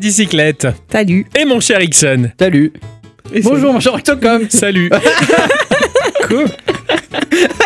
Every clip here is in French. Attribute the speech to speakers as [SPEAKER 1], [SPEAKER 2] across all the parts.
[SPEAKER 1] bicyclette
[SPEAKER 2] Salut.
[SPEAKER 1] et mon cher Ixon.
[SPEAKER 3] Salut. Bonjour, mon cher Octocom.
[SPEAKER 1] Salut. Quoi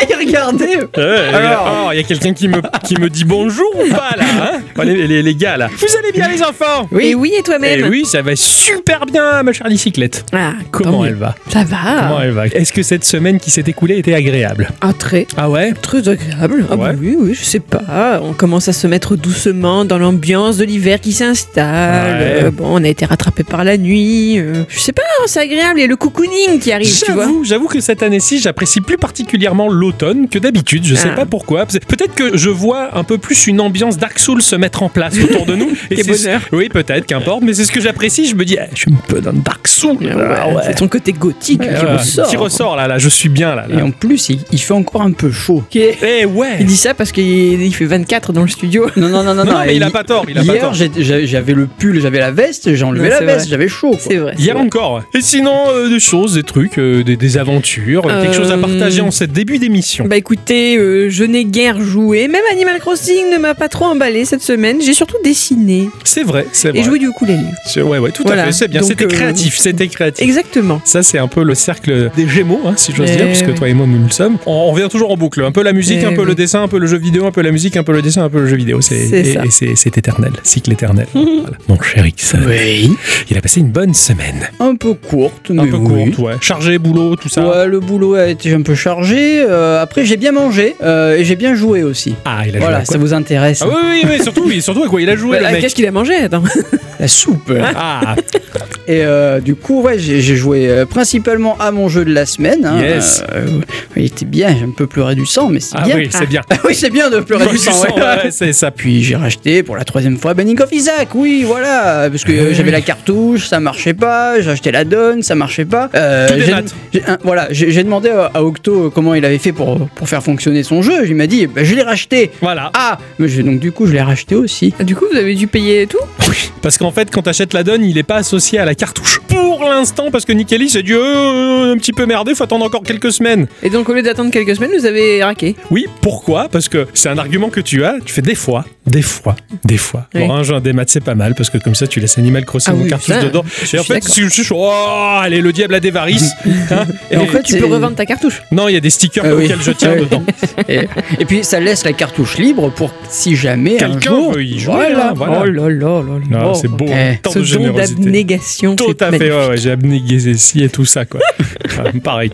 [SPEAKER 3] Aïe, regardez.
[SPEAKER 1] Ouais,
[SPEAKER 3] Alors.
[SPEAKER 1] oh, il y a quelqu'un qui me, qui me dit bonjour ou pas là hein Oh, les, les- les gars là. Vous allez bien les enfants
[SPEAKER 2] Et oui, et
[SPEAKER 1] Eh
[SPEAKER 2] toi-même
[SPEAKER 1] oui, ça va super bien ma chère bicyclette.
[SPEAKER 2] Ah, tant
[SPEAKER 1] Comment
[SPEAKER 2] mieux.
[SPEAKER 1] elle va
[SPEAKER 2] Ça va.
[SPEAKER 1] Comment elle va Est-ce que cette semaine qui s'est écoulée était agréable
[SPEAKER 2] Ah, très,
[SPEAKER 1] Ah ouais
[SPEAKER 2] très agréable. Ah, bah
[SPEAKER 1] Ouais.
[SPEAKER 2] oui, oui, je sais pas. On commence à se mettre doucement dans l'ambiance de l'hiver qui
[SPEAKER 3] Ah,
[SPEAKER 2] s'installe.
[SPEAKER 1] Ouais.
[SPEAKER 2] Euh, bon, on a été rattrapé par la nuit. euh, je sais pas, c'est agréable. Et le cocooning qui arrive, tu vois.
[SPEAKER 1] J'avoue, j'avoue que cette année-ci, j'apprécie plus particulièrement l'automne que d'habitude. Je sais
[SPEAKER 2] Ah.
[SPEAKER 1] pas pourquoi. Peut-être que je vois un peu plus une ambiance Dark Souls se mettre en place autour de nous.
[SPEAKER 2] Quel
[SPEAKER 1] c'est-
[SPEAKER 2] bonheur.
[SPEAKER 1] Oui, peut-être, qu'importe. Mais c'est ce que j'apprécie. Je me dis, eh, je suis un peu dans le Dark Souls. Ah ouais.
[SPEAKER 2] C'est ton côté gothique
[SPEAKER 1] Ouais,
[SPEAKER 2] qui
[SPEAKER 1] ouais.
[SPEAKER 2] ressort.
[SPEAKER 1] Qui ressort là, là. Je suis bien là. là.
[SPEAKER 3] Et en plus, il, il fait encore un peu chaud.
[SPEAKER 1] Eh ouais.
[SPEAKER 2] Il dit ça parce qu'il il fait 24 dans le studio.
[SPEAKER 3] Non, non, non, non,
[SPEAKER 1] Non, non, mais
[SPEAKER 3] et
[SPEAKER 1] il a
[SPEAKER 3] hi-
[SPEAKER 1] pas tort. Il a pas
[SPEAKER 3] Hier,
[SPEAKER 1] tort.
[SPEAKER 3] j'ai- j'ai- j'avais le pull, j'avais la veste, j'ai enlevé
[SPEAKER 2] Non,
[SPEAKER 3] la
[SPEAKER 2] c'est
[SPEAKER 3] veste,
[SPEAKER 2] vrai.
[SPEAKER 3] j'avais chaud. quoi.
[SPEAKER 2] C'est vrai. c'est
[SPEAKER 1] Hier
[SPEAKER 2] vrai.
[SPEAKER 1] encore. Et sinon, euh, des choses, des trucs, euh, des, des aventures, euh, quelque chose à
[SPEAKER 2] Euh,
[SPEAKER 1] partager en ce début d'émission.
[SPEAKER 2] Bah écoutez, euh, je n'ai guère joué. Même Animal Crossing ne m'a pas trop emballé cette semaine. J'ai surtout dessiné
[SPEAKER 1] C'est vrai, c'est vrai.
[SPEAKER 2] et joué du ukulélé.
[SPEAKER 1] C'est- Ouais, ouais, tout à
[SPEAKER 2] Voilà.
[SPEAKER 1] fait. C'est bien.
[SPEAKER 2] Donc,
[SPEAKER 1] C'était
[SPEAKER 2] euh,
[SPEAKER 1] créatif. C'était créatif.
[SPEAKER 2] Exactement.
[SPEAKER 1] Ça, c'est un peu le cercle des Gémeaux, hein, si j'ose
[SPEAKER 2] Eh
[SPEAKER 1] dire, puisque
[SPEAKER 2] oui.
[SPEAKER 1] toi et moi, nous le sommes. On, on revient toujours en boucle. Un peu la musique,
[SPEAKER 2] Eh
[SPEAKER 1] un peu
[SPEAKER 2] oui.
[SPEAKER 1] le dessin, un peu le jeu vidéo, un peu la musique, un peu le dessin, un peu le jeu vidéo. C'est
[SPEAKER 2] C'est
[SPEAKER 1] et-
[SPEAKER 2] ça.
[SPEAKER 1] et c'est- c'est éternel, cycle éternel. Voilà. Mon cher Ixon,
[SPEAKER 3] Oui.
[SPEAKER 1] il a passé une bonne semaine.
[SPEAKER 3] Un peu courte, mais
[SPEAKER 1] Un peu
[SPEAKER 3] oui.
[SPEAKER 1] courte, ouais. Chargé, boulot, tout ça.
[SPEAKER 3] Ouais, le boulot a été un peu chargé. euh, après, j'ai bien mangé euh, et j'ai bien joué aussi.
[SPEAKER 1] Ah, il a
[SPEAKER 3] Voilà,
[SPEAKER 1] joué
[SPEAKER 3] ça
[SPEAKER 1] à quoi
[SPEAKER 3] vous intéresse
[SPEAKER 1] Ah oui, oui, oui, surtout, oui, surtout à quoi il a joué,
[SPEAKER 2] Bah,
[SPEAKER 1] le mec.
[SPEAKER 2] Qu'est-ce qu'il a mangé Attends.
[SPEAKER 3] La soupe.
[SPEAKER 1] Ah,
[SPEAKER 3] hein. Et euh, du coup, ouais, j'ai j'ai joué euh, principalement à mon jeu de la semaine. hein.
[SPEAKER 1] Yes.
[SPEAKER 3] Euh, euh, il était bien, j'ai un peu pleuré du sang, mais c'est
[SPEAKER 1] ah
[SPEAKER 3] bien.
[SPEAKER 1] oui, c'est bien.
[SPEAKER 3] Ah oui, c'est bien de pleurer du
[SPEAKER 1] Tu
[SPEAKER 3] sang.
[SPEAKER 1] sens,
[SPEAKER 3] ouais.
[SPEAKER 1] ouais, ouais, c'est ça.
[SPEAKER 3] Puis j'ai racheté pour la troisième fois Banning of Isaac, oui, voilà, parce que euh, j'avais la cartouche, ça marchait pas, j'ai acheté la donne, ça marchait pas. Euh,
[SPEAKER 1] Tous les
[SPEAKER 3] j'ai-
[SPEAKER 1] maths.
[SPEAKER 3] j'ai- hein, voilà, j'ai j'ai demandé à, à Octo comment il avait fait pour, pour faire fonctionner son jeu, il m'a dit, bah, je l'ai racheté.
[SPEAKER 1] Voilà.
[SPEAKER 3] Ah, mais je- donc du coup je l'ai racheté aussi.
[SPEAKER 2] Ah, Du coup, vous avez dû payer tout
[SPEAKER 1] Parce qu'en fait, quand t'achètes la donne, il est pas associé à la cartouche. Pour l'instant, parce que Nickeli s'est dit euh, un petit peu merdé, faut attendre encore quelques semaines.
[SPEAKER 2] Et donc, au lieu d'attendre quelques semaines, vous avez raqué.
[SPEAKER 1] Oui, pourquoi Parce que c'est un argument que tu as, tu fais des fois, des fois, des fois.
[SPEAKER 2] Oui.
[SPEAKER 1] Bon, un jeu indé mat, c'est pas mal, parce que comme ça, tu laisses Animal Crossing
[SPEAKER 2] Ah
[SPEAKER 1] ou
[SPEAKER 2] oui,
[SPEAKER 1] cartouche
[SPEAKER 2] ça,
[SPEAKER 1] dedans. Et en
[SPEAKER 2] suis
[SPEAKER 1] fait,
[SPEAKER 2] d'accord.
[SPEAKER 1] si je suis oh, allez, le diable a des varices. hein.
[SPEAKER 3] Et en
[SPEAKER 1] Et-
[SPEAKER 3] fait,
[SPEAKER 2] Tu
[SPEAKER 3] c'est-
[SPEAKER 2] peux revendre ta cartouche.
[SPEAKER 1] non, il y a des stickers
[SPEAKER 3] Ah oui.
[SPEAKER 1] auxquels je tiens
[SPEAKER 3] Ah oui.
[SPEAKER 1] dedans.
[SPEAKER 3] Et, et puis ça laisse la cartouche libre pour si jamais un
[SPEAKER 1] Quelqu'un
[SPEAKER 3] jour-
[SPEAKER 1] veut y jouer.
[SPEAKER 3] Voilà.
[SPEAKER 1] hein, voilà.
[SPEAKER 2] Oh là là là là. Oh.
[SPEAKER 1] Non, c'est beau, hein.
[SPEAKER 3] Eh,
[SPEAKER 1] tant
[SPEAKER 2] Ce
[SPEAKER 1] de
[SPEAKER 2] don
[SPEAKER 1] générosité.
[SPEAKER 2] d'abnégation.
[SPEAKER 1] Tout
[SPEAKER 2] c'est
[SPEAKER 1] à fait,
[SPEAKER 2] magnifique.
[SPEAKER 1] ouais, ouais, j'ai abnégué ici et tout ça, quoi. Ouais, pareil.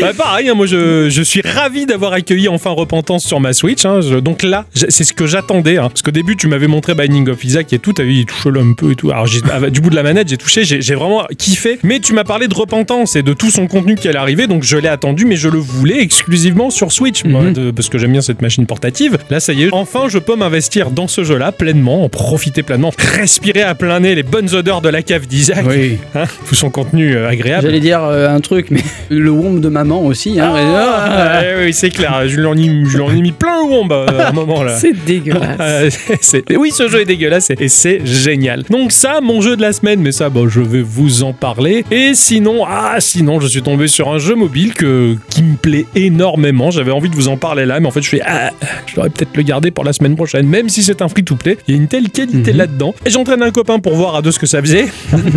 [SPEAKER 1] Bah, pareil, hein, moi je, je suis ravi d'avoir accueilli enfin Repentance sur ma Switch. hein. Je- donc là, j'ai- c'est ce que j'attendais. hein. parce qu'au début, tu m'avais montré Binding of Isaac et tout, t'avais dit touche un peu et tout. Alors j'ai- avec- du bout de la manette, j'ai touché, j'ai j'ai vraiment kiffé. Mais tu m'as parlé de Repentance et de tout son contenu qui allait arriver, donc je l'ai attendu, mais je le voulais exclusivement sur Switch, moi,
[SPEAKER 3] Mhm.
[SPEAKER 1] de- parce que j'aime bien cette machine portative. Là, ça y est, enfin je peux m'investir dans ce jeu-là pleinement, en profiter pleinement, respirer à plein nez les bonnes odeurs de la cave d'Isaac
[SPEAKER 3] Oh, Oui.
[SPEAKER 1] hein, tout son contenu euh, agréable.
[SPEAKER 3] J'allais dire euh, un truc, mais le womb de maman aussi. Hein,
[SPEAKER 1] Ah,
[SPEAKER 3] Ah.
[SPEAKER 1] eh oui, c'est clair, je lui en ai, je lui en ai mis plein le womb euh, à un moment là.
[SPEAKER 2] C'est dégueulasse.
[SPEAKER 1] Euh, c'est- c'est- oui, ce jeu est dégueulasse et- et c'est génial. Donc ça, mon jeu de la semaine, mais ça, bon, je vais vous en parler. Et sinon, ah, sinon, je suis tombé sur un jeu mobile que, qui me plaît énormément. J'avais envie de vous en parler là, mais en fait, je fais, ah, je devrais peut-être le garder pour la semaine prochaine, même si c'est un free-to-play. Il y a une telle qualité
[SPEAKER 3] Mhm.
[SPEAKER 1] là-dedans. Et j'entraîne un copain pour voir à deux ce que ça faisait.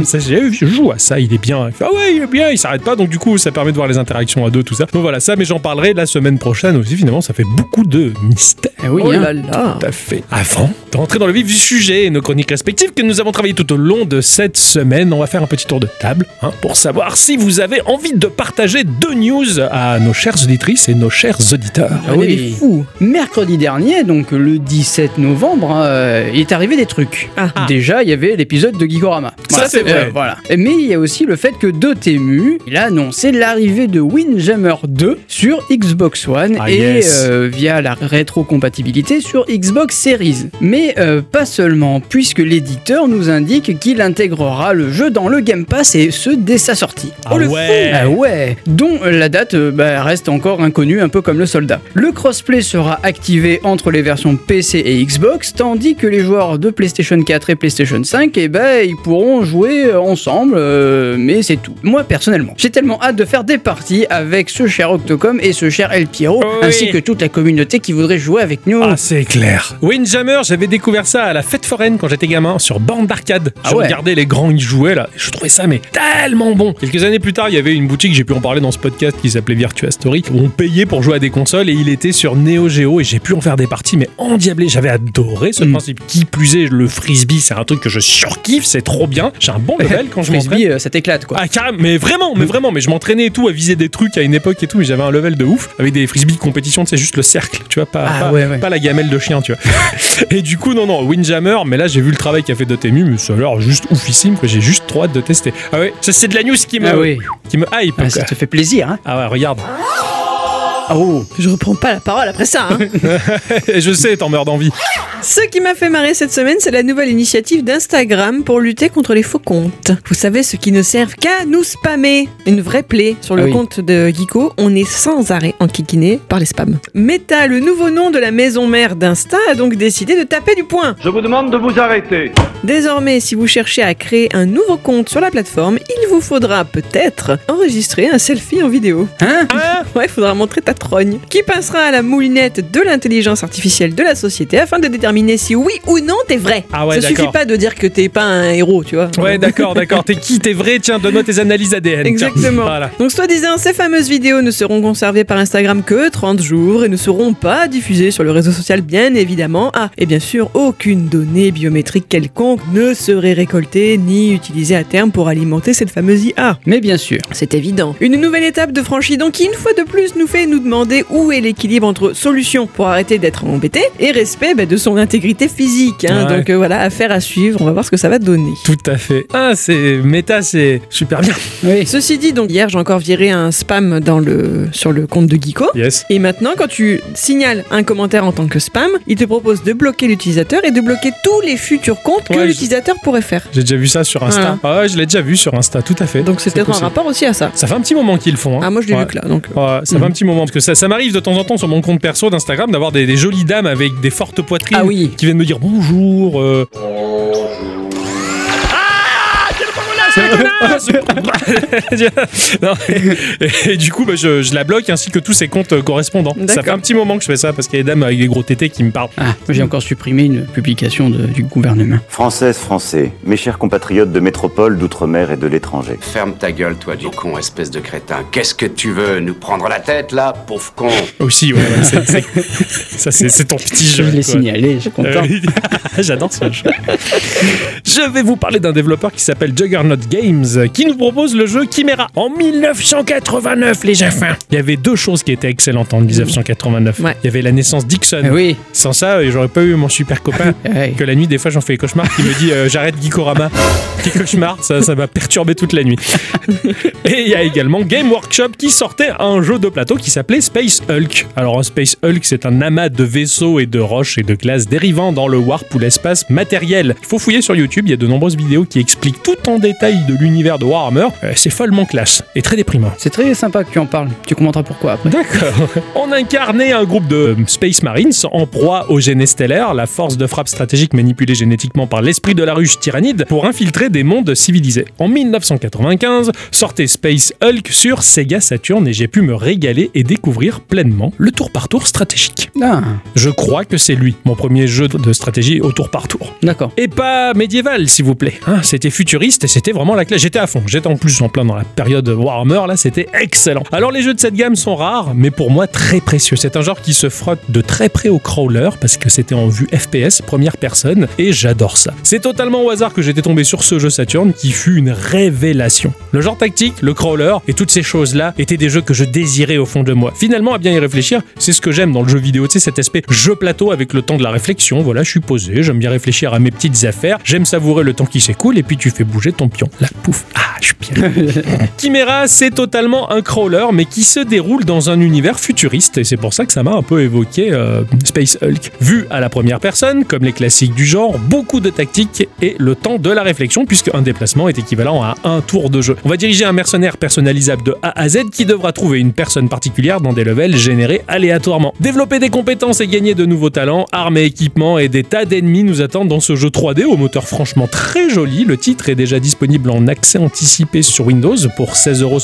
[SPEAKER 1] ça, j'ai dit, je joue à ça, il est bien. Il fait, ah ouais, il est bien, il s'arrête pas. Donc du coup, ça permet de voir les interactions à deux, tout ça. Donc voilà, ça, mais j'en parlerai la semaine prochaine aussi. Finalement, ça fait beaucoup de mystères.
[SPEAKER 3] Eh oui,
[SPEAKER 2] oh
[SPEAKER 3] hein.
[SPEAKER 2] là là.
[SPEAKER 1] Tout à fait. Avant d'entrer dans le vif du sujet et nos chroniques respectives que nous avons travaillées tout au long de cette semaine, on va faire un petit tour de table hein, pour savoir si vous avez envie de partager deux news à nos chères auditrices et nos chers auditeurs.
[SPEAKER 3] Ah
[SPEAKER 2] On
[SPEAKER 3] oui.
[SPEAKER 2] est des fous.
[SPEAKER 3] Mercredi dernier, donc le 17 novembre, hein, euh, il est arrivé des trucs.
[SPEAKER 2] Ah.
[SPEAKER 3] Déjà, il y avait l'épisode de Gigorama. Voilà. Euh,
[SPEAKER 1] c'est vrai.
[SPEAKER 3] voilà. Mais il y a aussi le fait que Dotemu, il a annoncé l'arrivée de Windjammer 2 sur Xbox One
[SPEAKER 1] Ah,
[SPEAKER 3] et
[SPEAKER 1] yes.
[SPEAKER 3] euh, via la rétrocompatibilité sur Xbox Series. Mais euh, pas seulement, puisque l'éditeur nous indique qu'il intégrera le jeu dans le Game Pass et ce dès sa sortie.
[SPEAKER 1] Ah
[SPEAKER 3] le
[SPEAKER 1] ouais.
[SPEAKER 3] fou. Ah ouais Dont la date euh, bah, reste encore inconnue, un peu comme le soldat. Le crossplay sera activé entre les versions PC et Xbox, tandis que les joueurs de PlayStation 4 et PlayStation 5, eh ben, ils pourront jouer euh, ensemble ensemble, euh, mais c'est tout. Moi personnellement, j'ai tellement hâte de faire des parties avec ce cher Octocom et ce cher El Piero,
[SPEAKER 1] Oui.
[SPEAKER 3] ainsi que toute la communauté qui voudrait jouer avec nous.
[SPEAKER 1] Ah, c'est clair. Windjammer, j'avais découvert ça à la fête foraine quand j'étais gamin sur bande d'arcade.
[SPEAKER 3] Ah
[SPEAKER 1] je
[SPEAKER 3] ouais.
[SPEAKER 1] regardais les grands y jouer là. Je trouvais ça mais tellement bon. Quelques années plus tard, il y avait une boutique, j'ai pu en parler dans ce podcast qui s'appelait Virtua Story, où on payait pour jouer à des consoles et il était sur Neo Geo et j'ai pu en faire des parties mais endiablé. J'avais adoré ce
[SPEAKER 3] Mm.
[SPEAKER 1] principe. Qui plus est, le frisbee, c'est un truc que je surkiffe, c'est trop bien. J'ai un bon level quand je m'entraîne.
[SPEAKER 3] Frisbee, euh, ça t'éclate quoi.
[SPEAKER 1] Ah carrément, mais vraiment, mais vraiment, mais je m'entraînais et tout à viser des trucs à une époque et tout, mais j'avais un level de ouf avec des frisbees de compétition, c'est juste le cercle, tu vois, pas,
[SPEAKER 3] Ah,
[SPEAKER 1] pas,
[SPEAKER 3] ouais, ouais.
[SPEAKER 1] pas la gamelle de chien, tu vois. et du coup, non, non, Windjammer, mais là j'ai vu le travail qu'a fait Dotemu, mais ça a l'air juste oufissime, quoi, j'ai juste trop hâte de tester. Ah ouais, ça c'est de la news qui me,
[SPEAKER 3] Ah oui,
[SPEAKER 1] qui me hype.
[SPEAKER 3] Ah,
[SPEAKER 1] quoi.
[SPEAKER 3] ça te fait plaisir. Hein
[SPEAKER 1] Ah ouais, regarde.
[SPEAKER 3] Ah, oh.
[SPEAKER 2] Je reprends pas la parole après ça. hein.
[SPEAKER 1] je sais, t'en meurs d'envie.
[SPEAKER 2] Ce qui m'a fait marrer cette semaine, c'est la nouvelle initiative d'Instagram pour lutter contre les faux comptes. Vous savez, ceux qui ne servent qu'à nous spammer. Une vraie plaie sur le
[SPEAKER 3] Ah oui.
[SPEAKER 2] compte de Geeko, on est sans arrêt enquiquiné par les spams. Meta, le nouveau nom de la maison mère d'Insta, a donc décidé de taper du poing.
[SPEAKER 4] Je vous demande de vous arrêter.
[SPEAKER 2] Désormais, si vous cherchez à créer un nouveau compte sur la plateforme, il vous faudra peut-être enregistrer un selfie en vidéo.
[SPEAKER 3] Hein
[SPEAKER 1] Hein
[SPEAKER 2] Ouais, faudra montrer ta trogne. Qui passera à la moulinette de l'intelligence artificielle de la société afin de déterminer si oui ou non t'es vrai.
[SPEAKER 1] Ah ouais,
[SPEAKER 2] Ça
[SPEAKER 1] d'accord.
[SPEAKER 2] suffit pas de dire que t'es pas un héros, tu vois.
[SPEAKER 1] Ouais, d'accord, d'accord. T'es qui T'es vrai Tiens, donne-moi tes analyses ADN. tiens.
[SPEAKER 2] Exactement.
[SPEAKER 1] Voilà.
[SPEAKER 2] Donc, soi-disant, ces fameuses vidéos ne seront conservées par Instagram que 30 jours et ne seront pas diffusées sur le réseau social, bien évidemment. Ah, et bien sûr, aucune donnée biométrique quelconque ne serait récoltée ni utilisée à terme pour alimenter cette fameuse IA.
[SPEAKER 3] Mais bien sûr.
[SPEAKER 2] C'est évident. Une nouvelle étape de franchie donc qui une fois de plus nous fait nous demander où est l'équilibre entre solution pour arrêter d'être embêté et respect bah, de son intégrité physique. hein.
[SPEAKER 1] Ouais.
[SPEAKER 2] Donc euh, voilà, affaire à suivre, on va voir ce que ça va donner.
[SPEAKER 1] Tout à fait. Ah, c'est méta, c'est super bien.
[SPEAKER 3] Oui.
[SPEAKER 2] Ceci dit, donc hier j'ai encore viré un spam dans le... sur le compte de Geeko.
[SPEAKER 1] Yes.
[SPEAKER 2] Et maintenant, quand tu signales un commentaire en tant que spam, il te propose de bloquer l'utilisateur et de bloquer tous les futurs comptes que
[SPEAKER 1] Ouais, je-
[SPEAKER 2] l'utilisateur pourrait faire.
[SPEAKER 1] J'ai déjà vu ça sur Insta. Ah ouais, je l'ai déjà vu sur Insta, tout à fait.
[SPEAKER 2] Donc c'est peut-être un
[SPEAKER 1] possible.
[SPEAKER 2] rapport aussi à ça.
[SPEAKER 1] Ça fait un petit moment qu'ils le font. hein.
[SPEAKER 2] Ah, moi je l'ai
[SPEAKER 1] Ouais.
[SPEAKER 2] vu que là, donc. euh,
[SPEAKER 1] Ouais, ça fait
[SPEAKER 3] Mhm.
[SPEAKER 1] un petit moment parce que ça, ça m'arrive de temps en temps sur mon compte perso d'Instagram d'avoir des, des jolies dames avec des fortes poitrines
[SPEAKER 3] Ah oui.
[SPEAKER 1] qui viennent me dire bonjour. euh. Ah, c'est le connasse Non, et, et du coup, bah, je, je la bloque ainsi que tous ses comptes euh, correspondants. Ça
[SPEAKER 2] D'accord.
[SPEAKER 1] fait un petit moment que je fais ça parce qu'il y a des dames avec des gros tétés qui me parlent.
[SPEAKER 3] Ah, moi, j'ai encore supprimé une publication de- du gouvernement.
[SPEAKER 5] Françaises, Français, mes chers compatriotes de métropole, d'outre-mer et de l'étranger.
[SPEAKER 6] Ferme ta gueule, toi, du con, espèce de crétin. Qu'est-ce que tu veux Nous prendre la tête, là, pauvre con
[SPEAKER 1] Aussi, ouais, ouais, c'est- c'est- ça c'est c'est ton petit
[SPEAKER 3] Je
[SPEAKER 1] jeu.
[SPEAKER 3] l'ai
[SPEAKER 1] quoi.
[SPEAKER 3] signalé, je suis
[SPEAKER 1] Euh,
[SPEAKER 3] content.
[SPEAKER 1] J'adore ce jeu. Je vais vous parler d'un développeur qui s'appelle Juggernaut Games qui nous propose le jeu Chimera. En 1989, les Jaffins. Il y avait deux choses qui étaient excellentes en 1989.
[SPEAKER 2] Ouais.
[SPEAKER 1] Il y avait la naissance d'Ixon.
[SPEAKER 3] Ah oui. eh
[SPEAKER 1] Sans ça, euh, j'aurais pas eu mon super copain.
[SPEAKER 3] Ouais.
[SPEAKER 1] Que la nuit, des fois, j'en fais des cauchemars qui me dit euh, j'arrête Gikorama. Quel cauchemar, ça, ça m'a perturbé toute la nuit. Et il y a également Game Workshop qui sortait un jeu de plateau qui s'appelait Space Hulk. Alors, un Space Hulk, c'est un amas de vaisseaux et de roches et de glaces dérivant dans le warp ou l'espace matériel. Il faut fouiller sur YouTube, il y a de nombreuses vidéos qui expliquent tout en détail de l'univers de Warhammer. Euh, c'est follement classe et très déprimant.
[SPEAKER 3] C'est très sympa que tu en parles. Tu commenteras pourquoi après.
[SPEAKER 1] D'accord. On incarnait un groupe de euh, Space Marines en proie au génie stellaire, la force de frappe stratégique manipulée génétiquement par l'esprit de la ruche tyrannide pour infiltrer des mondes civilisés. En 1995, sortait Space Hulk sur Sega Saturn et j'ai pu me régaler et découvrir pleinement le tour par tour stratégique.
[SPEAKER 3] Ah,
[SPEAKER 1] Je crois que c'est lui, mon premier jeu de stratégie au tour par tour.
[SPEAKER 3] d'accord.
[SPEAKER 1] Et pas médiéval, s'il vous plaît. Hein, c'était futuriste et c'était vraiment la clé. J'étais à fond. J'étais en plus en plein dans la période Warhammer, là, c'était excellent. Alors, les jeux de cette gamme sont rares, mais pour moi très précieux. C'est un genre qui se frotte de très près au crawler parce que c'était en vue FPS, première personne, et j'adore ça. C'est totalement au hasard que j'étais tombé sur ce jeu Saturn qui fut une révélation. Le genre tactique, le crawler et toutes ces choses-là étaient des jeux que je désirais au fond de moi. Finalement, à bien y réfléchir, c'est ce que j'aime dans le jeu vidéo, tu sais, cet aspect jeu plateau avec le temps de la réflexion. Voilà, je suis posé, j'aime bien réfléchir à mes petites affaires, j'aime savourer le temps qui s'écoule et puis tu fais bouger ton pion. Là, pouf, ah, je suis bien. Chimera, c'est totalement un crawler, mais qui se déroule dans un univers futuriste, et c'est pour ça que ça m'a un peu évoqué euh, Space Hulk. Vu à la première personne, comme les classiques du genre, beaucoup de tactiques et le temps de la réflexion, puisque un déplacement est équivalent à un tour de jeu. On va diriger un mercenaire personnalisable de A à Z qui devra trouver une personne particulière dans des levels générés aléatoirement. Développer des compétences et gagner de nouveaux talents, armes et équipements et des tas d'ennemis nous attendent dans ce jeu 3D au moteur franchement très joli. Le titre est déjà disponible en acte l'accès anticipé sur Windows pour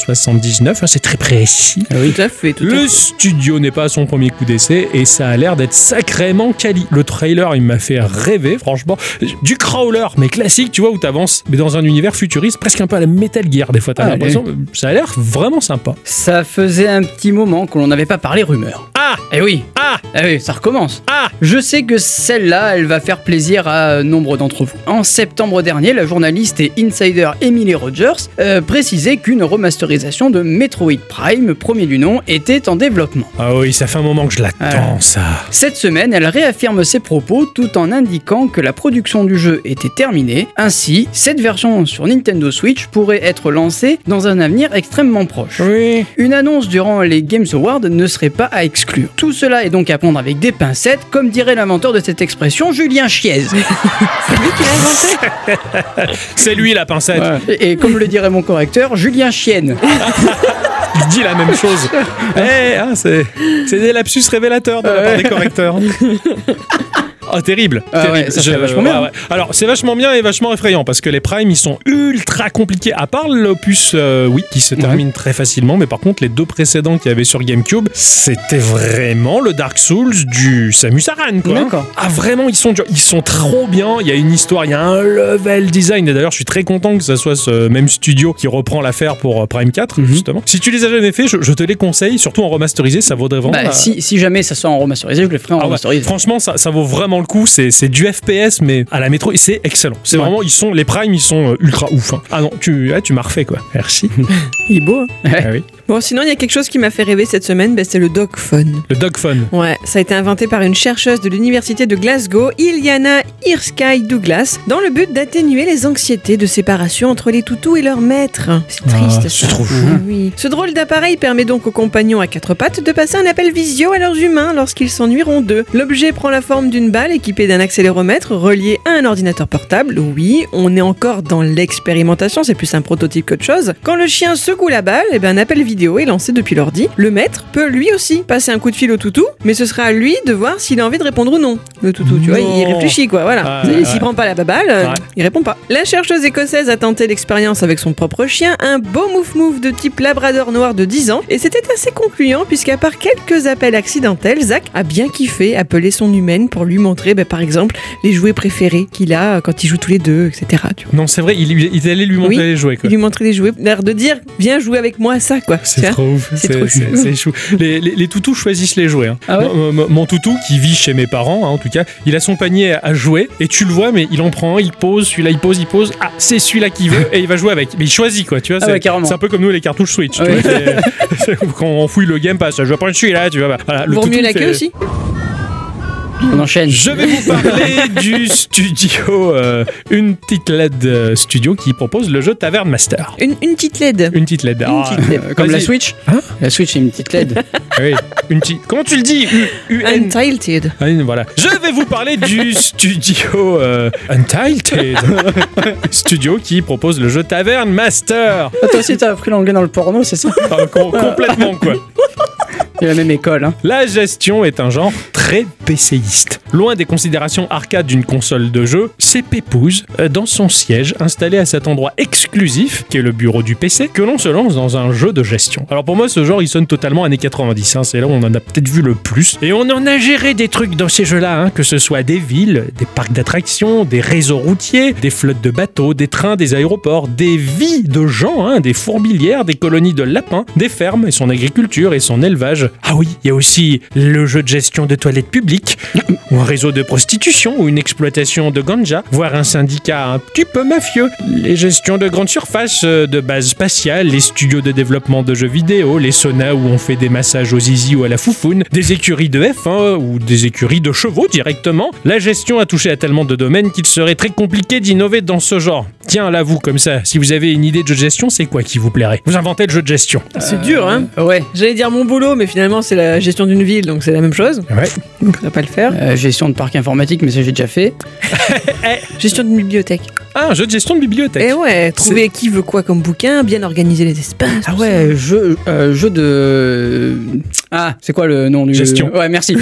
[SPEAKER 1] 16,79€. hein, C'est très précis.
[SPEAKER 3] Eh
[SPEAKER 2] Tout à fait, tout à
[SPEAKER 1] Le
[SPEAKER 2] fait.
[SPEAKER 1] studio n'est pas à son premier coup d'essai et ça a l'air d'être sacrément quali. Le trailer, il m'a fait rêver, franchement. Du crawler, mais classique, tu vois, où t'avances, mais dans un univers futuriste, presque un peu à la Metal Gear, des fois. T'as
[SPEAKER 3] Ah,
[SPEAKER 1] l'impression, ça a l'air vraiment sympa.
[SPEAKER 3] Ça faisait un petit moment qu'on n'avait pas parlé rumeur.
[SPEAKER 1] Ah
[SPEAKER 3] Eh oui,
[SPEAKER 1] Ah
[SPEAKER 3] eh oui, ça recommence.
[SPEAKER 1] Ah
[SPEAKER 3] Je sais que celle-là, elle va faire plaisir à euh, nombre d'entre vous. En septembre dernier, la journaliste et insider Emily Rogers euh, précisait qu'une remasterisation de Metroid Prime, premier du nom, était en développement.
[SPEAKER 1] Ah oui, ça fait un moment que je l'attends, ça.
[SPEAKER 3] Cette semaine, elle réaffirme ses propos tout en indiquant que la production du jeu était terminée. Ainsi, cette version sur Nintendo Switch pourrait être lancée dans un avenir extrêmement proche.
[SPEAKER 1] Oui.
[SPEAKER 3] Une annonce durant les Games Awards ne serait pas à exclure. Tout cela est donc à prendre avec des pincettes, comme dirait l'inventeur de cette expression, Julien Chiez.
[SPEAKER 1] C'est lui la pincette.
[SPEAKER 3] Et, et comme le dirait mon correcteur, Julien Chienne.
[SPEAKER 1] Il dit la même chose. Eh, hein, c'est c'est des lapsus révélateurs de la part des correcteurs. Oh, terrible!
[SPEAKER 3] Ah
[SPEAKER 1] terrible.
[SPEAKER 3] ouais, ça serait vachement bien.
[SPEAKER 1] Alors, c'est vachement bien et vachement effrayant parce que les primes ils sont ultra compliqués. À part l'opus, euh, oui, qui se termine très facilement, mais par contre, les deux précédents qu'il y avait sur Gamecube, c'était vraiment le Dark Souls du Samus Aran, quoi.
[SPEAKER 3] D'accord.
[SPEAKER 1] Ah vraiment ils sont durs. ils sont trop bien, il y a une histoire, il y a un level design et d'ailleurs je suis très content que ça soit ce même studio qui reprend l'affaire pour euh, Prime 4
[SPEAKER 3] Mhm.
[SPEAKER 1] justement. Si tu les as jamais fait, je, je te les conseille, surtout en remasterisé, ça vaudrait vraiment
[SPEAKER 3] Bah,
[SPEAKER 1] la-
[SPEAKER 3] si, si jamais ça sort en remasterisé, je le ferai en
[SPEAKER 1] Ah ouais,
[SPEAKER 3] remasterisé.
[SPEAKER 1] Franchement, ça, ça vaut vraiment le coup. C'est c'est du FPS, mais à la métro, et c'est excellent. C'est
[SPEAKER 3] Ouais.
[SPEAKER 1] vraiment, ils sont les primes, ils sont euh, ultra ouf. hein. Ah non, tu, ah, tu m'as refait quoi. Merci.
[SPEAKER 2] Il est beau. hein.
[SPEAKER 1] Ah oui.
[SPEAKER 2] Bon, sinon, il y a quelque chose qui m'a fait rêver cette semaine, ben, c'est le dogphone.
[SPEAKER 1] Le dog fun.
[SPEAKER 2] Ouais, ça a été inventé par une chercheuse de l'université de Glasgow, Iliana Irskay Douglas, dans le but d'atténuer les anxiétés de séparation entre les toutous et leur maître. C'est triste,
[SPEAKER 1] Ah,
[SPEAKER 2] ça.
[SPEAKER 1] c'est trop chou.
[SPEAKER 2] Oui. Ce drôle d'appareil permet donc aux compagnons à quatre pattes de passer un appel visio à leurs humains lorsqu'ils s'ennuieront d'eux. L'objet prend la forme d'une balle équipée d'un accéléromètre relié à un ordinateur portable. Oui, on est encore dans l'expérimentation, c'est plus un prototype qu'autre chose. Quand le chien secoue la balle, eh ben, un appel vidéo est lancé depuis l'ordi. Le maître peut lui aussi passer un coup de fil au toutou, mais ce sera à lui de voir s'il a envie de répondre ou non. Le toutou, tu vois, il
[SPEAKER 1] Non.
[SPEAKER 2] réfléchit quoi, voilà.
[SPEAKER 1] Ah, ouais,
[SPEAKER 2] S'il
[SPEAKER 1] ouais.
[SPEAKER 2] prend pas la baballe, euh,
[SPEAKER 1] Ouais.
[SPEAKER 2] il répond pas. La chercheuse écossaise a tenté l'expérience avec son propre chien, un beau mouf-mouf de type labrador noir de 10 ans, et c'était assez concluant puisqu'à part quelques appels accidentels, Zach a bien kiffé appeler son humaine pour lui montrer bah, par exemple les jouets préférés qu'il a euh, quand ils jouent tous les deux, etc. tu vois.
[SPEAKER 1] Non, c'est vrai, il, il est allé lui montrer
[SPEAKER 2] Oui.
[SPEAKER 1] les jouets quoi.
[SPEAKER 2] Il lui montrait les jouets, l'air de dire viens jouer avec moi à ça quoi. Tu
[SPEAKER 1] C'est
[SPEAKER 2] vois.
[SPEAKER 1] trop ouf,
[SPEAKER 2] C'est trop chou.
[SPEAKER 1] c'est- c'est chou. Les, les- les toutous choisissent les jouets. hein.
[SPEAKER 3] Ah ouais
[SPEAKER 1] Mon- mon, mon toutou, qui vit chez mes parents, hein, en tout cas, il a son panier à- à jouer et tu le vois, mais il en prend un, il pose, celui-là il pose, il pose. Ah, c'est celui-là qu'il veut et il va jouer avec. Mais il choisit quoi, tu vois.
[SPEAKER 3] Ah
[SPEAKER 1] c'est-
[SPEAKER 3] ouais, carrément.
[SPEAKER 1] c'est un peu comme nous les cartouches Switch. tu
[SPEAKER 3] Ouais.
[SPEAKER 1] vois, c'est- c'est- Quand on fouille le Game Pass, je vais prendre celui-là, tu vois. bah, voilà, le
[SPEAKER 2] Vaut
[SPEAKER 1] toutou
[SPEAKER 2] mieux la
[SPEAKER 1] fait-
[SPEAKER 2] queue aussi.
[SPEAKER 3] On enchaîne.
[SPEAKER 1] je vais vous parler du studio, euh, une petite LED euh, studio qui propose le jeu Taverne Master.
[SPEAKER 2] Une, une petite LED.
[SPEAKER 1] Une petite LED.
[SPEAKER 2] Une
[SPEAKER 1] ah,
[SPEAKER 2] petite LED.
[SPEAKER 3] Euh, Comme la
[SPEAKER 1] Vas-y.
[SPEAKER 3] Switch
[SPEAKER 1] Hein
[SPEAKER 3] La Switch, c'est une petite LED.
[SPEAKER 1] oui, une petite- Comment tu le dis U- UN.
[SPEAKER 2] Untilted.
[SPEAKER 1] Ah, voilà. Je vais vous parler du studio euh, Untitled. studio qui propose le jeu Taverne Master.
[SPEAKER 3] Ah, toi aussi, t'as appris l'anglais dans le porno, c'est ça
[SPEAKER 1] Enfin, com- complètement quoi.
[SPEAKER 3] Il y a la même école, hein.
[SPEAKER 1] La gestion est un genre très PCiste. Loin des considérations arcades d'une console de jeu, c'est Pépouze, euh, dans son siège, installé à cet endroit exclusif, qui est le bureau du PC, que l'on se lance dans un jeu de gestion. Alors pour moi, ce genre, il sonne totalement années 90, hein, c'est là où on en a peut-être vu le plus. Et on en a géré des trucs dans ces jeux-là, hein, que ce soit des villes, des parcs d'attractions, des réseaux routiers, des flottes de bateaux, des trains, des aéroports, des vies de gens, hein, des fourmilières, des colonies de lapins, des fermes et son agriculture et son élevage. Ah oui, il y a aussi le jeu de gestion de toilettes publiques, ou un réseau de prostitution, ou une exploitation de ganja, voire un syndicat un petit peu mafieux, les gestions de grandes surfaces, euh, de bases spatiales, les studios de développement de jeux vidéo, les saunas où on fait des massages aux zizi ou à la foufoune, des écuries de F1 ou des écuries de chevaux directement. La gestion a touché à tellement de domaines qu'il serait très compliqué d'innover dans ce genre. Tiens, là, vous, comme ça, si vous avez une idée de jeu de gestion, c'est quoi qui vous plairait Vous inventez le jeu de gestion.
[SPEAKER 2] C'est dur, hein.
[SPEAKER 3] Euh, Ouais.
[SPEAKER 2] J'allais dire mon boulot, mais finalement c'est la gestion d'une ville, donc c'est la même chose.
[SPEAKER 1] Ouais.
[SPEAKER 2] Donc ça va pas le faire.
[SPEAKER 3] Euh, gestion de parc informatique, mais ça j'ai déjà fait.
[SPEAKER 2] Gestion d'une bibliothèque.
[SPEAKER 1] Ah, un jeu de gestion de bibliothèque.
[SPEAKER 2] Eh ouais, trouver qui veut quoi comme bouquin, bien organiser les espaces.
[SPEAKER 3] Ah ouais, jeu, euh, jeu de. Ah, c'est quoi le nom du.
[SPEAKER 1] Gestion.
[SPEAKER 3] Ouais, merci.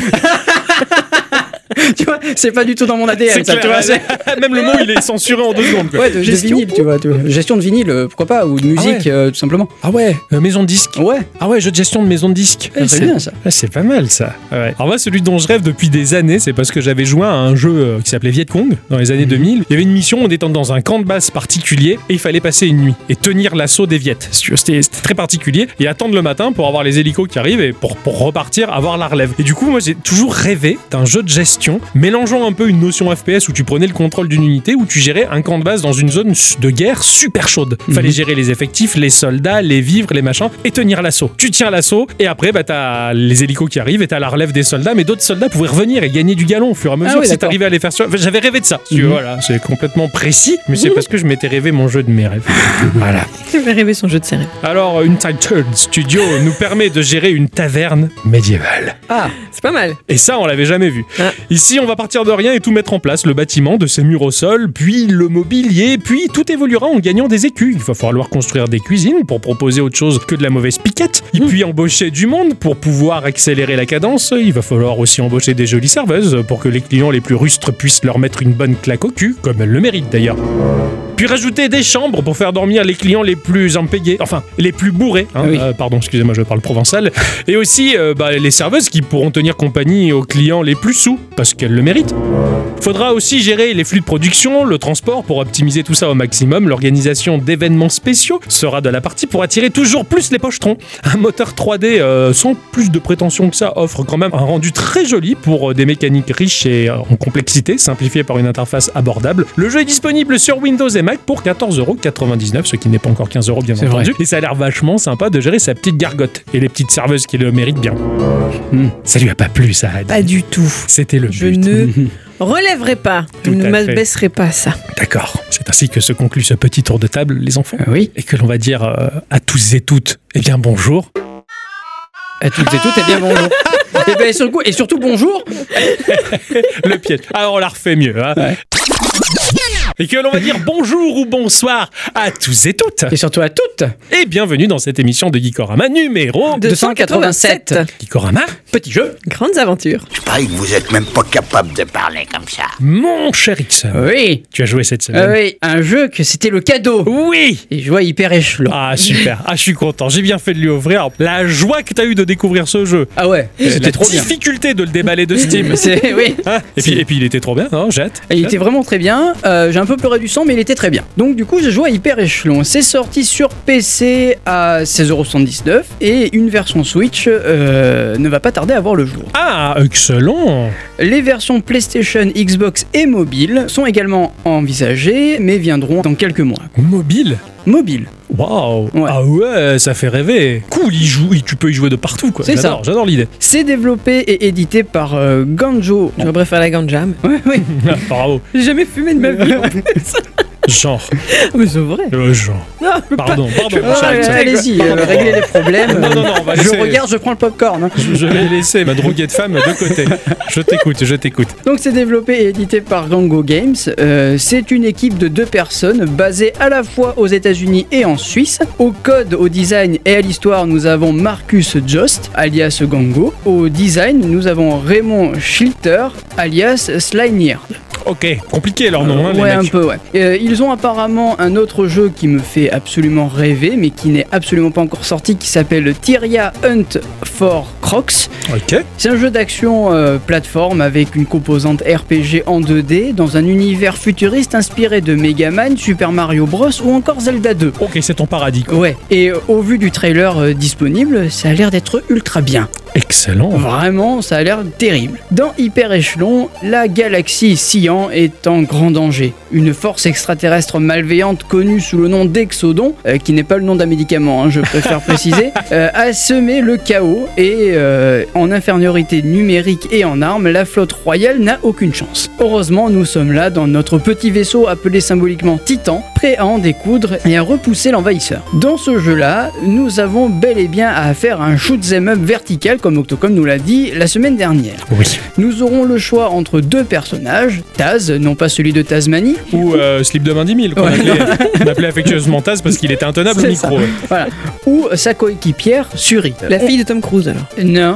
[SPEAKER 3] tu vois, c'est pas du tout dans mon ADN,
[SPEAKER 1] C'est
[SPEAKER 3] ça, tu vois,
[SPEAKER 1] clair.
[SPEAKER 3] Eh c'est-
[SPEAKER 1] Même le mot, il est censuré en deux secondes. quoi.
[SPEAKER 3] Ouais, de, de
[SPEAKER 1] Gestion.
[SPEAKER 3] vinyle, tu vois. tu vois. Gestion de vinyle, euh, pourquoi pas, ou de musique,
[SPEAKER 1] ouais.
[SPEAKER 3] euh, tout simplement.
[SPEAKER 1] Ah ouais, euh, maison de disque.
[SPEAKER 3] Ouais,
[SPEAKER 1] Ah ouais, jeu de gestion de maison de disque.
[SPEAKER 3] c'est bien ça.
[SPEAKER 1] Ah, c'est pas mal ça. Ouais. Alors moi, celui dont je rêve depuis des années, c'est parce que j'avais joint à un jeu euh, qui s'appelait Viet Cong dans les années 2000. Il y avait une mission, on était dans un camp de base particulier et il fallait passer une nuit et tenir l'assaut des Viettes. Si tu veux, C'était c'était très particulier et attendre le matin pour avoir les hélicos qui arrivent et pour, pour repartir avoir la relève. Et du coup, moi, j'ai toujours rêvé d'un jeu de gestion mélangeant un peu une notion FPS où tu prenais le contrôle d'une unité où tu gérais un camp de base dans une zone su- de guerre super chaude. Fallait
[SPEAKER 3] Mhm.
[SPEAKER 1] gérer les effectifs, les soldats, les vivres, les machins et tenir l'assaut. Tu tiens l'assaut et après bah t'as les hélicos qui arrivent et t'as la relève des soldats, mais d'autres soldats pouvaient revenir et gagner du galon au fur et à mesure.
[SPEAKER 3] Ah oui,
[SPEAKER 1] si
[SPEAKER 3] d'accord.
[SPEAKER 1] t'arrivais à les faire sur. enfin, J'avais rêvé de ça. Tu
[SPEAKER 3] Mhm.
[SPEAKER 1] vois, Voilà, c'est complètement précis, mais c'est parce que je m'étais rêvé mon jeu de mes rêves. voilà.
[SPEAKER 2] Ça fait rêver Ah, son jeu de série.
[SPEAKER 1] Alors, une Titled Studio nous permet de gérer une taverne médiévale.
[SPEAKER 3] Ah,
[SPEAKER 2] C'est pas mal.
[SPEAKER 1] Et ça, on l'avait jamais vu.
[SPEAKER 2] Ah.
[SPEAKER 1] Ici, on va partir de rien et tout mettre en place. Le bâtiment, de ses murs au sol, puis le mobilier, puis tout évoluera en gagnant des écus. Il va falloir construire des cuisines pour proposer autre chose que de la mauvaise piquette. Et
[SPEAKER 3] Hmm.
[SPEAKER 1] puis embaucher du monde pour pouvoir accélérer la cadence. Il va falloir aussi embaucher des jolies serveuses pour que les clients les plus rustres puissent leur mettre une bonne claque au cul, comme elles le méritent d'ailleurs. Puis rajouter des chambres pour faire dormir les clients les plus empayés, enfin les plus bourrés. hein.
[SPEAKER 3] Ah oui.
[SPEAKER 1] Euh, pardon, excusez-moi, je parle provençal. Et aussi euh, bah, les serveuses qui pourront tenir compagnie aux clients les plus sous, parce qu'elles le méritent. Faudra aussi gérer les flux de production, le transport pour optimiser tout ça au maximum. L'organisation d'événements spéciaux sera de la partie pour attirer toujours plus les pochetrons. Un moteur 3D euh, sans plus de prétention que ça offre quand même un rendu très joli pour euh, des mécaniques riches et euh, en complexité, simplifiées par une interface abordable. Le jeu est disponible sur Windows et Mac pour 14,99€, ce qui n'est pas encore 15€ bien
[SPEAKER 3] C'est
[SPEAKER 1] entendu. Et ça a l'air vachement sympa de gérer sa petite gargote et les petites serveuses qui le méritent bien.
[SPEAKER 3] Hmm.
[SPEAKER 1] Ça lui a pas plu ça.
[SPEAKER 2] Pas du tout.
[SPEAKER 1] C'était le
[SPEAKER 2] Je
[SPEAKER 1] but.
[SPEAKER 3] Euh.
[SPEAKER 2] ne relèverai pas.
[SPEAKER 1] Tout
[SPEAKER 2] je ne
[SPEAKER 1] à fait.
[SPEAKER 2] m'abaisserai pas à ça.
[SPEAKER 1] D'accord. C'est ainsi que se conclut ce petit tour de table, les enfants.
[SPEAKER 3] Ah oui.
[SPEAKER 1] Et que l'on va dire euh, à tous et toutes, eh bien bonjour.
[SPEAKER 3] À toutes et toutes, et bien bonjour. et, ben, sur le coup- et surtout bonjour.
[SPEAKER 1] Le piège. Ah, on la refait mieux. hein.
[SPEAKER 3] Ouais.
[SPEAKER 1] Et que l'on va dire bonjour ou bonsoir à tous et toutes.
[SPEAKER 3] Et surtout à toutes.
[SPEAKER 1] Et bienvenue dans cette émission de Geekorama numéro
[SPEAKER 3] 287.
[SPEAKER 1] Geekorama,
[SPEAKER 3] Petit jeu.
[SPEAKER 2] Grandes aventures.
[SPEAKER 4] Je parie que vous êtes même pas capable de parler comme ça.
[SPEAKER 1] mon cher X.
[SPEAKER 3] Oui.
[SPEAKER 1] Tu as joué cette
[SPEAKER 3] Ah
[SPEAKER 1] semaine.
[SPEAKER 3] oui, un jeu que c'était le cadeau.
[SPEAKER 1] Oui.
[SPEAKER 3] Et je vois hyper échelon.
[SPEAKER 1] Ah super, ah je suis content, j'ai bien fait de lui offrir la joie que t'as eu de découvrir ce jeu.
[SPEAKER 3] Ah ouais,
[SPEAKER 1] la
[SPEAKER 3] c'était trop bien.
[SPEAKER 1] difficulté de le déballer de Steam.
[SPEAKER 3] C'est- Oui,
[SPEAKER 1] Hein et, puis, et puis il était trop bien, non Jette.
[SPEAKER 3] il était vraiment très bien. Euh, j'ai un peu pleuré du sang, mais il était très bien. Donc, du coup, j'ai joué à Hyper Échelon. C'est sorti sur PC à 16,79€ et une version Switch euh, ne va pas tarder à voir le jour.
[SPEAKER 1] Ah, excellent
[SPEAKER 3] Les versions PlayStation, Xbox et mobile sont également envisagées, mais viendront dans quelques mois.
[SPEAKER 1] Mobile
[SPEAKER 3] Mobile,
[SPEAKER 1] Waouh
[SPEAKER 3] Ouais.
[SPEAKER 1] Ah ouais, ça fait rêver Cool, il joue, il- tu peux y jouer de partout, quoi.
[SPEAKER 3] C'est ça.
[SPEAKER 1] J'adore, j'adore l'idée.
[SPEAKER 3] c'est développé et édité par euh, Ganjo.
[SPEAKER 2] Je préfère la ganja. mais-
[SPEAKER 3] Ouais, ouais.
[SPEAKER 1] Ah, bravo.
[SPEAKER 2] J'ai jamais fumé de ma vie.
[SPEAKER 1] Genre.
[SPEAKER 2] mais c'est vrai.
[SPEAKER 1] Le genre.
[SPEAKER 2] Non, je peux pas.
[SPEAKER 1] Pardon, pardon, mon
[SPEAKER 3] Ah,
[SPEAKER 1] cher Alex.
[SPEAKER 3] Allez-y, euh, réglez les problèmes.
[SPEAKER 1] Non, non, non, on va
[SPEAKER 3] je
[SPEAKER 1] laisser-
[SPEAKER 3] regarde, je prends le popcorn. hein.
[SPEAKER 1] Je je vais laisser ma droguée de femme de côté. Je t'écoute, je t'écoute.
[SPEAKER 3] Donc c'est développé et édité par Gango Games. Euh, c'est une équipe de deux personnes basée à la fois aux États-Unis et en Suisse. Au code, au design et à l'histoire, nous avons Marcus Jost, alias Gango. Au design, nous avons Raymond Schilter, alias Slinier.
[SPEAKER 1] Ok, compliqué leur nom, hein, les
[SPEAKER 3] ouais, un
[SPEAKER 1] mecs.
[SPEAKER 3] peu, ouais. Euh, ils ont apparemment un autre jeu qui me fait absolument rêver, mais qui n'est absolument pas encore sorti, qui s'appelle Tyria Hunt for Crocs.
[SPEAKER 1] Ok.
[SPEAKER 3] C'est un jeu d'action euh, plateforme avec une composante RPG en 2D dans un univers futuriste inspiré de Mega Man, Super Mario Bros ou encore Zelda 2.
[SPEAKER 1] Ok, c'est ton paradis. quoi.
[SPEAKER 3] Ouais, et euh, au vu du trailer euh, disponible, ça a l'air d'être ultra bien.
[SPEAKER 1] Excellent.
[SPEAKER 3] Vraiment, ça a l'air terrible. Dans Hyper Échelon, la galaxie Sian est en grand danger. Une force extraterrestre malveillante connue sous le nom d'Exodon, euh, qui n'est pas le nom d'un médicament, hein, je préfère préciser, euh, a semé le chaos et euh, en infériorité numérique et en armes, la flotte royale n'a aucune chance. Heureusement, nous sommes là dans notre petit vaisseau appelé symboliquement Titan, prêt à en découdre et à repousser l'envahisseur. Dans ce jeu-là, nous avons bel et bien à faire un shoot 'em up vertical comme Octocom nous l'a dit la semaine dernière.
[SPEAKER 1] Oui.
[SPEAKER 3] Nous aurons le choix entre deux personnages, Taz, non pas celui de Tasmanie,
[SPEAKER 1] Ou euh, Slip de main 10 000, qu'on
[SPEAKER 3] Ouais.
[SPEAKER 1] appelait- on appelait affectueusement Taz parce qu'il était intenable au
[SPEAKER 3] C'est
[SPEAKER 1] micro.
[SPEAKER 3] voilà, ou sa coéquipière, Suri.
[SPEAKER 2] La fille de Tom Cruise alors.
[SPEAKER 3] Non.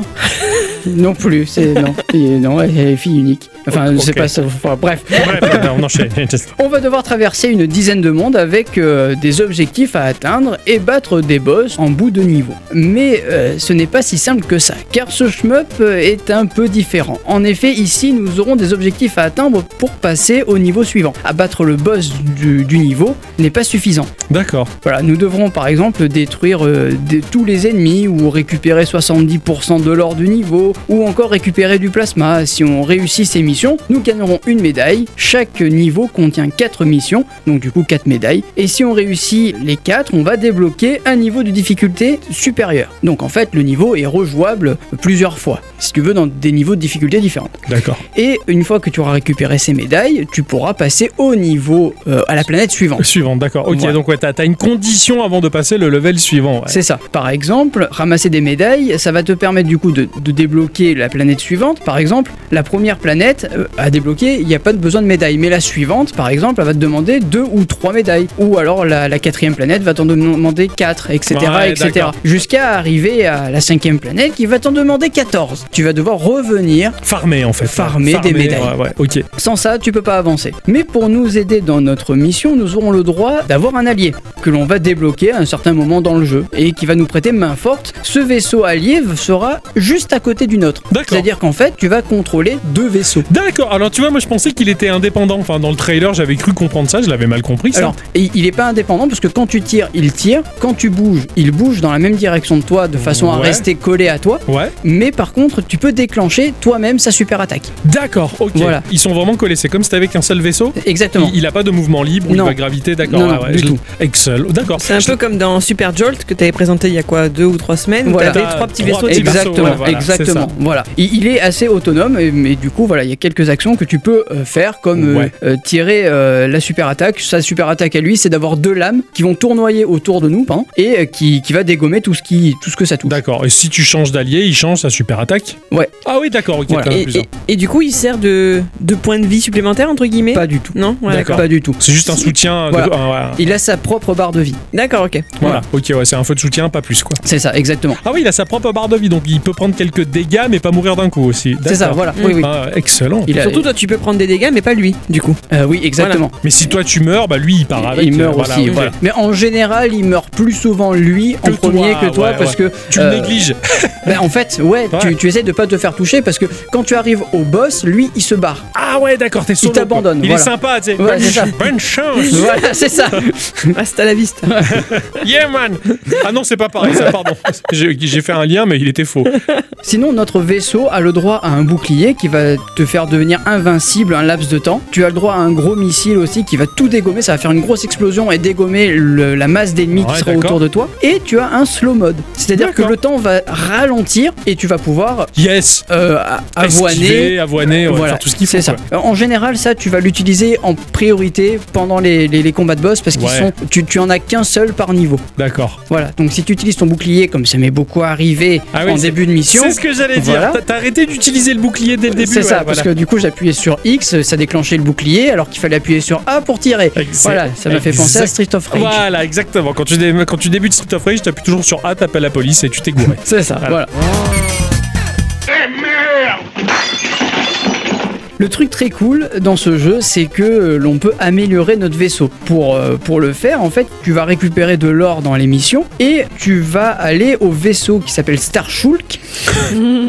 [SPEAKER 3] non plus, c'est non. Et non, elle est fille unique. Enfin,
[SPEAKER 1] Ok.
[SPEAKER 3] c'est pas ça. enfin, bref.
[SPEAKER 1] Bref, on enchaîne.
[SPEAKER 3] On va devoir traverser une dizaine de mondes avec euh, des objectifs à atteindre et battre des boss en bout de niveau. Mais euh, ce n'est pas si simple que ça, car ce shmup euh, est un peu différent. En effet, ici, nous aurons des objectifs à atteindre pour passer au niveau suivant. Abattre le boss du, du niveau n'est pas suffisant.
[SPEAKER 1] D'accord.
[SPEAKER 3] Voilà, nous devrons par exemple détruire euh, des- tous les ennemis ou récupérer 70% de l'or du niveau ou encore récupérer du plasma. Si on réussit ces missions, nous gagnerons une médaille. Chaque niveau contient 4 missions, donc du coup 4 médailles. Et si on réussit les 4, on va débloquer un niveau de difficulté supérieur. Donc en fait, le niveau est rejouable plusieurs fois, si tu veux, dans des niveaux de difficulté différents.
[SPEAKER 1] D'accord.
[SPEAKER 3] Et une fois que tu auras récupéré ces médailles, tu pourras passer au niveau, euh, à la planète suivante.
[SPEAKER 1] Suivant, d'accord. Ok,
[SPEAKER 3] Ouais.
[SPEAKER 1] donc ouais, t'as t'as une condition avant de passer le level suivant. ouais.
[SPEAKER 3] C'est ça. Par exemple, ramasser des médailles, ça va te permettre du coup de, de débloquer la planète suivante. Par exemple, la première planète euh, à débloquer, il n'y a pas de besoin de médailles. Mais la suivante, par exemple, elle va te demander deux ou trois médailles. Ou alors la, la quatrième planète va t'en demander quatre, etc.
[SPEAKER 1] Ouais,
[SPEAKER 3] etc.
[SPEAKER 1] d'accord.
[SPEAKER 3] Jusqu'à arriver à la cinquième planète qui va t'en demander 14. Tu vas devoir revenir.
[SPEAKER 1] Farmer en fait.
[SPEAKER 3] Farmer des médailles.
[SPEAKER 1] Ouais, ouais. Ok.
[SPEAKER 3] Sans ça, tu peux pas avancer. Mais pour nous aider dans notre mission, nous aurons le droit d'avoir un allié que l'on va débloquer à un certain moment dans le jeu et qui va nous prêter main forte. Ce vaisseau allié sera juste à côté du nôtre.
[SPEAKER 1] D'accord.
[SPEAKER 3] C'est-à-dire qu'en fait, tu vas contrôler deux vaisseaux.
[SPEAKER 1] D'accord. Alors tu vois, moi je pensais qu'il était indépendant. Enfin, dans le trailer, j'avais cru comprendre ça. Je l'avais mal compris. Ça.
[SPEAKER 3] Alors, et il n'est pas indépendant parce que quand tu tires, il tire. Quand tu bouges, il bouge dans la même direction de toi de façon à
[SPEAKER 1] Ouais.
[SPEAKER 3] rester collé à toi.
[SPEAKER 1] ouais.
[SPEAKER 3] Mais par contre, tu peux déclencher toi-même sa super attaque.
[SPEAKER 1] D'accord. Ok.
[SPEAKER 3] Voilà.
[SPEAKER 1] Ils sont vraiment collés. C'est comme si t'avais qu'un seul vaisseau.
[SPEAKER 3] Exactement.
[SPEAKER 1] Il, il a pas de mouvement libre. où Il
[SPEAKER 3] Non.
[SPEAKER 1] va graviter. D'accord.
[SPEAKER 3] Non,
[SPEAKER 1] ouais,
[SPEAKER 3] non,
[SPEAKER 1] ouais,
[SPEAKER 3] du
[SPEAKER 1] je-
[SPEAKER 3] tout.
[SPEAKER 1] Excel. D'accord.
[SPEAKER 2] C'est un
[SPEAKER 1] Je-
[SPEAKER 2] peu comme dans Super Jolt que t'avais présenté il y a quoi deux ou trois semaines. où
[SPEAKER 3] Voilà.
[SPEAKER 2] T'avais
[SPEAKER 1] T'as
[SPEAKER 2] trois petits
[SPEAKER 1] trois
[SPEAKER 2] vaisseaux.
[SPEAKER 1] petits
[SPEAKER 2] différents.
[SPEAKER 1] vaisseaux,
[SPEAKER 3] Exactement,
[SPEAKER 1] ouais, voilà, c'est
[SPEAKER 3] exactement. Voilà. Il, il est assez autonome, et- mais du coup, voilà, il y a quelques actions que tu peux euh, faire, comme euh,
[SPEAKER 1] Ouais.
[SPEAKER 3] euh, tirer euh, la super attaque. Sa super attaque à lui, c'est d'avoir deux lames qui vont tournoyer autour de nous, pardon, et euh, qui, qui va dégommer tout ce qui, tout ce que ça touche.
[SPEAKER 1] D'accord. Et si tu changes d'allié, il change sa super attaque.
[SPEAKER 3] Ouais.
[SPEAKER 1] Ah oui, d'accord. Ok.
[SPEAKER 3] Voilà.
[SPEAKER 1] t'en as
[SPEAKER 2] Et,
[SPEAKER 1] plusieurs.
[SPEAKER 2] et- et du coup, il sert de, de point de vie supplémentaire entre guillemets.
[SPEAKER 3] Pas du tout.
[SPEAKER 2] Non, ouais, d'accord.
[SPEAKER 3] Pas du tout.
[SPEAKER 1] C'est juste un soutien. de-
[SPEAKER 3] Voilà.
[SPEAKER 1] ah, ouais.
[SPEAKER 3] Il a sa propre barre de vie.
[SPEAKER 2] D'accord, ok.
[SPEAKER 1] Voilà. Ok. Ouais. C'est un feu de soutien, pas plus quoi.
[SPEAKER 3] C'est ça, exactement.
[SPEAKER 1] Ah oui, il a sa propre barre de vie, donc il peut prendre quelques dégâts, mais pas mourir d'un coup aussi.
[SPEAKER 3] C'est ça,
[SPEAKER 1] D'accord.
[SPEAKER 3] voilà. Oui, oui.
[SPEAKER 1] Ah, excellent.
[SPEAKER 3] Il a-
[SPEAKER 2] Surtout toi, tu peux prendre des dégâts, mais pas lui, du coup.
[SPEAKER 3] euh, oui, exactement.
[SPEAKER 1] Mais si toi tu meurs, bah lui il part avec.
[SPEAKER 3] il
[SPEAKER 1] euh,
[SPEAKER 3] meurt
[SPEAKER 1] voilà,
[SPEAKER 3] aussi.
[SPEAKER 1] ok.
[SPEAKER 3] voilà. Mais en général, il meurt plus souvent lui en
[SPEAKER 1] Que
[SPEAKER 3] premier
[SPEAKER 1] toi,
[SPEAKER 3] que toi
[SPEAKER 1] ouais,
[SPEAKER 3] parce
[SPEAKER 1] ouais.
[SPEAKER 3] que
[SPEAKER 1] Tu
[SPEAKER 3] euh,
[SPEAKER 1] le négliges.
[SPEAKER 3] Ben, en fait, ouais,
[SPEAKER 1] Ouais.
[SPEAKER 3] Tu, tu essaies de pas te faire toucher parce que quand tu arrives au boss, lui, il se barre.
[SPEAKER 1] Ah ouais, d'accord, t'es solo. quoi.
[SPEAKER 3] t'abandonne,
[SPEAKER 1] Il
[SPEAKER 3] voilà.
[SPEAKER 1] est sympa, tu sais.
[SPEAKER 3] Ouais,
[SPEAKER 1] bonne,
[SPEAKER 3] c'est ça.
[SPEAKER 1] bonne chance.
[SPEAKER 3] voilà, c'est ça.
[SPEAKER 2] Hasta la vista.
[SPEAKER 1] Yeah man. Ah non, c'est pas pareil, ça, pardon. J'ai j'ai fait un lien, mais il était faux.
[SPEAKER 3] Sinon, notre vaisseau a le droit à un bouclier qui va te faire devenir invincible un laps de temps. Tu as le droit à un gros missile aussi qui va tout dégommer. Ça va faire une grosse explosion et dégommer le- la masse d'ennemis
[SPEAKER 1] Ouais,
[SPEAKER 3] qui sera
[SPEAKER 1] d'accord.
[SPEAKER 3] autour de toi. Et tu as un slow mode. C'est-à-dire que
[SPEAKER 1] D'accord.
[SPEAKER 3] le temps va ralentir et tu vas pouvoir
[SPEAKER 1] Yes.
[SPEAKER 3] euh, a- avoiner.
[SPEAKER 1] Esquiver, avoiner, ouais,
[SPEAKER 3] Voilà,
[SPEAKER 1] faire tout ce qu'il faut.
[SPEAKER 3] c'est ça.
[SPEAKER 1] quoi.
[SPEAKER 3] Euh, En général, ça, tu vas l'utiliser en priorité pendant les, les- les combats de boss parce qu'ils
[SPEAKER 1] Ouais.
[SPEAKER 3] sont, tu, tu en as qu'un seul par niveau.
[SPEAKER 1] D'accord.
[SPEAKER 3] Voilà. Donc si tu utilises ton bouclier, comme ça m'est beaucoup arrivé
[SPEAKER 1] Ah oui,
[SPEAKER 3] en
[SPEAKER 1] c'est-
[SPEAKER 3] début de mission.
[SPEAKER 1] C'est ce que j'allais dire.
[SPEAKER 3] Voilà.
[SPEAKER 1] T'as- T'as arrêté d'utiliser le bouclier dès le début.
[SPEAKER 3] C'est ça,
[SPEAKER 1] ouais,
[SPEAKER 3] parce que
[SPEAKER 1] voilà.
[SPEAKER 3] du coup j'appuyais sur X, ça déclenchait le bouclier alors qu'il fallait appuyer sur A pour tirer.
[SPEAKER 1] Ex-
[SPEAKER 3] Voilà, ça m'a fait penser à Street of Rage.
[SPEAKER 1] Voilà, exactement. Quand tu, dé- quand tu débutes Street of Rage, t'appuies toujours sur A, t'appelles la police et tu t'es gouré.
[SPEAKER 3] C'est ça, voilà. Le truc très cool dans ce jeu, c'est que euh, l'on peut améliorer notre vaisseau. Pour, euh, pour le faire, en fait, tu vas récupérer de l'or dans les missions et tu vas aller au vaisseau qui s'appelle Star Shulk.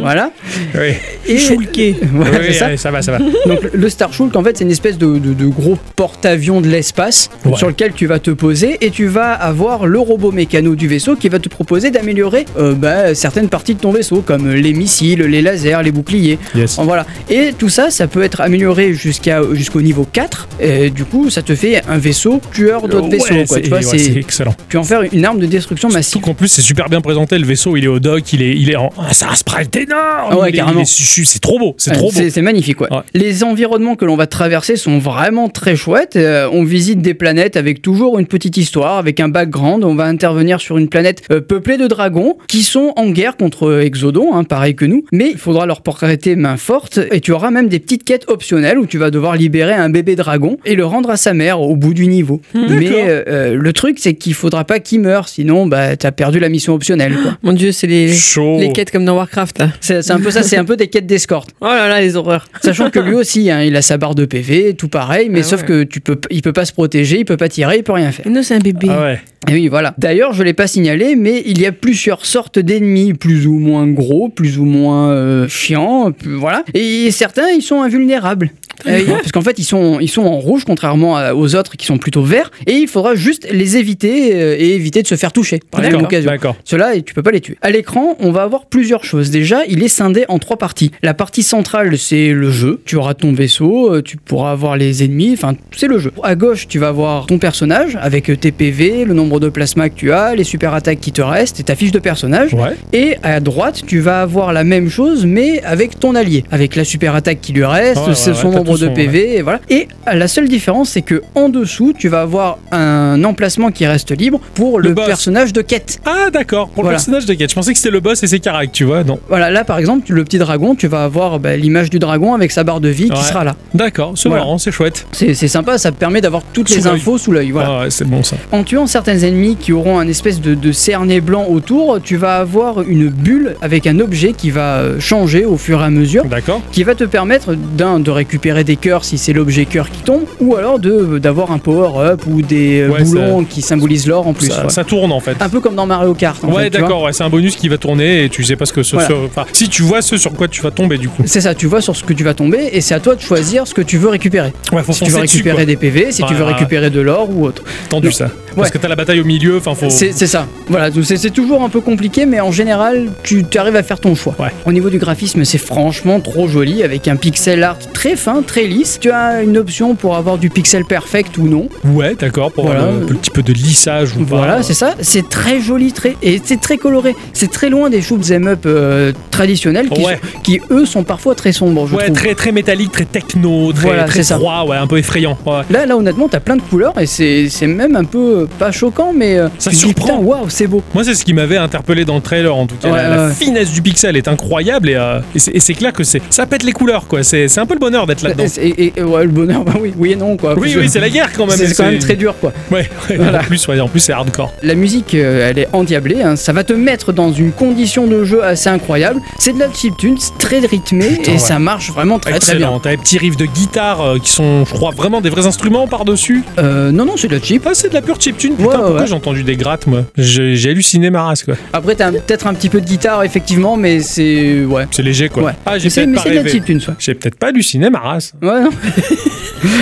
[SPEAKER 3] voilà.
[SPEAKER 1] Oui.
[SPEAKER 3] Et...
[SPEAKER 2] Shulké.
[SPEAKER 3] Voilà,
[SPEAKER 1] Oui,
[SPEAKER 3] c'est ça.
[SPEAKER 1] allez, ça va, ça va.
[SPEAKER 3] Donc le Starshulk en fait c'est une espèce de, de- de gros porte-avions de l'espace
[SPEAKER 1] Ouais.
[SPEAKER 3] sur lequel tu vas te poser et tu vas avoir le robot mécano du vaisseau qui va te proposer d'améliorer euh, bah, certaines parties de ton vaisseau comme les missiles, les lasers, les boucliers.
[SPEAKER 1] Yes.
[SPEAKER 3] Voilà. Et tout ça ça peut être amélioré jusqu'à jusqu'au niveau 4 et du coup ça te fait un vaisseau tueur d'autres
[SPEAKER 1] Ouais,
[SPEAKER 3] vaisseaux. Quoi.
[SPEAKER 1] c'est-
[SPEAKER 3] Tu, vois,
[SPEAKER 1] ouais,
[SPEAKER 3] c'est-
[SPEAKER 1] c'est excellent.
[SPEAKER 3] tu vas en faire une arme de destruction
[SPEAKER 1] Surtout
[SPEAKER 3] massive.
[SPEAKER 1] qu'en plus, c'est super bien présenté. Le vaisseau, il est au dock, il est, il est en. Ah, c'est un sprite énorme
[SPEAKER 3] Ah ouais,
[SPEAKER 1] il est-
[SPEAKER 3] carrément.
[SPEAKER 1] il est su- C'est trop beau, c'est
[SPEAKER 3] Ouais,
[SPEAKER 1] trop beau.
[SPEAKER 3] C'est c'est magnifique, ouais.
[SPEAKER 1] Ouais.
[SPEAKER 3] Les environnements que l'on va traverser sont vraiment très chouettes. Euh, on visite des planètes avec toujours une petite histoire, avec un background. On va intervenir sur une planète euh, peuplée de dragons qui sont en guerre contre Exodon, hein, pareil que nous. Mais il faudra leur porter main forte. Et tu auras même des petites petite quête optionnelle où tu vas devoir libérer un bébé dragon et le rendre à sa mère au bout du niveau.
[SPEAKER 1] Hmm.
[SPEAKER 3] Mais
[SPEAKER 2] d'accord.
[SPEAKER 3] euh, euh, le truc, c'est qu'il faudra pas qu'il meure, sinon bah, t'as perdu la mission optionnelle. quoi.
[SPEAKER 2] Mon dieu, c'est les,
[SPEAKER 3] Oh.
[SPEAKER 1] Chaud.
[SPEAKER 2] les quêtes comme dans Warcraft. là.
[SPEAKER 3] C'est c'est un peu ça, c'est un peu des quêtes d'escorte.
[SPEAKER 2] Oh là là, les horreurs.
[SPEAKER 3] Sachant que lui aussi, hein, il a sa barre de PV, tout pareil, mais
[SPEAKER 2] Ah
[SPEAKER 3] sauf
[SPEAKER 2] ouais.
[SPEAKER 3] que tu peux, il peut pas se protéger, il peut pas tirer, il peut rien faire.
[SPEAKER 2] Non, c'est un bébé.
[SPEAKER 1] Ah ouais.
[SPEAKER 3] Et oui, voilà. D'ailleurs, je l'ai pas signalé, mais il y a plusieurs sortes d'ennemis, plus ou moins gros, plus ou moins euh, chiants, plus- voilà. Et certains, ils sont invulnérables. Euh, ils- parce qu'en fait, ils sont, ils sont en rouge, contrairement à- aux autres qui sont plutôt verts, et il faudra juste les éviter euh, et éviter de se faire toucher par
[SPEAKER 1] D'accord,
[SPEAKER 3] l'occasion.
[SPEAKER 1] D'accord.
[SPEAKER 3] Cela, tu peux pas les tuer. À l'écran, on va avoir plusieurs choses. Déjà, il est scindé en trois parties. La partie centrale, c'est le jeu. Tu auras ton vaisseau, euh, tu pourras avoir les ennemis, enfin, c'est le jeu. À gauche, tu vas avoir ton personnage avec euh, tes PV, le nombre de plasmas que tu as, les super attaques qui te restent et ta fiche de personnage.
[SPEAKER 1] Ouais.
[SPEAKER 3] Et à droite, tu vas avoir la même chose, mais avec ton allié, avec la super attaque qui lui reste,
[SPEAKER 1] Ouais, ouais,
[SPEAKER 3] c'est
[SPEAKER 1] ouais,
[SPEAKER 3] son
[SPEAKER 1] t'as
[SPEAKER 3] nombre
[SPEAKER 1] tout
[SPEAKER 3] de
[SPEAKER 1] son,
[SPEAKER 3] PV, et voilà. Et euh, la seule différence, c'est que en dessous, tu vas avoir un emplacement qui reste libre pour
[SPEAKER 1] Le
[SPEAKER 3] le
[SPEAKER 1] boss.
[SPEAKER 3] personnage de quête.
[SPEAKER 1] Ah d'accord. Pour
[SPEAKER 3] Voilà.
[SPEAKER 1] le personnage de quête, je pensais que c'était le boss et ses caracs, tu vois. Non.
[SPEAKER 3] Voilà, là par exemple, tu- le petit dragon, tu vas avoir bah, l'image du dragon avec sa barre de vie
[SPEAKER 1] Ouais.
[SPEAKER 3] qui sera là.
[SPEAKER 1] D'accord. C'est
[SPEAKER 3] Voilà.
[SPEAKER 1] marrant, c'est chouette.
[SPEAKER 3] C'est c'est sympa, ça te permet d'avoir toutes
[SPEAKER 1] Sous
[SPEAKER 3] les
[SPEAKER 1] l'œil.
[SPEAKER 3] infos sous l'œil. Voilà.
[SPEAKER 1] Ah ouais, c'est bon ça.
[SPEAKER 3] En tuant certains ennemis qui auront un espèce de, de cerné blanc autour, tu vas avoir une bulle avec un objet qui va euh, changer au fur et à mesure,
[SPEAKER 1] D'accord.
[SPEAKER 3] qui va te permettre d'un de récupérer des cœurs si c'est l'objet cœur qui tombe, ou alors de d'avoir un power-up ou des euh,
[SPEAKER 1] Ouais, ça-
[SPEAKER 3] boulons qui symbolisent l'or en plus.
[SPEAKER 1] ça,
[SPEAKER 3] voilà.
[SPEAKER 1] ça tourne en fait.
[SPEAKER 3] Un peu comme dans Mario Kart. en
[SPEAKER 1] ouais,
[SPEAKER 3] fait, tu vois.
[SPEAKER 1] d'accord. Ouais, c'est un bonus qui va tourner et tu sais pas ce que ce.
[SPEAKER 3] Voilà.
[SPEAKER 1] ce- enfin, si tu vois ce sur quoi tu vas tomber du coup.
[SPEAKER 3] C'est ça, tu vois sur ce que tu vas tomber et c'est à toi de choisir ce que tu veux récupérer.
[SPEAKER 1] Ouais, faut
[SPEAKER 3] si tu veux
[SPEAKER 1] foncer dessus.
[SPEAKER 3] récupérer
[SPEAKER 1] Quoi.
[SPEAKER 3] des PV, si tu veux
[SPEAKER 1] Ah.
[SPEAKER 3] récupérer de l'or ou autre.
[SPEAKER 1] Tendu
[SPEAKER 3] Non.
[SPEAKER 1] ça. Parce que t'as la bataille au milieu. Enfin, faut.
[SPEAKER 3] C'est c'est ça. Voilà, donc c'est c'est toujours un peu compliqué, mais en général, tu tu arrives à faire ton choix.
[SPEAKER 1] Ouais.
[SPEAKER 3] Au niveau du graphisme, c'est franchement trop joli, avec un pixel art très fin, très lisse. Tu as une option pour avoir du pixel perfect ou non.
[SPEAKER 1] Ouais, d'accord. Pour
[SPEAKER 3] Voilà.
[SPEAKER 1] un petit peu de lissage ou pas.
[SPEAKER 3] Voilà, c'est ça. C'est très joli, très et c'est très coloré. C'est très loin des shoots em up euh, traditionnels qui,
[SPEAKER 1] Ouais.
[SPEAKER 3] sont- qui, eux sont parfois très sombres. Je
[SPEAKER 1] Ouais,
[SPEAKER 3] trouve.
[SPEAKER 1] très très métallique, très techno, très
[SPEAKER 3] Voilà,
[SPEAKER 1] très
[SPEAKER 3] c'est ça.
[SPEAKER 1] froid, ouais, un peu effrayant. Ouais.
[SPEAKER 3] Là, là, honnêtement, t'as plein de couleurs et c'est c'est même un peu euh, pas choquant, mais euh,
[SPEAKER 1] Ça
[SPEAKER 3] tu te dis, putain,
[SPEAKER 1] surprend.
[SPEAKER 3] Waouh, c'est beau.
[SPEAKER 1] Moi, c'est ce qui m'avait interpellé dans le trailer, en tout cas.
[SPEAKER 3] Ouais,
[SPEAKER 1] la, la
[SPEAKER 3] ouais.
[SPEAKER 1] finesse du pixel est incroyable et, euh, et c'est- et c'est clair que c'est ça pète les couleurs, quoi. C'est c'est un peu le bonheur d'être là-dedans.
[SPEAKER 3] Et, et- et- ouais, le bonheur, bah oui, oui et non quoi.
[SPEAKER 1] Oui,
[SPEAKER 3] Parce
[SPEAKER 1] oui,
[SPEAKER 3] que-
[SPEAKER 1] c'est la guerre quand même.
[SPEAKER 3] C'est quand même très dur quoi.
[SPEAKER 1] Ouais, ouais,
[SPEAKER 3] Voilà.
[SPEAKER 1] en plus, ouais, en plus c'est hardcore.
[SPEAKER 3] La musique, euh, elle est endiablée, hein. ça va te mettre dans une condition de jeu assez incroyable. C'est de la chiptune, c'est très rythmé
[SPEAKER 1] Putain,
[SPEAKER 3] et
[SPEAKER 1] ouais.
[SPEAKER 3] ça marche vraiment très Ah, très bien.
[SPEAKER 1] Excellent. T'as les petits riffs de guitare euh, qui sont, je crois, vraiment des vrais instruments par-dessus.
[SPEAKER 3] Euh, non, non, c'est de la chip.
[SPEAKER 1] Ah, c'est de la pure chiptune. Putain,
[SPEAKER 3] Ouais, ouais,
[SPEAKER 1] pourquoi
[SPEAKER 3] ouais.
[SPEAKER 1] j'ai entendu des grattes, moi J'ai j'ai halluciné ma race, quoi.
[SPEAKER 3] Après, t'as un- peut-être un petit peu de guitare, effectivement, mais c'est. Ouais.
[SPEAKER 1] C'est léger, quoi.
[SPEAKER 3] Ouais.
[SPEAKER 1] Ah, j'ai
[SPEAKER 3] Mais c'est
[SPEAKER 1] peut-être
[SPEAKER 3] mais
[SPEAKER 1] pas
[SPEAKER 3] c'est de la
[SPEAKER 1] rêvé.
[SPEAKER 3] chiptune, ça.
[SPEAKER 1] J'ai peut-être pas hein. halluciné ma race.
[SPEAKER 3] Ouais, non.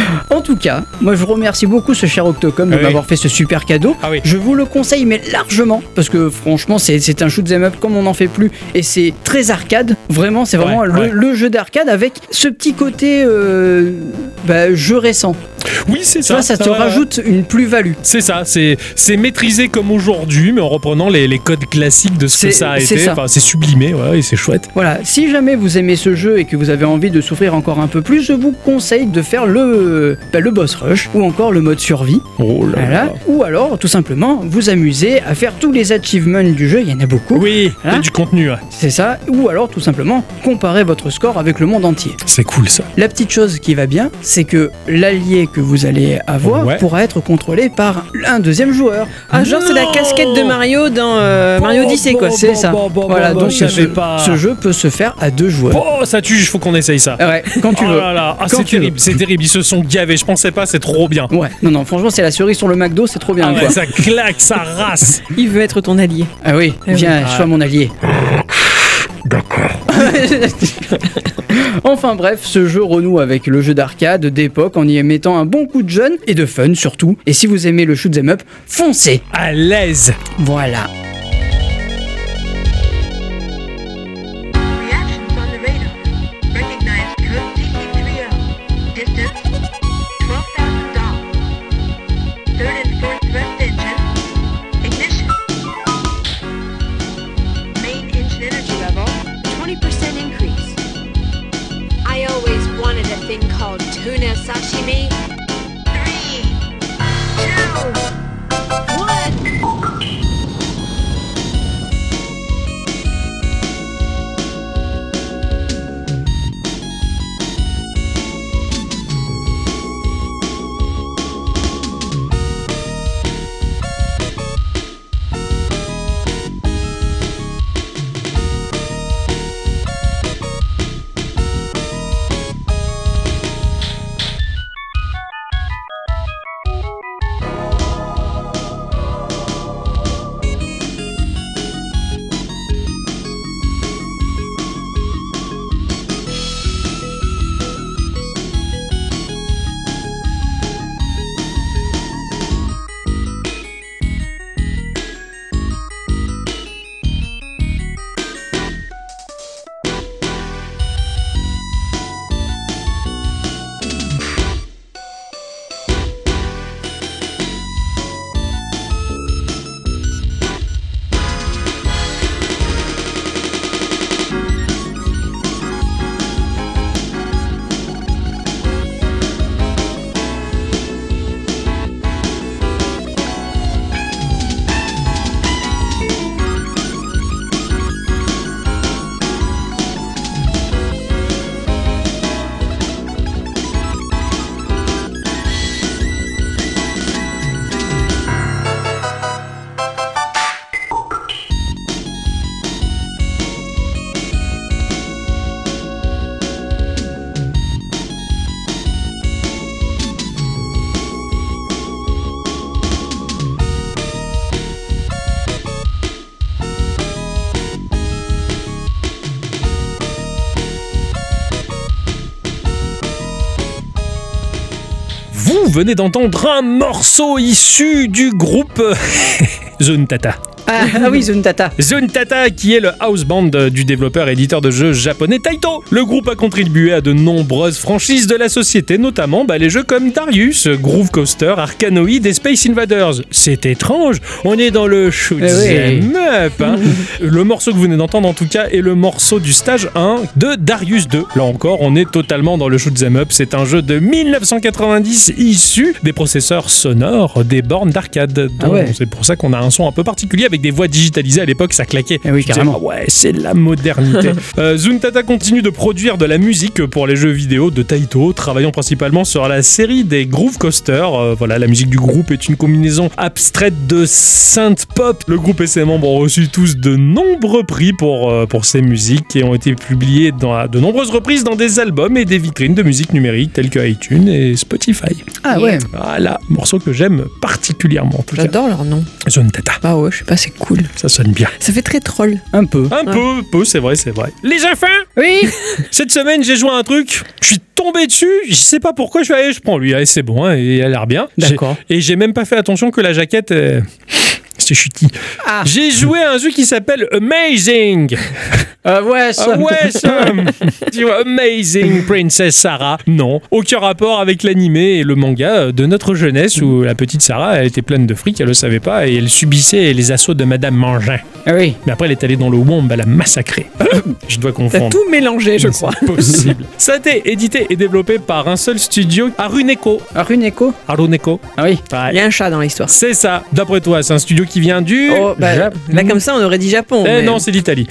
[SPEAKER 3] en tout cas, moi je remercie beaucoup ce cher Octocom de
[SPEAKER 1] Ah oui.
[SPEAKER 3] m'avoir fait ce super cadeau.
[SPEAKER 1] Ah oui.
[SPEAKER 3] Je vous le conseille, mais largement, parce que franchement, c'est c'est un shoot 'em up comme on n'en fait plus, et c'est très arcade. Vraiment, c'est vraiment
[SPEAKER 1] Ouais,
[SPEAKER 3] le,
[SPEAKER 1] ouais.
[SPEAKER 3] le jeu d'arcade avec ce petit côté euh, bah, jeu récent.
[SPEAKER 1] Oui, c'est
[SPEAKER 3] Ça, ça,
[SPEAKER 1] ça.
[SPEAKER 3] te
[SPEAKER 1] va, ouais.
[SPEAKER 3] rajoute une plus-value.
[SPEAKER 1] C'est ça, c'est c'est maîtrisé comme aujourd'hui, mais en reprenant les, les codes classiques de ce que
[SPEAKER 3] C'est-
[SPEAKER 1] ça a
[SPEAKER 3] c'est
[SPEAKER 1] été.
[SPEAKER 3] ça.
[SPEAKER 1] Enfin, c'est sublimé, ouais, et c'est chouette.
[SPEAKER 3] Voilà, si jamais vous aimez ce jeu et que vous avez envie de souffrir encore un peu plus, je vous conseille de faire le, bah, le boss rush ou encore le mode survie.
[SPEAKER 1] Oh là
[SPEAKER 3] Voilà.
[SPEAKER 1] là.
[SPEAKER 3] Ou alors, tout simplement, vous amuser à faire tous les achievements du jeu, il y en a beaucoup,
[SPEAKER 1] Oui, il y a
[SPEAKER 3] Hein
[SPEAKER 1] du contenu, ouais.
[SPEAKER 3] c'est ça. Ou alors, tout simplement, comparer votre score avec le monde entier.
[SPEAKER 1] c'est cool ça.
[SPEAKER 3] La petite chose qui va bien, c'est que l'allié que vous allez avoir
[SPEAKER 1] Ouais.
[SPEAKER 3] pourra être contrôlé par un deuxième joueur.
[SPEAKER 2] Ah, genre, c'est la
[SPEAKER 1] Non
[SPEAKER 2] casquette de Mario dans euh,
[SPEAKER 1] Oh,
[SPEAKER 2] Mario Odyssey, quoi.
[SPEAKER 3] C'est ça. Voilà, donc
[SPEAKER 1] Ah. bah, je
[SPEAKER 3] ce
[SPEAKER 1] savais
[SPEAKER 3] jeu,
[SPEAKER 1] pas.
[SPEAKER 3] ce jeu peut se faire à deux joueurs.
[SPEAKER 1] Oh, ça tue, il faut qu'on essaye ça.
[SPEAKER 3] Ouais, quand tu
[SPEAKER 1] oh
[SPEAKER 3] veux.
[SPEAKER 1] là là, ah,
[SPEAKER 3] Quand
[SPEAKER 1] c'est
[SPEAKER 3] tu veux.
[SPEAKER 1] terrible, c'est terrible. Ils se sont gavés, je pensais pas, c'est trop bien.
[SPEAKER 3] Ouais, non, non, franchement, c'est la cerise sur le McDo, c'est trop bien.
[SPEAKER 1] Ah ouais,
[SPEAKER 3] quoi.
[SPEAKER 1] ça claque, ça rasse.
[SPEAKER 2] Il veut être ton allié.
[SPEAKER 3] Ah oui,
[SPEAKER 2] oui.
[SPEAKER 3] viens, sois mon allié. enfin bref, ce jeu renoue avec le jeu d'arcade d'époque en y mettant un bon coup de jeune et de fun surtout. Et si vous aimez le shoot 'em up, foncez.
[SPEAKER 1] À l'aise.
[SPEAKER 3] Voilà.
[SPEAKER 7] Reactions on the radar. Recognized code DC-30. Distance 12,000 dots. Third and fourth thrust engine. Ignition. Main engine energy level 20% increase.
[SPEAKER 8] I always wanted a thing called tuna sashimi.
[SPEAKER 7] Three, two, one.
[SPEAKER 1] Vous venez d'entendre un morceau issu du groupe Zone Tata.
[SPEAKER 3] Ah, ah oui, Zone Tata.
[SPEAKER 1] Zone Tata, qui est le house band euh, du développeur et éditeur de jeux japonais Taito. Le groupe a contribué à de nombreuses franchises de la société, notamment bah, les jeux comme Darius, Groove Coaster, Arkanoid et Space Invaders. C'est étrange, on est dans le
[SPEAKER 3] Eh
[SPEAKER 1] shoot'em up. hein. le morceau que vous venez d'entendre, en tout cas, est le morceau du stage 1 de Darius 2. Là encore, on est totalement dans le shoot'em up. C'est un jeu de 1990 issu des processeurs sonores des bornes d'arcade. Donc,
[SPEAKER 3] Ah ouais.
[SPEAKER 1] C'est pour ça qu'on a un son un peu particulier avec des voix digitalisées à l'époque, ça claquait.
[SPEAKER 3] Eh oui,
[SPEAKER 1] Je disais,
[SPEAKER 3] carrément.
[SPEAKER 1] Ah ouais, c'est la modernité. euh, Zuntata continue de produire de la musique pour les jeux vidéo de Taito, travaillant principalement sur la série des Groove Coasters. Euh, voilà, la musique du groupe est une combinaison abstraite de synth pop. Le groupe et ses membres ont reçu tous de nombreux prix pour, euh, pour ces musiques et ont été publiés dans, à de nombreuses reprises dans des albums et des vitrines de musique numérique telles que iTunes et Spotify.
[SPEAKER 3] Ah ouais.
[SPEAKER 1] Voilà, morceau que j'aime particulièrement en tout cas.
[SPEAKER 2] J'adore leur nom.
[SPEAKER 1] Zuntata,
[SPEAKER 2] Ah ouais, je sais pas, c'est cool.
[SPEAKER 1] ça sonne bien.
[SPEAKER 2] Ça fait très troll.
[SPEAKER 3] Un peu.
[SPEAKER 1] Un peu, peu, c'est vrai, c'est vrai. Les enfants,
[SPEAKER 3] Oui.
[SPEAKER 1] cette semaine, j'ai joué à un truc, je suis tombé dessus, je sais pas pourquoi, je suis allé, je prends lui, allez, c'est bon, hein, et elle a l'air bien.
[SPEAKER 3] D'accord.
[SPEAKER 1] J'ai- Et j'ai même pas fait attention que la jaquette. euh, C'est chuti.
[SPEAKER 3] Ah.
[SPEAKER 1] J'ai joué à un jeu qui s'appelle Amazing.
[SPEAKER 3] Ah ouais, ça.
[SPEAKER 1] Ah ouais, ça. tu vois, Amazing Princess Sarah. Non, aucun rapport avec l'animé et le manga euh, de notre jeunesse où la petite Sarah, elle était pleine de fric, elle le savait pas et elle subissait les assauts de Madame Mangin.
[SPEAKER 3] Ah oui.
[SPEAKER 1] Mais après, elle est allée dans le womb, elle a massacré. je dois
[SPEAKER 2] T'as
[SPEAKER 1] confondre.
[SPEAKER 2] tout mélangé, je
[SPEAKER 1] Mais
[SPEAKER 2] crois.
[SPEAKER 1] c'est Possible. Ça a été édité et développé par un seul studio, Aruneko.
[SPEAKER 3] Ah, une écho
[SPEAKER 1] Aruneko.
[SPEAKER 3] Ah oui.
[SPEAKER 1] Ouais.
[SPEAKER 2] Il y a un chat dans l'histoire.
[SPEAKER 1] C'est ça. D'après toi, c'est un studio qui vient
[SPEAKER 3] Euh,
[SPEAKER 1] du.
[SPEAKER 2] Oh, bah,
[SPEAKER 1] Jap-
[SPEAKER 2] là, comme ça, on aurait dit Japon.
[SPEAKER 1] Eh
[SPEAKER 2] mais-
[SPEAKER 1] non, c'est l'Italie.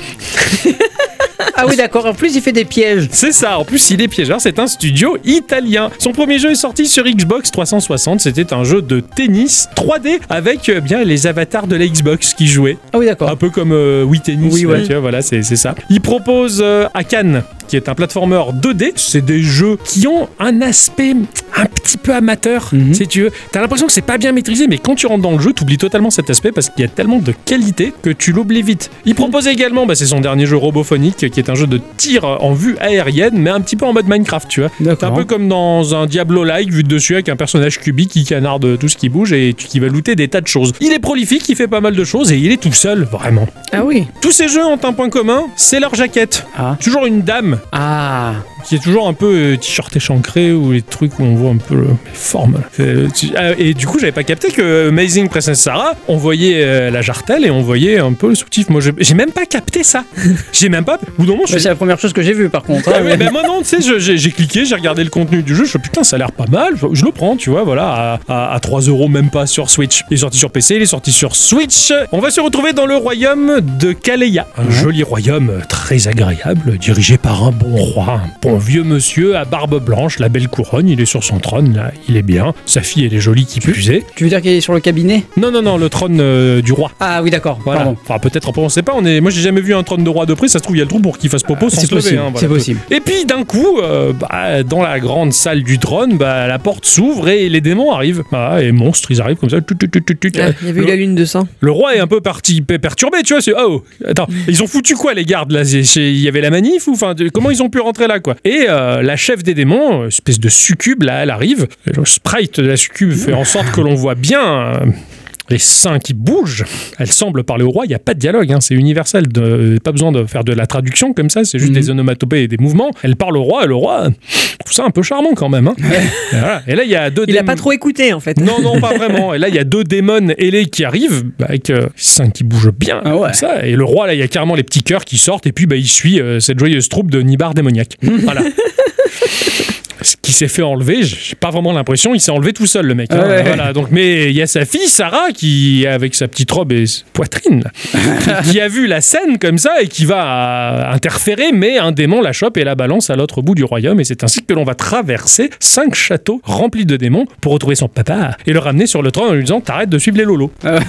[SPEAKER 3] Ah oui, d'accord. En plus, il fait des pièges.
[SPEAKER 1] C'est ça, en plus il est piégeur, c'est un studio italien. Son premier jeu est sorti sur Xbox 360, c'était un jeu de tennis 3D avec euh, bien les avatars de la Xbox qui jouaient.
[SPEAKER 3] Ah oui,
[SPEAKER 1] Un
[SPEAKER 3] d'accord.
[SPEAKER 1] peu comme euh, Wii Tennis,
[SPEAKER 3] Oui,
[SPEAKER 1] là,
[SPEAKER 3] ouais.
[SPEAKER 1] tu vois, voilà, c'est c'est ça. Il propose euh, à Cannes, qui est un platformer 2D. C'est des jeux qui ont un aspect un petit peu amateur,
[SPEAKER 3] Mhm.
[SPEAKER 1] si tu veux. T'as l'impression que c'est pas bien maîtrisé, mais quand tu rentres dans le jeu, t'oublies totalement cet aspect parce qu'il y a tellement de qualité que tu l'oublies vite.
[SPEAKER 3] Mhm.
[SPEAKER 1] Il propose également, bah, c'est son dernier jeu robophonique, qui est un jeu de tir en vue aérienne, mais un petit peu en mode Minecraft, tu vois. C'est un
[SPEAKER 3] D'accord.
[SPEAKER 1] peu comme dans un Diablo-like vu de dessus avec un personnage cubique qui canarde tout ce qui bouge et qui va looter des tas de choses. Il est prolifique, il fait pas mal de choses et il est tout seul, vraiment.
[SPEAKER 2] Ah oui.
[SPEAKER 1] Tous ces jeux ont un point commun, c'est leur jaquette.
[SPEAKER 3] Ah.
[SPEAKER 1] Toujours une dame
[SPEAKER 3] Ah.
[SPEAKER 1] qui est toujours un peu euh, t-shirt échancré ou les trucs où on voit un peu le- les formes. Euh, tu- ah, et du coup, j'avais pas capté que Amazing Princess Sarah, on voyait euh, la jartelle et on voyait un peu le soutif. Moi, je- j'ai même pas capté ça. J'ai même pas. Au bout d'un moment, je
[SPEAKER 3] Ouais,
[SPEAKER 1] suis.
[SPEAKER 3] C'est la première chose que j'ai vue, par contre. hein.
[SPEAKER 1] Ah ouais, ben moi non, tu sais, je- j'ai j'ai cliqué, j'ai regardé le contenu du jeu, je fais putain, ça a l'air pas mal, je, je le prends, tu vois, voilà, à, à, à 3 euros, même pas sur Switch. Il est sorti sur PC, il est sorti sur Switch. On va se retrouver dans le royaume de Kaleya, un joli royaume très agréable, dirigé par un bon roi, un bon vieux monsieur à barbe blanche, la belle couronne, il est sur son trône, là, il est bien, sa fille, elle est jolie qui plus est.
[SPEAKER 3] Tu veux dire qu'il est sur le cabinet
[SPEAKER 1] Non, non, non, le trône euh, du roi.
[SPEAKER 3] Ah oui, d'accord.
[SPEAKER 1] Voilà.
[SPEAKER 3] Pardon.
[SPEAKER 1] Enfin, peut-être après, on sait pas. On est... Moi, j'ai jamais vu un trône de roi de près. Ça se trouve, il y a le trou pour qu'il fasse popo sans
[SPEAKER 3] Ah, C'est
[SPEAKER 1] se lever,
[SPEAKER 3] possible.
[SPEAKER 1] hein, voilà.
[SPEAKER 3] C'est possible.
[SPEAKER 1] Et puis d'un coup, euh, bah, dans la grande salle du trône, bah, la porte s'ouvre et les démons arrivent. Ah, et monstres, ils arrivent comme ça. Tut, tut, tut, tut,
[SPEAKER 3] Euh,
[SPEAKER 1] tut.
[SPEAKER 2] Ah, il y avait eu la lune de sang.
[SPEAKER 1] Le roi est un peu parti per- perturbé, tu vois. C'est oh, attends, ils ont foutu quoi les gardes là C'est- c'est- Il y avait la manif ou enfin de- comment ils ont pu rentrer là quoi Et euh, la chef des démons, espèce de succube là, elle arrive. euh, Le sprite de la succube fait en sorte que l'on voit bien. euh, les seins qui bougent, elle semble parler au roi, il n'y a pas de dialogue, hein, c'est universel, de, pas besoin de faire de la traduction comme ça, c'est juste
[SPEAKER 3] Mhm.
[SPEAKER 1] des onomatopées et des mouvements. Elle parle au roi, et le roi, euh, je trouve ça un peu charmant quand même. hein. Et voilà. Et là, il y a deux
[SPEAKER 2] Il a
[SPEAKER 1] dém-
[SPEAKER 2] pas trop écouté, en fait.
[SPEAKER 1] non, non, pas vraiment. Et là, il y a deux démons ailés qui arrivent, bah, avec euh, cinq qui bougent bien.
[SPEAKER 3] Ah ouais.
[SPEAKER 1] comme ça. Et le roi, là, il y a carrément les petits cœurs qui sortent, et puis bah, il suit euh, cette joyeuse troupe de Nibar démoniaque. voilà. Ce qui s'est fait enlever, j'ai pas vraiment l'impression, il s'est enlevé tout seul, le mec. hein.
[SPEAKER 3] Ouais.
[SPEAKER 1] Voilà, donc, mais il y a sa fille, Sarah, qui, avec sa petite robe et sa poitrine, là, qui a vu la scène comme ça et qui va euh, interférer, mais un démon la chope et la balance à l'autre bout du royaume. Et c'est ainsi que l'on va traverser cinq châteaux remplis de démons pour retrouver son papa et le ramener sur le trône en lui disant T'arrêtes de suivre les lolos.
[SPEAKER 3] Ah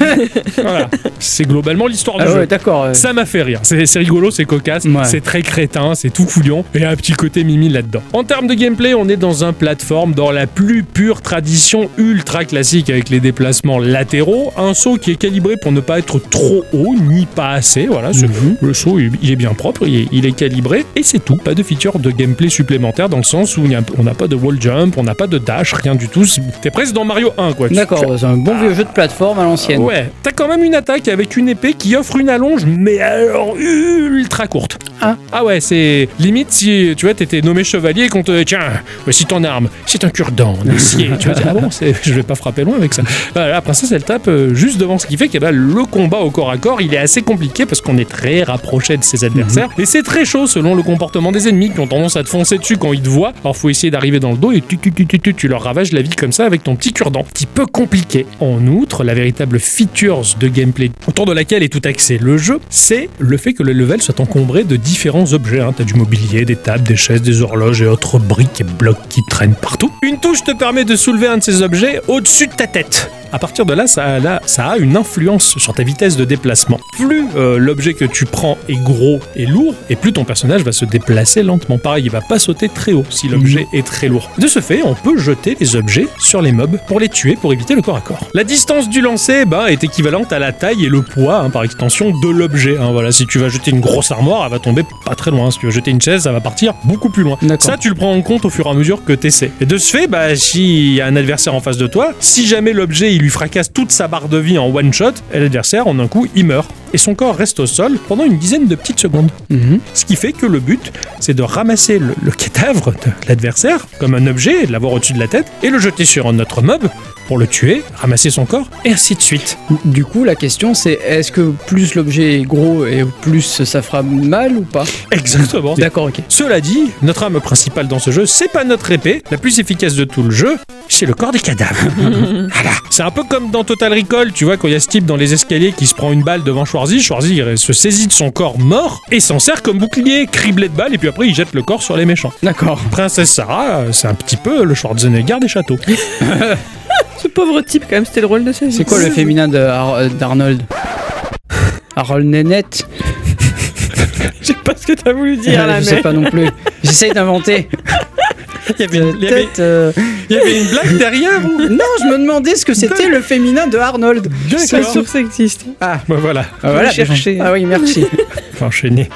[SPEAKER 1] Voilà. C'est globalement l'histoire du
[SPEAKER 3] Ah
[SPEAKER 1] jeu.
[SPEAKER 3] ouais, d'accord. euh.
[SPEAKER 1] Ça m'a fait rire. C'est c'est rigolo, c'est cocasse,
[SPEAKER 3] Ouais.
[SPEAKER 1] c'est très crétin, c'est tout fouillon. Et il y a un petit côté mimi là-dedans. En termes de gameplay, on on est dans un plateforme dans la plus pure tradition ultra classique avec les déplacements latéraux. Un saut qui est calibré pour ne pas être trop haut ni pas assez. Voilà, c'est-
[SPEAKER 3] Mhm.
[SPEAKER 1] le saut il il est bien propre, il est, il est calibré et c'est tout. Pas de feature de gameplay supplémentaire dans le sens où il y a- on n'a pas de wall jump, on n'a pas de dash, rien du tout. C'est- T'es presque dans Mario 1 quoi. Tu- tu-
[SPEAKER 3] D'accord, c'est un bon vieux jeu de plateforme à l'ancienne.
[SPEAKER 1] Ouais, t'as quand même une attaque avec une épée qui offre une allonge, mais alors ultra courte.
[SPEAKER 3] Ah.
[SPEAKER 1] ouais, c'est limite si tu vois, t'étais nommé chevalier et qu'on te tiens, voici ton arme, c'est un cure-dent en acier. tu vois, tu dis, ah bon, c'est- je vais pas frapper loin avec ça. Bah, la princesse, elle tape euh, juste devant ce qui fait que bah, le combat au corps à corps, il est assez compliqué parce qu'on est très rapproché de ses adversaires et c'est très chaud selon le comportement des ennemis qui ont tendance à te foncer dessus quand ils te voient. Alors faut essayer d'arriver dans le dos et tu, tu, tu, tu, tu, tu leur ravages la vie comme ça avec ton petit cure-dent. Petit peu compliqué. En outre, la véritable features de gameplay autour de laquelle est tout axé le jeu, c'est le fait que le level soit encombré de différents objets. Hein. T'as du mobilier, des tables, des chaises, des horloges et autres briques et blocs qui traînent partout. Une touche te permet de soulever un de ces objets au-dessus de ta tête. À partir de là ça, a- là, ça a une influence sur ta vitesse de déplacement. Plus euh, l'objet que tu prends est gros et lourd, et plus ton personnage va se déplacer lentement. Pareil, il va pas sauter très haut si l'objet est très lourd. De ce fait, on peut jeter les objets sur les mobs pour les tuer, pour éviter le corps à corps. La distance du lancer ben, est équivalente à la taille et le poids, hein, par extension, de l'objet. hein. voilà, si tu vas jeter une grosse armoire, elle va tomber pas très loin. Si tu vas jeter une chaise, ça va partir beaucoup plus loin.
[SPEAKER 3] D'accord.
[SPEAKER 1] Ça, tu le prends en compte au fur et à mesure que tu essaies. Et de ce fait, bah, s'il y a un adversaire en face de toi, si jamais l'objet il lui fracasse toute sa barre de vie en one shot, l'adversaire en un coup il meurt. Et son corps reste au sol pendant une dizaine de petites secondes.
[SPEAKER 3] Mhm.
[SPEAKER 1] Ce qui fait que le but, c'est de ramasser le, le cadavre de l'adversaire comme un objet, et de l'avoir au-dessus de la tête, et le jeter sur un autre mob pour le tuer, ramasser son corps, et ainsi de suite.
[SPEAKER 3] Du coup, la question c'est est-ce que plus l'objet est gros et plus ça fera mal ou pas
[SPEAKER 1] Exactement.
[SPEAKER 3] D'accord, ok.
[SPEAKER 1] Cela dit, notre arme principale dans ce jeu, c'est pas notre épée, la plus efficace de tout le jeu, c'est le corps des cadavres. Voilà. C'est un peu comme dans Total Recall, tu vois, quand il y a ce type dans les escaliers qui se prend une balle devant Schwarzy, Schwarzy il se saisit de son corps mort et s'en sert comme bouclier, criblé de balles, et puis après il jette le corps sur les méchants.
[SPEAKER 3] D'accord.
[SPEAKER 1] Princesse Sarah, euh, c'est un petit peu le Schwarzenegger des châteaux.
[SPEAKER 2] Ce pauvre type, quand même, c'était le rôle de sa vie.
[SPEAKER 3] C'est quoi le féminin de Har- euh, d'Arnold Harold Nénette
[SPEAKER 2] Je sais pas ce que t'as voulu dire là,
[SPEAKER 3] Je sais
[SPEAKER 2] mais.
[SPEAKER 3] pas non plus. J'essaye d'inventer.
[SPEAKER 1] Il y avait une, il y avait-
[SPEAKER 3] Peut-être. euh,
[SPEAKER 1] il y avait une blague derrière ou
[SPEAKER 3] Non, je me demandais ce que c'était le féminin de Arnold.
[SPEAKER 2] Je suis pas
[SPEAKER 1] D'accord.
[SPEAKER 2] sûre que ça existe.
[SPEAKER 1] Bah voilà.
[SPEAKER 3] Ah, voilà,
[SPEAKER 2] chercher.
[SPEAKER 3] Ah oui, merci.
[SPEAKER 1] enchaîner.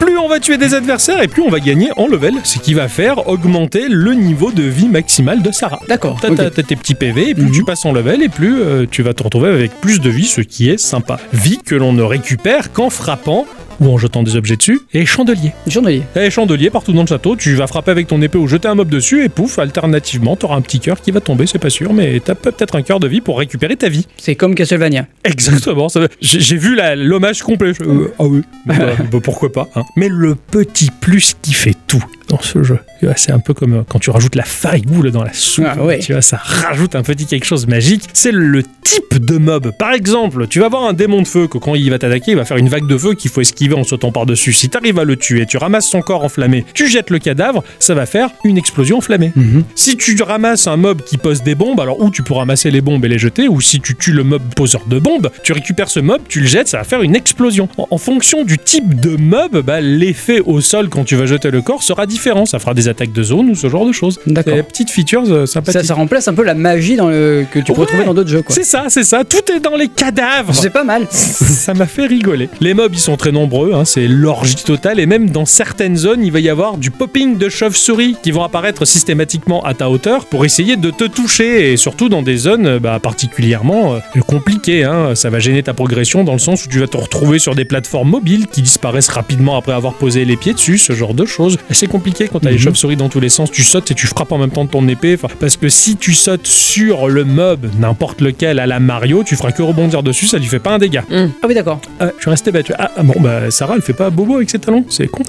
[SPEAKER 1] plus on va tuer des adversaires et plus on va gagner en level, ce qui va faire augmenter le niveau de vie maximal de Sarah.
[SPEAKER 3] D'accord.
[SPEAKER 1] T'as
[SPEAKER 3] ok.
[SPEAKER 1] t'as- t'as tes petits PV, et plus
[SPEAKER 3] Mhm.
[SPEAKER 1] tu passes en level, et plus euh, tu vas te retrouver avec plus de vie, ce qui est sympa. Vie que l'on ne récupère qu'en frappant ou en jetant des objets dessus, et chandelier.
[SPEAKER 3] Journalier.
[SPEAKER 1] Et Eh, chandelier partout dans le château, tu vas frapper avec ton épée ou jeter un mob dessus, et pouf, alternativement, t'auras un petit cœur qui va tomber, c'est pas sûr, mais t'as peut-être un cœur de vie pour récupérer ta vie.
[SPEAKER 3] C'est comme Castlevania.
[SPEAKER 1] Exactement, ça- j'ai j'ai vu la- l'hommage complet. Je- euh, ah oui, bah, bah, pourquoi pas. hein. Mais le petit plus qui fait tout dans ce jeu, tu vois, c'est un peu comme euh, quand tu rajoutes la farigoule dans la soupe.
[SPEAKER 3] Ah ouais.
[SPEAKER 1] Tu vois, ça rajoute un petit quelque chose de magique. C'est le type de mob. Par exemple, tu vas avoir un démon de feu que quand il va t'attaquer, il va faire une vague de feu qu'il faut esquiver en sautant par-dessus. Si t'arrives à le tuer, tu ramasses son corps enflammé, tu jettes le cadavre, ça va faire une explosion enflammée. Si tu ramasses un mob qui pose des bombes, alors ou tu peux ramasser les bombes et les jeter, ou si tu tues le mob poseur de bombes, tu récupères ce mob, tu le jettes, ça va faire une explosion. En, en fonction du type de mob, bah, l'effet au sol quand tu vas jeter le corps sera différent. Ça fera des attaques de zone ou ce genre de choses.
[SPEAKER 3] D'accord.
[SPEAKER 1] Des petites features euh,
[SPEAKER 3] Ça,
[SPEAKER 1] sympathiques.
[SPEAKER 3] ça remplace un peu la magie dans le... que tu peux
[SPEAKER 1] Ouais.
[SPEAKER 3] retrouver dans d'autres jeux. quoi.
[SPEAKER 1] c'est ça, c'est ça. Tout est dans les cadavres.
[SPEAKER 3] C'est pas mal.
[SPEAKER 1] Ça m'a fait rigoler. Les mobs, ils sont très nombreux, hein, c'est l'orgie totale, et même dans certaines zones, il va y avoir du popping de chauves-souris qui vont apparaître systématiquement à ta hauteur pour essayer de te toucher, et surtout dans des zones euh, bah, particulièrement euh, compliquées. hein. Ça va gêner ta progression dans le sens où tu vas te retrouver sur des plateformes mobiles qui disparaissent rapidement après avoir posé les pieds dessus, ce genre de choses. C'est compliqué quand t'as les
[SPEAKER 3] Mhm.
[SPEAKER 1] chauves-souris dans tous les sens, tu sautes et tu frappes en même temps de ton épée, enfin, parce que si tu sautes sur le mob, n'importe lequel, à la Mario, tu feras que rebondir dessus, ça lui fait pas un dégât.
[SPEAKER 3] Ah oui, d'accord.
[SPEAKER 1] Ah, je suis resté battu. Ah, ah, bon, bah Sarah, elle fait pas bobo avec ses talons, c'est con.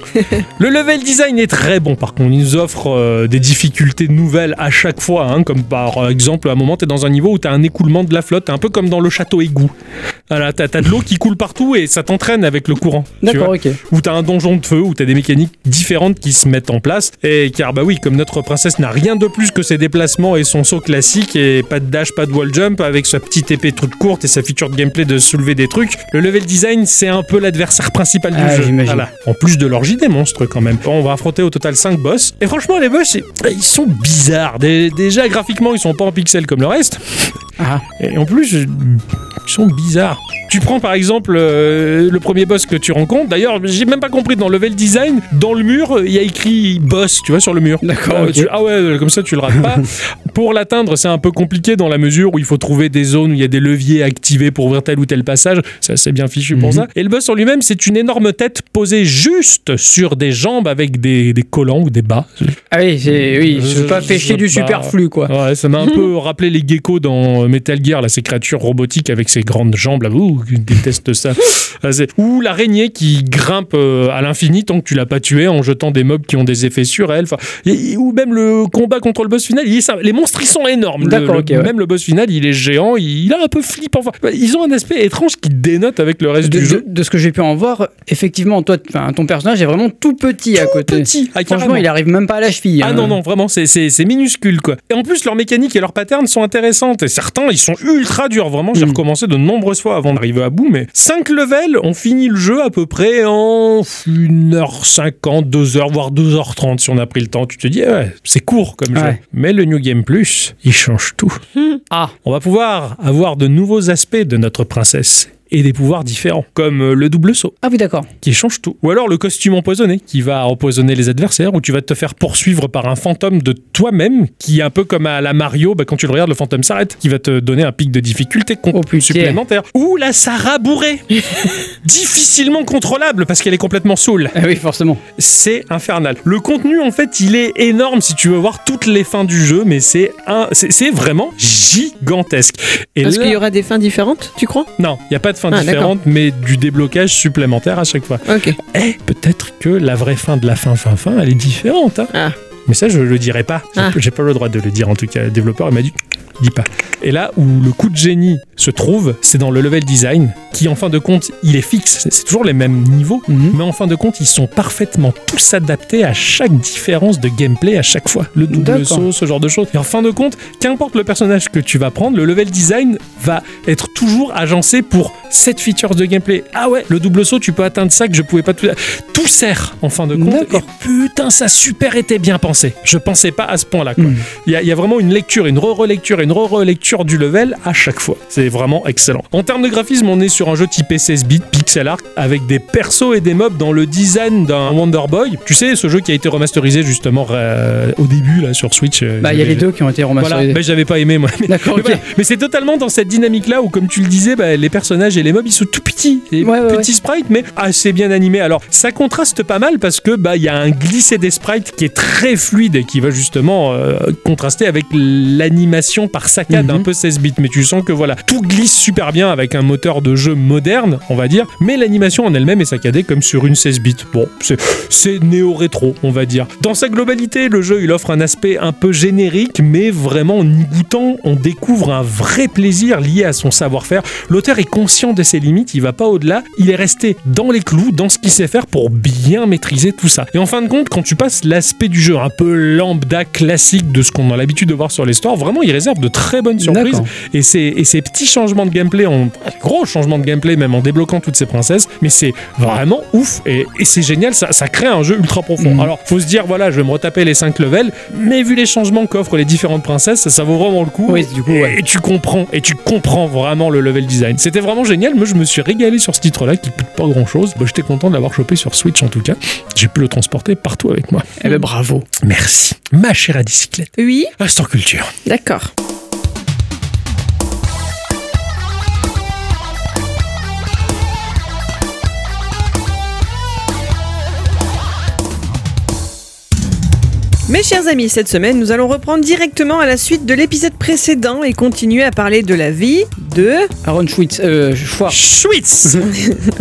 [SPEAKER 1] le level design est très bon par contre. Il nous offre euh, des difficultés nouvelles à chaque fois. hein, comme par exemple, à un moment, t'es dans un niveau où t'as un écoulement de la flotte, un peu comme dans le château égout. Voilà, t'as t'as de l'eau qui coule partout et ça t'entraîne avec le courant. tu vois.
[SPEAKER 3] D'accord, ok.
[SPEAKER 1] Ou t'as un donjon de feu, où t'as des mécaniques différentes qui se mettent mettent en place. Et car, bah oui, comme notre princesse n'a rien de plus que ses déplacements et son saut classique, et pas de dash, pas de wall jump, avec sa petite épée toute courte et sa feature de gameplay de soulever des trucs, le level design, c'est un peu l'adversaire principal du
[SPEAKER 3] Ah,
[SPEAKER 1] jeu.
[SPEAKER 3] j'imagine.
[SPEAKER 1] Voilà. En plus de l'orgie des monstres, quand même. Bon, on va affronter au total 5 boss. Et franchement, les boss, c'est- ils sont bizarres. Dé- Déjà, graphiquement, ils sont pas en pixels comme le reste.
[SPEAKER 3] Ah.
[SPEAKER 1] Et en plus, je- ils sont bizarres. Tu prends par exemple euh, le premier boss que tu rencontres. D'ailleurs, j'ai même pas compris dans le level design, dans le mur, il y a écrit boss, tu vois, sur le mur.
[SPEAKER 3] D'accord,
[SPEAKER 1] Ah,
[SPEAKER 3] ok.
[SPEAKER 1] tu- ah ouais, euh, comme ça tu le rates pas. pour l'atteindre, c'est un peu compliqué dans la mesure où il faut trouver des zones où il y a des leviers activés pour ouvrir tel ou tel passage. C'est assez bien fichu pour
[SPEAKER 3] Mhm.
[SPEAKER 1] ça. Et le boss en lui-même, c'est une énorme tête posée juste sur des jambes avec des, des collants ou des bas.
[SPEAKER 3] Ah oui, c'est oui, je veux pas
[SPEAKER 1] Je-
[SPEAKER 3] pêcher du
[SPEAKER 1] bah,
[SPEAKER 3] superflu quoi.
[SPEAKER 1] Ouais, ça m'a un peu rappelé les geckos dans euh, Metal Gear, là, ces créatures robotiques avec ces grandes jambes, là, ouh, je déteste ça. Ah, c'est- Ou l'araignée qui grimpe euh, à l'infini tant que tu l'as pas tué en jetant des mobs qui ont des effets sur elle. Enfin, et- et- ou même le combat contre le boss final, il est simple. les monstres ils sont énormes. Le-
[SPEAKER 3] D'accord,
[SPEAKER 1] le-
[SPEAKER 3] ok, ouais.
[SPEAKER 1] Même le boss final, il est géant, il, il a un peu flippant. Enfin, ils ont un aspect étrange qui dénote avec le reste
[SPEAKER 3] De,
[SPEAKER 1] du
[SPEAKER 3] de-
[SPEAKER 1] jeu.
[SPEAKER 3] de ce que j'ai pu en voir, effectivement, toi, t- enfin, ton personnage est vraiment tout petit à côté.
[SPEAKER 1] Petit, ah, carrément.
[SPEAKER 3] Franchement, il arrive même pas à la cheville.
[SPEAKER 1] Ah
[SPEAKER 3] hein.
[SPEAKER 1] non, non, vraiment, c'est- c'est c'est minuscule, quoi. Et en plus, leurs mécaniques et leurs patterns sont intéressantes. Et certains, ils sont ultra durs. Vraiment, j'ai
[SPEAKER 3] Mm.
[SPEAKER 1] recommencé de nombreuses fois avant d'arriver à bout. Mais 5 levels, on finit le jeu à peu près en 1h50, 2h, voire 2h30 si on a pris le temps. Tu te dis, eh ouais, c'est court comme jeu.
[SPEAKER 3] Ouais.
[SPEAKER 1] Mais le New Game Plus, il change tout.
[SPEAKER 3] Ah,
[SPEAKER 1] On va pouvoir avoir de nouveaux aspects de notre princesse et des pouvoirs différents, comme euh, le double saut
[SPEAKER 3] ah oui, d'accord.
[SPEAKER 1] qui change tout. Ou alors le costume empoisonné qui va empoisonner les adversaires, ou tu vas te faire poursuivre par un fantôme de toi-même qui est un peu comme à la Mario, bah, quand tu le regardes, le fantôme s'arrête, qui va te donner un pic de difficulté con-
[SPEAKER 3] Oh, putain.
[SPEAKER 1] supplémentaire. Ou la Sarah bourrée, difficilement contrôlable parce qu'elle est complètement saoule.
[SPEAKER 3] Ah oui, forcément.
[SPEAKER 1] C'est infernal. Le contenu, en fait, il est énorme si tu veux voir toutes les fins du jeu, mais c'est un, c'est c'est vraiment gigantesque. Et
[SPEAKER 2] Parce
[SPEAKER 1] là-
[SPEAKER 2] qu'il y aura des fins différentes, tu crois
[SPEAKER 1] non, il n'y a pas de fin
[SPEAKER 2] Ah,
[SPEAKER 1] différente, mais du déblocage supplémentaire à chaque fois.
[SPEAKER 2] Ok.
[SPEAKER 1] Eh, peut-être que la vraie fin de la fin fin fin, elle est différente. hein.
[SPEAKER 2] Ah.
[SPEAKER 1] Mais ça, je le dirai pas. J'ai-
[SPEAKER 2] Ah.
[SPEAKER 1] J'ai pas le droit de le dire. En tout cas, le développeur il m'a dit, dis pas. Et là où le coup de génie se trouve, c'est dans le level design, qui en fin de compte, il est fixe. C'est- C'est toujours les mêmes niveaux,
[SPEAKER 3] Mhm.
[SPEAKER 1] mais en fin de compte, ils sont parfaitement tous adaptés à chaque différence de gameplay à chaque fois. Le double
[SPEAKER 3] D'accord.
[SPEAKER 1] saut, ce genre de choses. Et en fin de compte, qu'importe le personnage que tu vas prendre, le level design va être toujours agencé pour cette feature de gameplay. Ah ouais, le double saut, tu peux atteindre ça que je pouvais pas tout. Tout sert en fin de compte.
[SPEAKER 3] D'accord.
[SPEAKER 1] Et putain, ça a super été bien pensé. Je pensais pas à ce point-là. quoi.
[SPEAKER 3] Mm.
[SPEAKER 1] Il y, a- il y a vraiment une lecture, une re-relecture, une re-relecture du level à chaque fois. C'est vraiment excellent. En termes de graphisme, on est sur un jeu typé 16 bits, pixel art, avec des persos et des mobs dans le design d'un Wonder Boy. Tu sais, ce jeu qui a été remasterisé justement euh, au début là sur Switch. euh,
[SPEAKER 3] Bah, il y a
[SPEAKER 1] j'avais-
[SPEAKER 3] les deux qui ont été
[SPEAKER 1] Voilà,
[SPEAKER 3] remasterisés.
[SPEAKER 1] mais j'avais pas aimé moi.
[SPEAKER 3] D'accord,
[SPEAKER 1] Mais,
[SPEAKER 3] ok.
[SPEAKER 1] voilà. Mais c'est totalement dans cette dynamique-là où, comme tu le disais, bah, les personnages et les mobs, ils sont tout petits. Des
[SPEAKER 3] Ouais, ouais,
[SPEAKER 1] petits sprites, mais assez bien animés. Alors, ça contraste pas mal parce que bah, il y a un glissé des sprites qui est très fluide et qui va justement euh, contraster avec l'animation par saccade
[SPEAKER 3] Mhm.
[SPEAKER 1] un peu 16 bits. Mais tu sens que voilà, tout glisse super bien avec un moteur de jeu moderne, on va dire. Mais l'animation en elle-même est saccadée comme sur une 16 bits. Bon, c'est c'est néo-rétro, on va dire. Dans sa globalité, le jeu, il offre un aspect un peu générique, mais vraiment en y goûtant, on découvre un vrai plaisir lié à son savoir-faire. L'auteur est conscient de ses limites, il va pas au-delà, il est resté dans les clous, dans ce qu'il sait faire pour bien maîtriser tout ça. Et en fin de compte, quand tu passes l'aspect du jeu un peu lambda classique de ce qu'on a l'habitude de voir sur les stores, vraiment, il réserve de très bonnes surprises
[SPEAKER 3] D'accord.
[SPEAKER 1] et ces, et ces petits changements de gameplay, en, gros changements de gameplay même en débloquant toutes ces princesses, mais c'est vraiment ouf et, et c'est génial, ça, ça crée un jeu ultra profond.
[SPEAKER 3] Mhm.
[SPEAKER 1] Alors faut se dire, voilà, je vais me retaper les 5 levels, mais vu les changements qu'offrent les différentes princesses, ça, ça vaut vraiment le coup.
[SPEAKER 3] Oui, du coup, ouais.
[SPEAKER 1] Et tu comprends, et tu comprends vraiment le level design. C'était vraiment génial. Moi, je me suis régalé sur ce titre-là qui coûte pas grand-chose. Bah, J'étais content de l'avoir chopé sur Switch en tout cas. J'ai pu le transporter partout avec moi.
[SPEAKER 3] Eh ben, bravo.
[SPEAKER 1] Merci, ma chère à bicyclette.
[SPEAKER 2] Oui,
[SPEAKER 1] Instant culture.
[SPEAKER 2] d'accord. Mes chers amis, cette semaine, nous allons reprendre directement à la suite de l'épisode précédent et continuer à parler de la vie de
[SPEAKER 3] Aaron Schwartz, euh, Schwartz.
[SPEAKER 1] Schwitz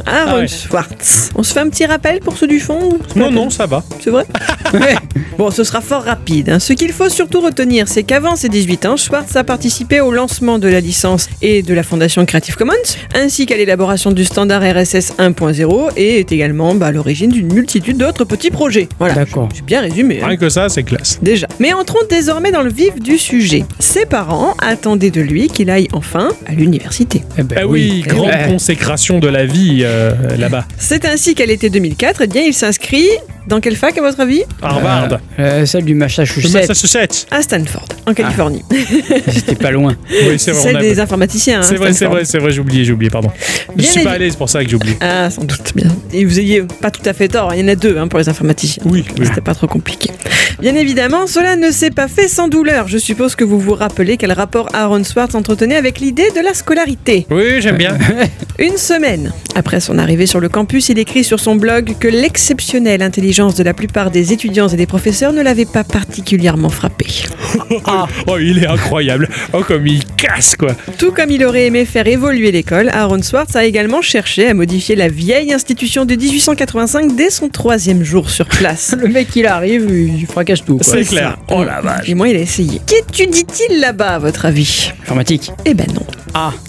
[SPEAKER 2] Aaron
[SPEAKER 1] ouais.
[SPEAKER 2] Schwartz. On se fait un petit rappel pour ceux du fond
[SPEAKER 1] Non, non, ça va.
[SPEAKER 2] C'est vrai Bon, ce sera fort rapide. hein. Ce qu'il faut surtout retenir, c'est qu'avant ses 18 ans, Schwartz a participé au lancement de la licence et de la fondation Creative Commons, ainsi qu'à l'élaboration du standard RSS 1.0 et est également bah, à l'origine d'une multitude d'autres petits projets. Voilà.
[SPEAKER 3] D'accord.
[SPEAKER 2] J'ai bien résumé. hein
[SPEAKER 1] Rien que ça, c'est classe.
[SPEAKER 2] déjà. Mais entrons désormais dans le vif du sujet. Ses parents attendaient de lui qu'il aille enfin à l'université.
[SPEAKER 3] Eh ben
[SPEAKER 1] Bah oui,
[SPEAKER 3] Eh
[SPEAKER 1] grande
[SPEAKER 3] ben,
[SPEAKER 1] consécration de la vie euh, là-bas.
[SPEAKER 2] C'est ainsi qu'à l'été 2004, eh bien, il s'inscrit dans quelle fac à votre avis
[SPEAKER 1] Harvard.
[SPEAKER 3] euh, celle du
[SPEAKER 1] Le
[SPEAKER 3] Massachusetts,
[SPEAKER 1] Massachusetts.
[SPEAKER 2] À Stanford, en Californie.
[SPEAKER 3] c'était pas loin.
[SPEAKER 1] Oui, c'est vrai.
[SPEAKER 2] Celle
[SPEAKER 1] on a-
[SPEAKER 2] des informaticiens. hein,
[SPEAKER 1] C'est vrai, c'est
[SPEAKER 2] Stanford.
[SPEAKER 1] vrai, c'est vrai, j'ai oublié, j'ai oublié, pardon. Je
[SPEAKER 2] Bien
[SPEAKER 1] suis pas
[SPEAKER 2] évi-
[SPEAKER 1] à l'aise, c'est pour ça que j'ai oublié.
[SPEAKER 2] Ah, sans doute bien. Et vous ayez pas tout à fait tort, il y en a deux hein, pour les informaticiens.
[SPEAKER 1] Oui,
[SPEAKER 2] Donc,
[SPEAKER 1] oui.
[SPEAKER 2] C'était pas trop compliqué. Bien évidemment, cela ne s'est pas fait sans douleur. Je suppose que vous vous rappelez quel rapport Aaron Swartz entretenait avec l'idée de la scolarité.
[SPEAKER 1] Oui, j'aime bien.
[SPEAKER 2] Une semaine après son arrivée sur le campus, il écrit sur son blog que l'exceptionnelle intelligence de la plupart des étudiants et des professeurs ne l'avait pas particulièrement frappé.
[SPEAKER 1] Oh, il est incroyable. Oh, comme il casse, quoi.
[SPEAKER 2] Tout comme il aurait aimé faire évoluer l'école, Aaron Swartz a également cherché à modifier la vieille institution de 1885 dès son troisième jour sur place.
[SPEAKER 3] Le mec, il arrive, il fracasse tout. Quoi.
[SPEAKER 1] C'est clair. Oh la vache.
[SPEAKER 2] Du moins, il a essayé. Qu'étudie-t-il là-bas, à votre avis
[SPEAKER 3] Informatique.
[SPEAKER 2] Eh ben non,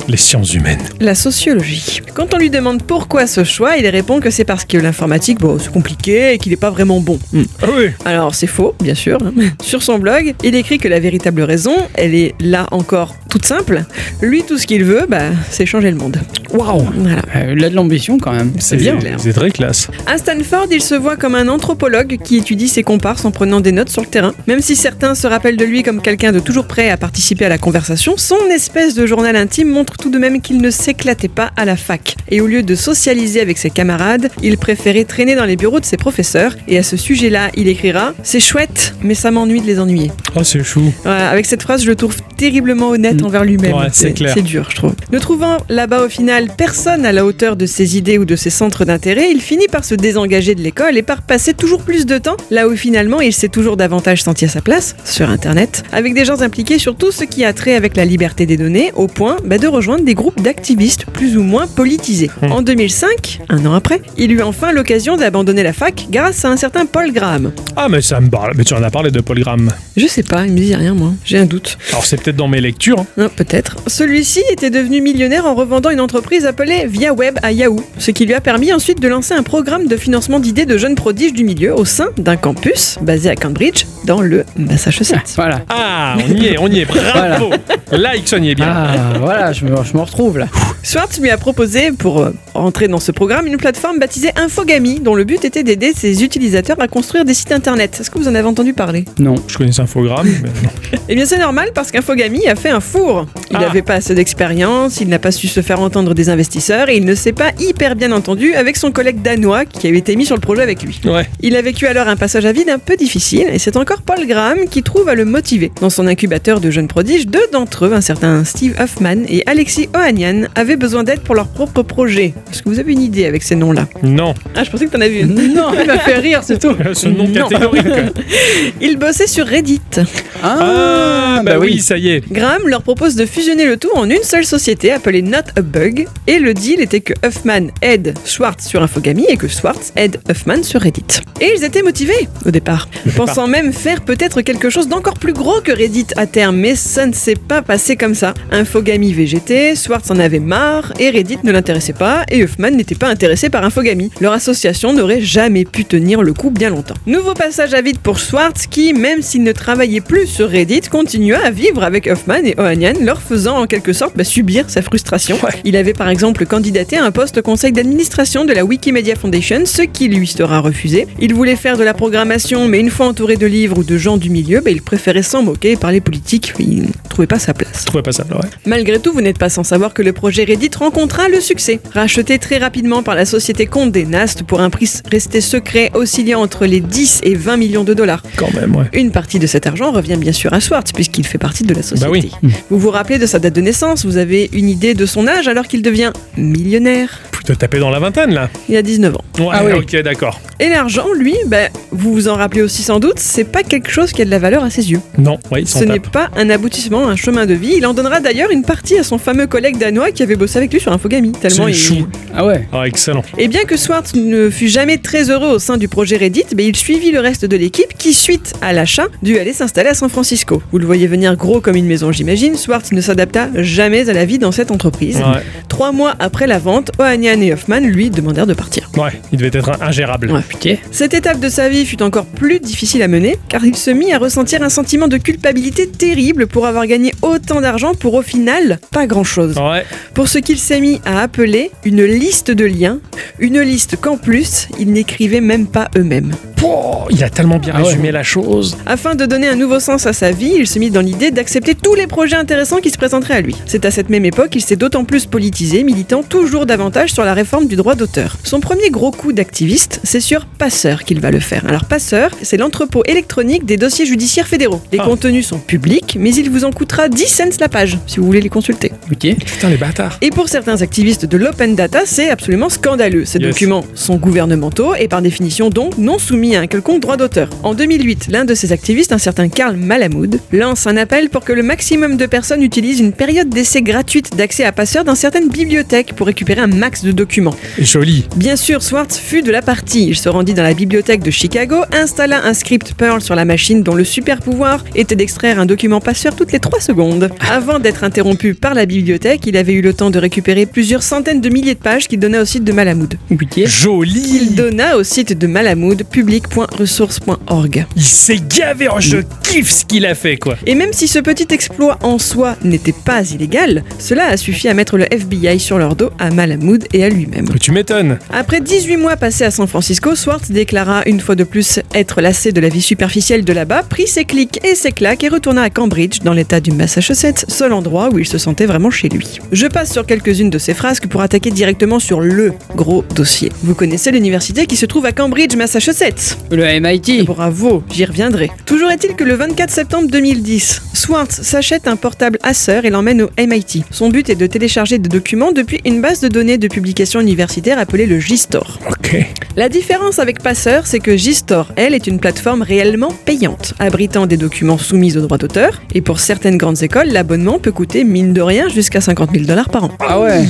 [SPEAKER 1] Les sciences humaines.
[SPEAKER 2] la sociologie. Quand on lui demande pourquoi ce choix, il répond que c'est parce que l'informatique, bon, c'est compliqué et qu'il n'est pas vraiment bon.
[SPEAKER 1] Ah oui.
[SPEAKER 2] Alors c'est faux, bien sûr. hein. Sur son blog, il écrit que la véritable raison, elle est là encore toute simple. Lui, tout ce qu'il veut, bah, c'est changer le monde.
[SPEAKER 3] Waouh
[SPEAKER 2] Voilà.
[SPEAKER 3] Euh, Il a de l'ambition quand même.
[SPEAKER 2] C'est bien.
[SPEAKER 1] C'est très classe.
[SPEAKER 2] À Stanford, il se voit comme un anthropologue qui étudie ses comparses en prenant des notes sur le terrain. Même si certains se rappellent de lui comme quelqu'un de toujours prêt à participer à la conversation, son espèce de journal intime montre tout de même qu'il ne s'éclatait pas à la fac. Et au lieu de socialiser avec ses camarades, il préférait traîner dans les bureaux de ses professeurs. Et à ce sujet-là, il écrira C'est chouette, mais ça m'ennuie de les ennuyer.
[SPEAKER 1] Oh, c'est chou.
[SPEAKER 2] Ouais, avec cette phrase, je le trouve terriblement honnête envers lui-même.
[SPEAKER 1] Mm. Ouais, c'est clair.
[SPEAKER 2] dur, je trouve. Ne trouvant là-bas au final personne à la hauteur de ses idées ou de ses centres d'intérêt, il finit par se désengager de l'école et par passer toujours plus de temps là où finalement il s'est toujours davantage senti à sa place, sur Internet, avec des gens impliqués sur tout ce qui a trait avec la liberté des données, au point bah, de rejoindre des groupes d'activistes plus ou moins politisés.
[SPEAKER 1] Hmm.
[SPEAKER 2] En 2005, un an après, il eut enfin l'occasion d'abandonner la fac grâce à un certain Paul Graham.
[SPEAKER 1] Ah, mais ça me parle. Mais tu en as parlé de Paul Graham.
[SPEAKER 2] Je sais pas, il me dit rien, moi. J'ai un doute.
[SPEAKER 1] Alors, c'est peut-être dans mes lectures. hein.
[SPEAKER 2] Non, Ah, peut-être. Celui-ci était devenu millionnaire en revendant une entreprise appelée Via Web à Yahoo, ce qui lui a permis ensuite de lancer un programme de financement d'idées de jeunes prodiges du milieu au sein d'un campus basé à Cambridge, dans le Massachusetts.
[SPEAKER 3] Voilà.
[SPEAKER 1] Ah, on y est, on y est. Bravo. Là, Ixon y est bien.
[SPEAKER 3] Ah, voilà, je me, je me retrouve là.
[SPEAKER 2] Schwartz lui a proposé, pour euh, entrer dans ce programme, une plateforme baptisée Infogamy, dont le but était d'aider ses utilisateurs à construire des sites internet. Est-ce que vous en avez entendu parler
[SPEAKER 3] Non.
[SPEAKER 1] Je connaissais Infogramme. mais non.
[SPEAKER 2] Eh bien, c'est normal parce qu'Infogamy a fait un four. Il
[SPEAKER 1] Ah.
[SPEAKER 2] n'avait pas assez d'expérience, il n'a pas su se faire entendre des investisseurs et il ne s'est pas hyper bien entendu avec son collègue danois qui avait été mis sur le projet avec lui.
[SPEAKER 1] Ouais.
[SPEAKER 2] Il a vécu alors un passage à vide un peu difficile et c'est encore Paul Graham qui trouve à le motiver. Dans son incubateur de jeunes prodiges, deux d'entre eux, un certain Steve Huffman et Alexis Ohanian, avaient besoin d'aide pour leur propre projet. Est-ce que vous avez une idée avec ces noms-là
[SPEAKER 1] Non.
[SPEAKER 2] Ah, je pensais que t'en avais une.
[SPEAKER 3] Non, il m'a fait rire, c'est tout.
[SPEAKER 1] Ce nom
[SPEAKER 2] Non.
[SPEAKER 1] catégorique.
[SPEAKER 2] Ils bossaient sur Reddit.
[SPEAKER 3] Hein
[SPEAKER 1] Ah, bah oui, ça y est.
[SPEAKER 2] Graham leur propose de fusionner le tout en une seule société appelée Not a Bug, et le deal était que Huffman aide Schwartz sur Infogamy et que Schwartz aide Huffman sur Reddit. Et ils étaient motivés au départ, pensant même faire peut-être quelque chose d'encore plus gros que Reddit à terme, mais ça ne s'est pas passé comme ça. Infogamy végétait, Schwartz en avait marre, et Reddit ne l'intéressait pas, et Huffman n'était pas intéressé par Infogamy. Leur association n'aurait jamais pu tenir le coup bien longtemps. Nouveau passage à vide pour Schwartz qui, même s'il ne travaillait plus sur Reddit, continua à vivre avec Hoffman et Ohanian, leur faisant en quelque sorte bah, subir sa frustration. Il avait par exemple candidaté à un poste au conseil d'administration de la Wikimedia Foundation, ce qui lui sera refusé. Il voulait faire de la programmation, mais une fois entouré de livres ou de gens du milieu, bah, il préférait s'en moquer et parler politique. Il ne trouvait pas sa place.
[SPEAKER 1] Je trouvais pas ça. Ouais.
[SPEAKER 2] Malgré tout, vous n'êtes pas sans savoir que le projet Reddit rencontra le succès, racheté acheté très rapidement par la société Condé Nast pour un prix resté secret oscillant entre les 10 et 20 millions de dollars.
[SPEAKER 1] Quand même, ouais.
[SPEAKER 2] Une partie de cet argent revient bien sûr à Schwartz puisqu'il fait partie de la société.
[SPEAKER 1] Bah oui.
[SPEAKER 2] Vous vous rappelez de sa date de naissance, vous avez une idée de son âge alors qu'il devient millionnaire.
[SPEAKER 1] Plutôt tapé dans la vingtaine, là.
[SPEAKER 2] Il a 19 ans.
[SPEAKER 1] Ouais,
[SPEAKER 3] Ah oui.
[SPEAKER 1] ok, d'accord.
[SPEAKER 2] Et l'argent, lui, ben, vous vous en rappelez aussi sans doute, c'est pas quelque chose qui a de la valeur à ses yeux.
[SPEAKER 1] Non, ouais, il
[SPEAKER 2] Ce
[SPEAKER 1] s'en
[SPEAKER 2] n'est
[SPEAKER 1] tape.
[SPEAKER 2] pas un aboutissement, un chemin de vie. Il en donnera d'ailleurs une partie à son fameux collègue danois qui avait bossé avec lui sur Infogami. Tellement
[SPEAKER 1] C'est
[SPEAKER 2] il-
[SPEAKER 1] chou.
[SPEAKER 3] Ah ouais.
[SPEAKER 1] Ah, excellent.
[SPEAKER 2] Et bien que Swartz ne fût jamais très heureux au sein du projet Reddit, mais il suivit le reste de l'équipe qui, suite à l'achat, dut aller s'installer à San Francisco. Vous le voyez venir gros comme une maison, j'imagine. Swartz ne s'adapta jamais à la vie dans cette entreprise.
[SPEAKER 1] Ouais,
[SPEAKER 2] Trois mois après la vente, Ohanian et Hoffman lui demandèrent de partir.
[SPEAKER 1] ouais, il devait être ingérable.
[SPEAKER 2] Ouais.
[SPEAKER 3] Putain.
[SPEAKER 2] Cette étape de sa vie fut encore plus difficile à mener car il se mit à ressentir un sentiment de culpabilité terrible pour avoir gagné autant d'argent pour au final pas grand chose.
[SPEAKER 1] Ouais,
[SPEAKER 2] Pour ce qu'il s'est mis à appeler une liste de liens, une liste qu'en plus ils n'écrivaient même pas eux-mêmes.
[SPEAKER 1] Pouah, il a tellement bien
[SPEAKER 3] Ah ouais.
[SPEAKER 1] résumé la chose.
[SPEAKER 2] Afin de donner un nouveau sens à sa vie, il se mit dans l'idée d'accepter tous les projets intéressants qui se présenteraient à lui. C'est à cette même époque qu'il s'est d'autant plus politisé, militant toujours davantage sur la réforme du droit d'auteur. Son premier gros coup d'activiste, c'est sur Passeur qu'il va le faire. Alors Passeur, c'est l'entrepôt électronique des dossiers judiciaires fédéraux. Les
[SPEAKER 1] Ah.
[SPEAKER 2] contenus sont publics, mais il vous en coûtera 10 cents la page, si vous voulez les consulter.
[SPEAKER 3] Ok.
[SPEAKER 1] Putain, les bâtards.
[SPEAKER 2] Et pour certains activistes de l'open data, c'est absolument scandaleux. Ces
[SPEAKER 1] Yes.
[SPEAKER 2] documents sont gouvernementaux et par définition donc non soumis à un quelconque droit d'auteur. En 2008, l'un de ces activistes, un certain Karl Malamoud, lance un appel pour que le maximum de personnes utilisent une période d'essai gratuite d'accès à passeurs dans certaines bibliothèques pour récupérer un max de documents.
[SPEAKER 1] Joli.
[SPEAKER 2] Bien sûr, Swartz fut de la partie. Il se rendit dans la bibliothèque de Chicago, installa un script Perl sur la machine dont le super pouvoir était d'extraire un document passeur toutes les 3 secondes. Avant d'être interrompu par la bibliothèque, il avait eu le temps de récupérer plusieurs centaines de milliers de pages qu'il donna au site de Malamoud.
[SPEAKER 3] Ok.
[SPEAKER 2] Il
[SPEAKER 1] Joli.
[SPEAKER 2] donna au site de Malamoud public.resource.org.
[SPEAKER 1] Il s'est gavé. Oh, je kiffe ce qu'il a fait, quoi.
[SPEAKER 2] Et même si ce petit exploit en soi n'était pas illégal, cela a suffi à mettre le FBI sur leur dos à Malamoud et à lui-même.
[SPEAKER 1] Tu m'étonnes.
[SPEAKER 2] Après 18 mois passés à San Francisco, Swartz déclara une fois de plus être lassé de la vie superficielle de là-bas, prit ses clics et ses claques et retourna à Cambridge, dans l'état du Massachusetts, seul endroit où il se sentait vraiment chez lui. Je passe sur quelques-unes de ses frasques pour attaquer directement sur le gros dossier. Vous connaissez l'université qui se trouve à Cambridge, Massachusetts
[SPEAKER 3] Le MIT.
[SPEAKER 2] Bravo, j'y reviendrai. Toujours est-il que le 24 septembre 2010, Swartz s'achète un portable Acer et l'emmène au MIT. Son but est de télécharger des documents depuis une base de données de publication universitaire appelée le JSTOR.
[SPEAKER 1] Ok.
[SPEAKER 2] La différence avec Passeur, c'est que JSTOR, elle, est une plateforme réellement payante, abritant des documents soumis au droit d'auteur, et pour certaines grandes écoles, l'abonnement peut coûter, mine de rien, jusqu'à 50 000 dollars par an.
[SPEAKER 3] Ah ouais.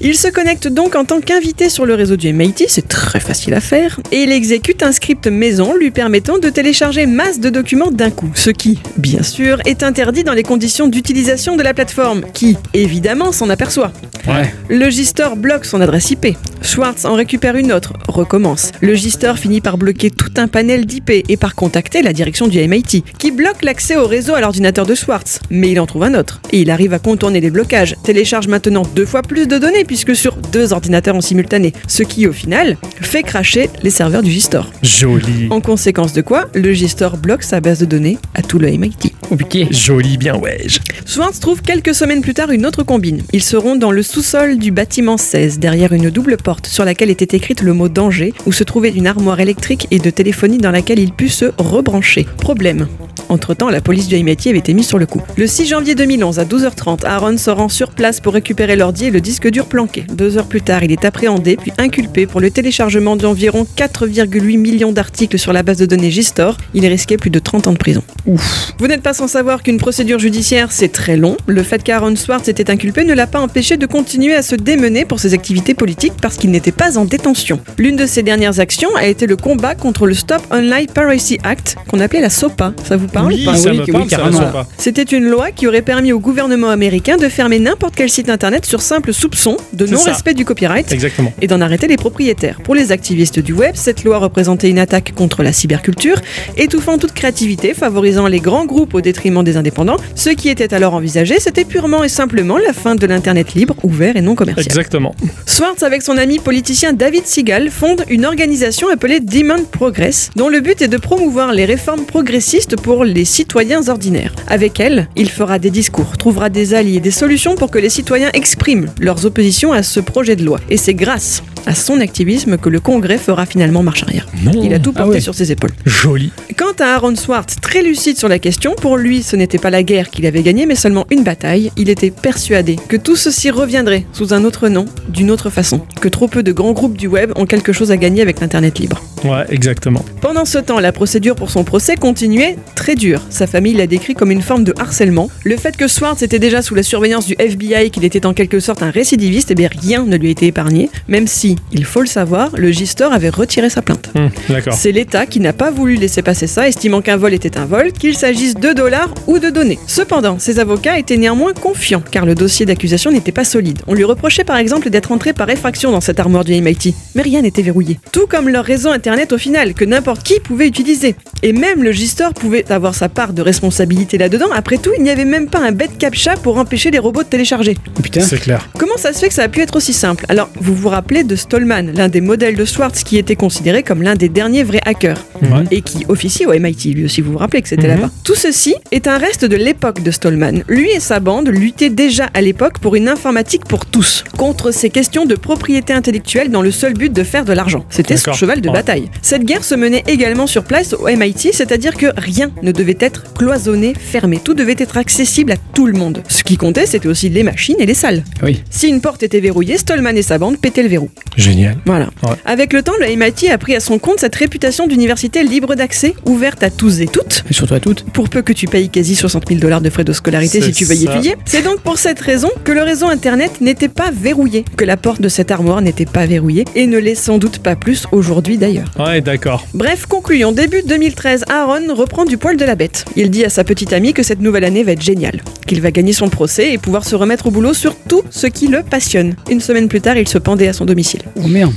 [SPEAKER 2] Il se connecte donc en tant qu'invité sur le réseau du MIT, c'est très facile à faire, et il exécute un script maison lui permettant de télécharger masse de documents d'un coup, ce qui, bien sûr, est interdit dans les conditions d'utilisation de la plateforme, qui, évidemment, s'en aperçoit.
[SPEAKER 1] Ouais.
[SPEAKER 2] Le Gistor bloque son adresse IP. Schwartz en récupère une autre, recommence. Le Gistor finit par bloquer tout un panel d'IP et par contacter la direction du MIT, qui bloque l'accès au réseau à l'ordinateur de Schwartz. Mais il en trouve un autre. Et il arrive à contourner les blocages, télécharge maintenant deux fois plus de données puisque sur deux ordinateurs en simultané, ce qui au final fait cracher les serveurs du Gistor.
[SPEAKER 1] Joli.
[SPEAKER 2] En conséquence de quoi, le Gistor bloque sa base de données à tout le MIT.
[SPEAKER 3] Ok.
[SPEAKER 1] Joli bien, ouais.
[SPEAKER 2] Schwartz trouve quelques semaines plus tard une autre combine. Ils seront dans le sous-sol du bâtiment 16, derrière une double porte sur laquelle était écrite le mot danger, où se trouvait une armoire électrique et de téléphonie dans laquelle il put se rebrancher. Problème. Entre-temps, la police du MIT avait été mise sur le coup. Le 6 janvier 2011, à 12h30, Aaron se rend sur place pour récupérer l'ordi et le disque dur planqué. Deux heures plus tard, il est appréhendé puis inculpé pour le téléchargement d'environ 4,8 millions d'articles sur la base de données Gistor. Il risquait plus de 30 ans de prison. Vous n'êtes pas sans savoir qu'une procédure judiciaire, c'est très long. Le fait qu'Aaron Swartz était inculpé ne l'a pas empêché de continuer à se démener pour ses activités politiques parce qu'il n'était pas en détention. L'une de ses dernières actions a été le combat contre le Stop Online Piracy Act, qu'on appelait la SOPA. Ça vous parle ou
[SPEAKER 1] oui,
[SPEAKER 2] pas
[SPEAKER 1] ça
[SPEAKER 3] oui,
[SPEAKER 1] me
[SPEAKER 3] oui,
[SPEAKER 1] parle, ça
[SPEAKER 3] carrément.
[SPEAKER 1] rassure pas.
[SPEAKER 2] C'était une loi qui aurait permis au gouvernement américain de fermer n'importe quel site internet sur simple soupçon de
[SPEAKER 1] C'est ça.
[SPEAKER 2] non-respect du copyright
[SPEAKER 1] Exactement.
[SPEAKER 2] et d'en arrêter les propriétaires. Pour les activistes du web, cette loi représentait une attaque contre la cyberculture, étouffant toute créativité, favorisant les grands groupes au détriment des indépendants. Ce qui était alors envisagé, c'était purement et simplement la fin de l'Internet libre, ouvert et non commercial.
[SPEAKER 1] Exactement.
[SPEAKER 2] Swartz, avec son ami politicien David Seagal fonde une organisation appelée Demand Progress, dont le but est de promouvoir les réformes progressistes pour les citoyens ordinaires. Avec elle, il fera des discours, trouvera des alliés, des solutions pour que les citoyens expriment leurs oppositions à ce projet de loi. Et c'est grâce à son activisme que le Congrès fera finalement marche arrière.
[SPEAKER 1] Non.
[SPEAKER 2] Il a tout
[SPEAKER 3] Ah
[SPEAKER 2] porté
[SPEAKER 3] ouais.
[SPEAKER 2] sur ses épaules.
[SPEAKER 1] Joli.
[SPEAKER 2] Quant à Aaron Swartz, très lucide sur la question, pour lui ce n'était pas la guerre qu'il avait gagnée mais seulement une bataille, il était persuadé que tout ceci reviendrait sous un autre nom, d'une autre façon, que trop peu de grands groupes du web ont quelque chose à gagner avec l'Internet libre.
[SPEAKER 1] Ouais, exactement.
[SPEAKER 2] Pendant ce temps, la procédure pour son procès continuait très dure. Sa famille l'a décrit comme une forme de harcèlement. Le fait que Swartz était déjà sous la surveillance du FBI, qu'il était en quelque sorte un récidiviste, eh bien rien ne lui était épargné, même si, il faut le savoir, le Gistor avait retiré sa plainte.
[SPEAKER 1] Hum, D'accord.
[SPEAKER 2] C'est l'État qui n'a pas voulu laisser passer ça, estimant qu'un vol était un vol, qu'il s'agisse de dollars ou de données. Cependant, ses avocats étaient néanmoins confiants, car le dossier d'accusation n'était pas solide. On lui reprochait par exemple d'être entré par effraction dans cette armoire du MIT, mais rien n'était verrouillé. Tout comme leur réseau internet au final, que n'importe qui pouvait utiliser. Et même le Gistor pouvait avoir sa part de responsabilité là-dedans, après tout, il n'y avait même pas un bête captcha pour empêcher les robots de télécharger.
[SPEAKER 3] Putain.
[SPEAKER 1] C'est clair.
[SPEAKER 2] Comment ça se fait que ça a pu être aussi simple Alors, vous vous rappelez de Stallman, l'un des modèles de Schwartz qui était considéré comme l'un des derniers vrais hackers
[SPEAKER 1] Ouais.
[SPEAKER 2] et qui officie au MIT, lui aussi, vous vous rappelez que c'était
[SPEAKER 1] Mhm.
[SPEAKER 2] là-bas. Tout ceci est un reste de l'époque de Stallman. Lui et sa bande luttaient déjà à l'époque pour une informatique pour tous, contre ces questions de propriété intellectuelle dans le seul but de faire de l'argent. C'était son
[SPEAKER 1] D'accord.
[SPEAKER 2] cheval de
[SPEAKER 1] Ouais.
[SPEAKER 2] bataille. Cette guerre se menait également sur place au MIT, c'est-à-dire que rien ne devait être cloisonné, fermé. Tout devait être accessible à tout le monde. Ce qui comptait, c'était aussi les machines et les salles.
[SPEAKER 3] Oui.
[SPEAKER 2] Si une porte était verrouillée, Stallman et sa bande pétaient le verrou.
[SPEAKER 1] Génial.
[SPEAKER 2] Voilà.
[SPEAKER 1] Ouais.
[SPEAKER 2] Avec le temps, le MIT a pris à son compte cette réputation d'université libre d'accès, ouverte à tous et toutes.
[SPEAKER 3] Et surtout à toutes.
[SPEAKER 2] Pour peu que tu payes quasi 60 000 dollars de frais de scolarité
[SPEAKER 1] C'est
[SPEAKER 2] si tu veux y
[SPEAKER 1] ça.
[SPEAKER 2] étudier. C'est donc pour cette raison que le réseau internet n'était pas verrouillé, que la porte de cette armoire n'était pas verrouillée, et ne l'est sans doute pas plus aujourd'hui d'ailleurs.
[SPEAKER 1] Ouais, d'accord.
[SPEAKER 2] Bref, concluons. Début 2013, Aaron reprend du poil de la bête. Il dit à sa petite amie que cette nouvelle année va être géniale, qu'il va gagner son procès et pouvoir se remettre au boulot sur tout ce qui le passionne. Une semaine plus tard, il se pendait à son domicile
[SPEAKER 3] Oh merde.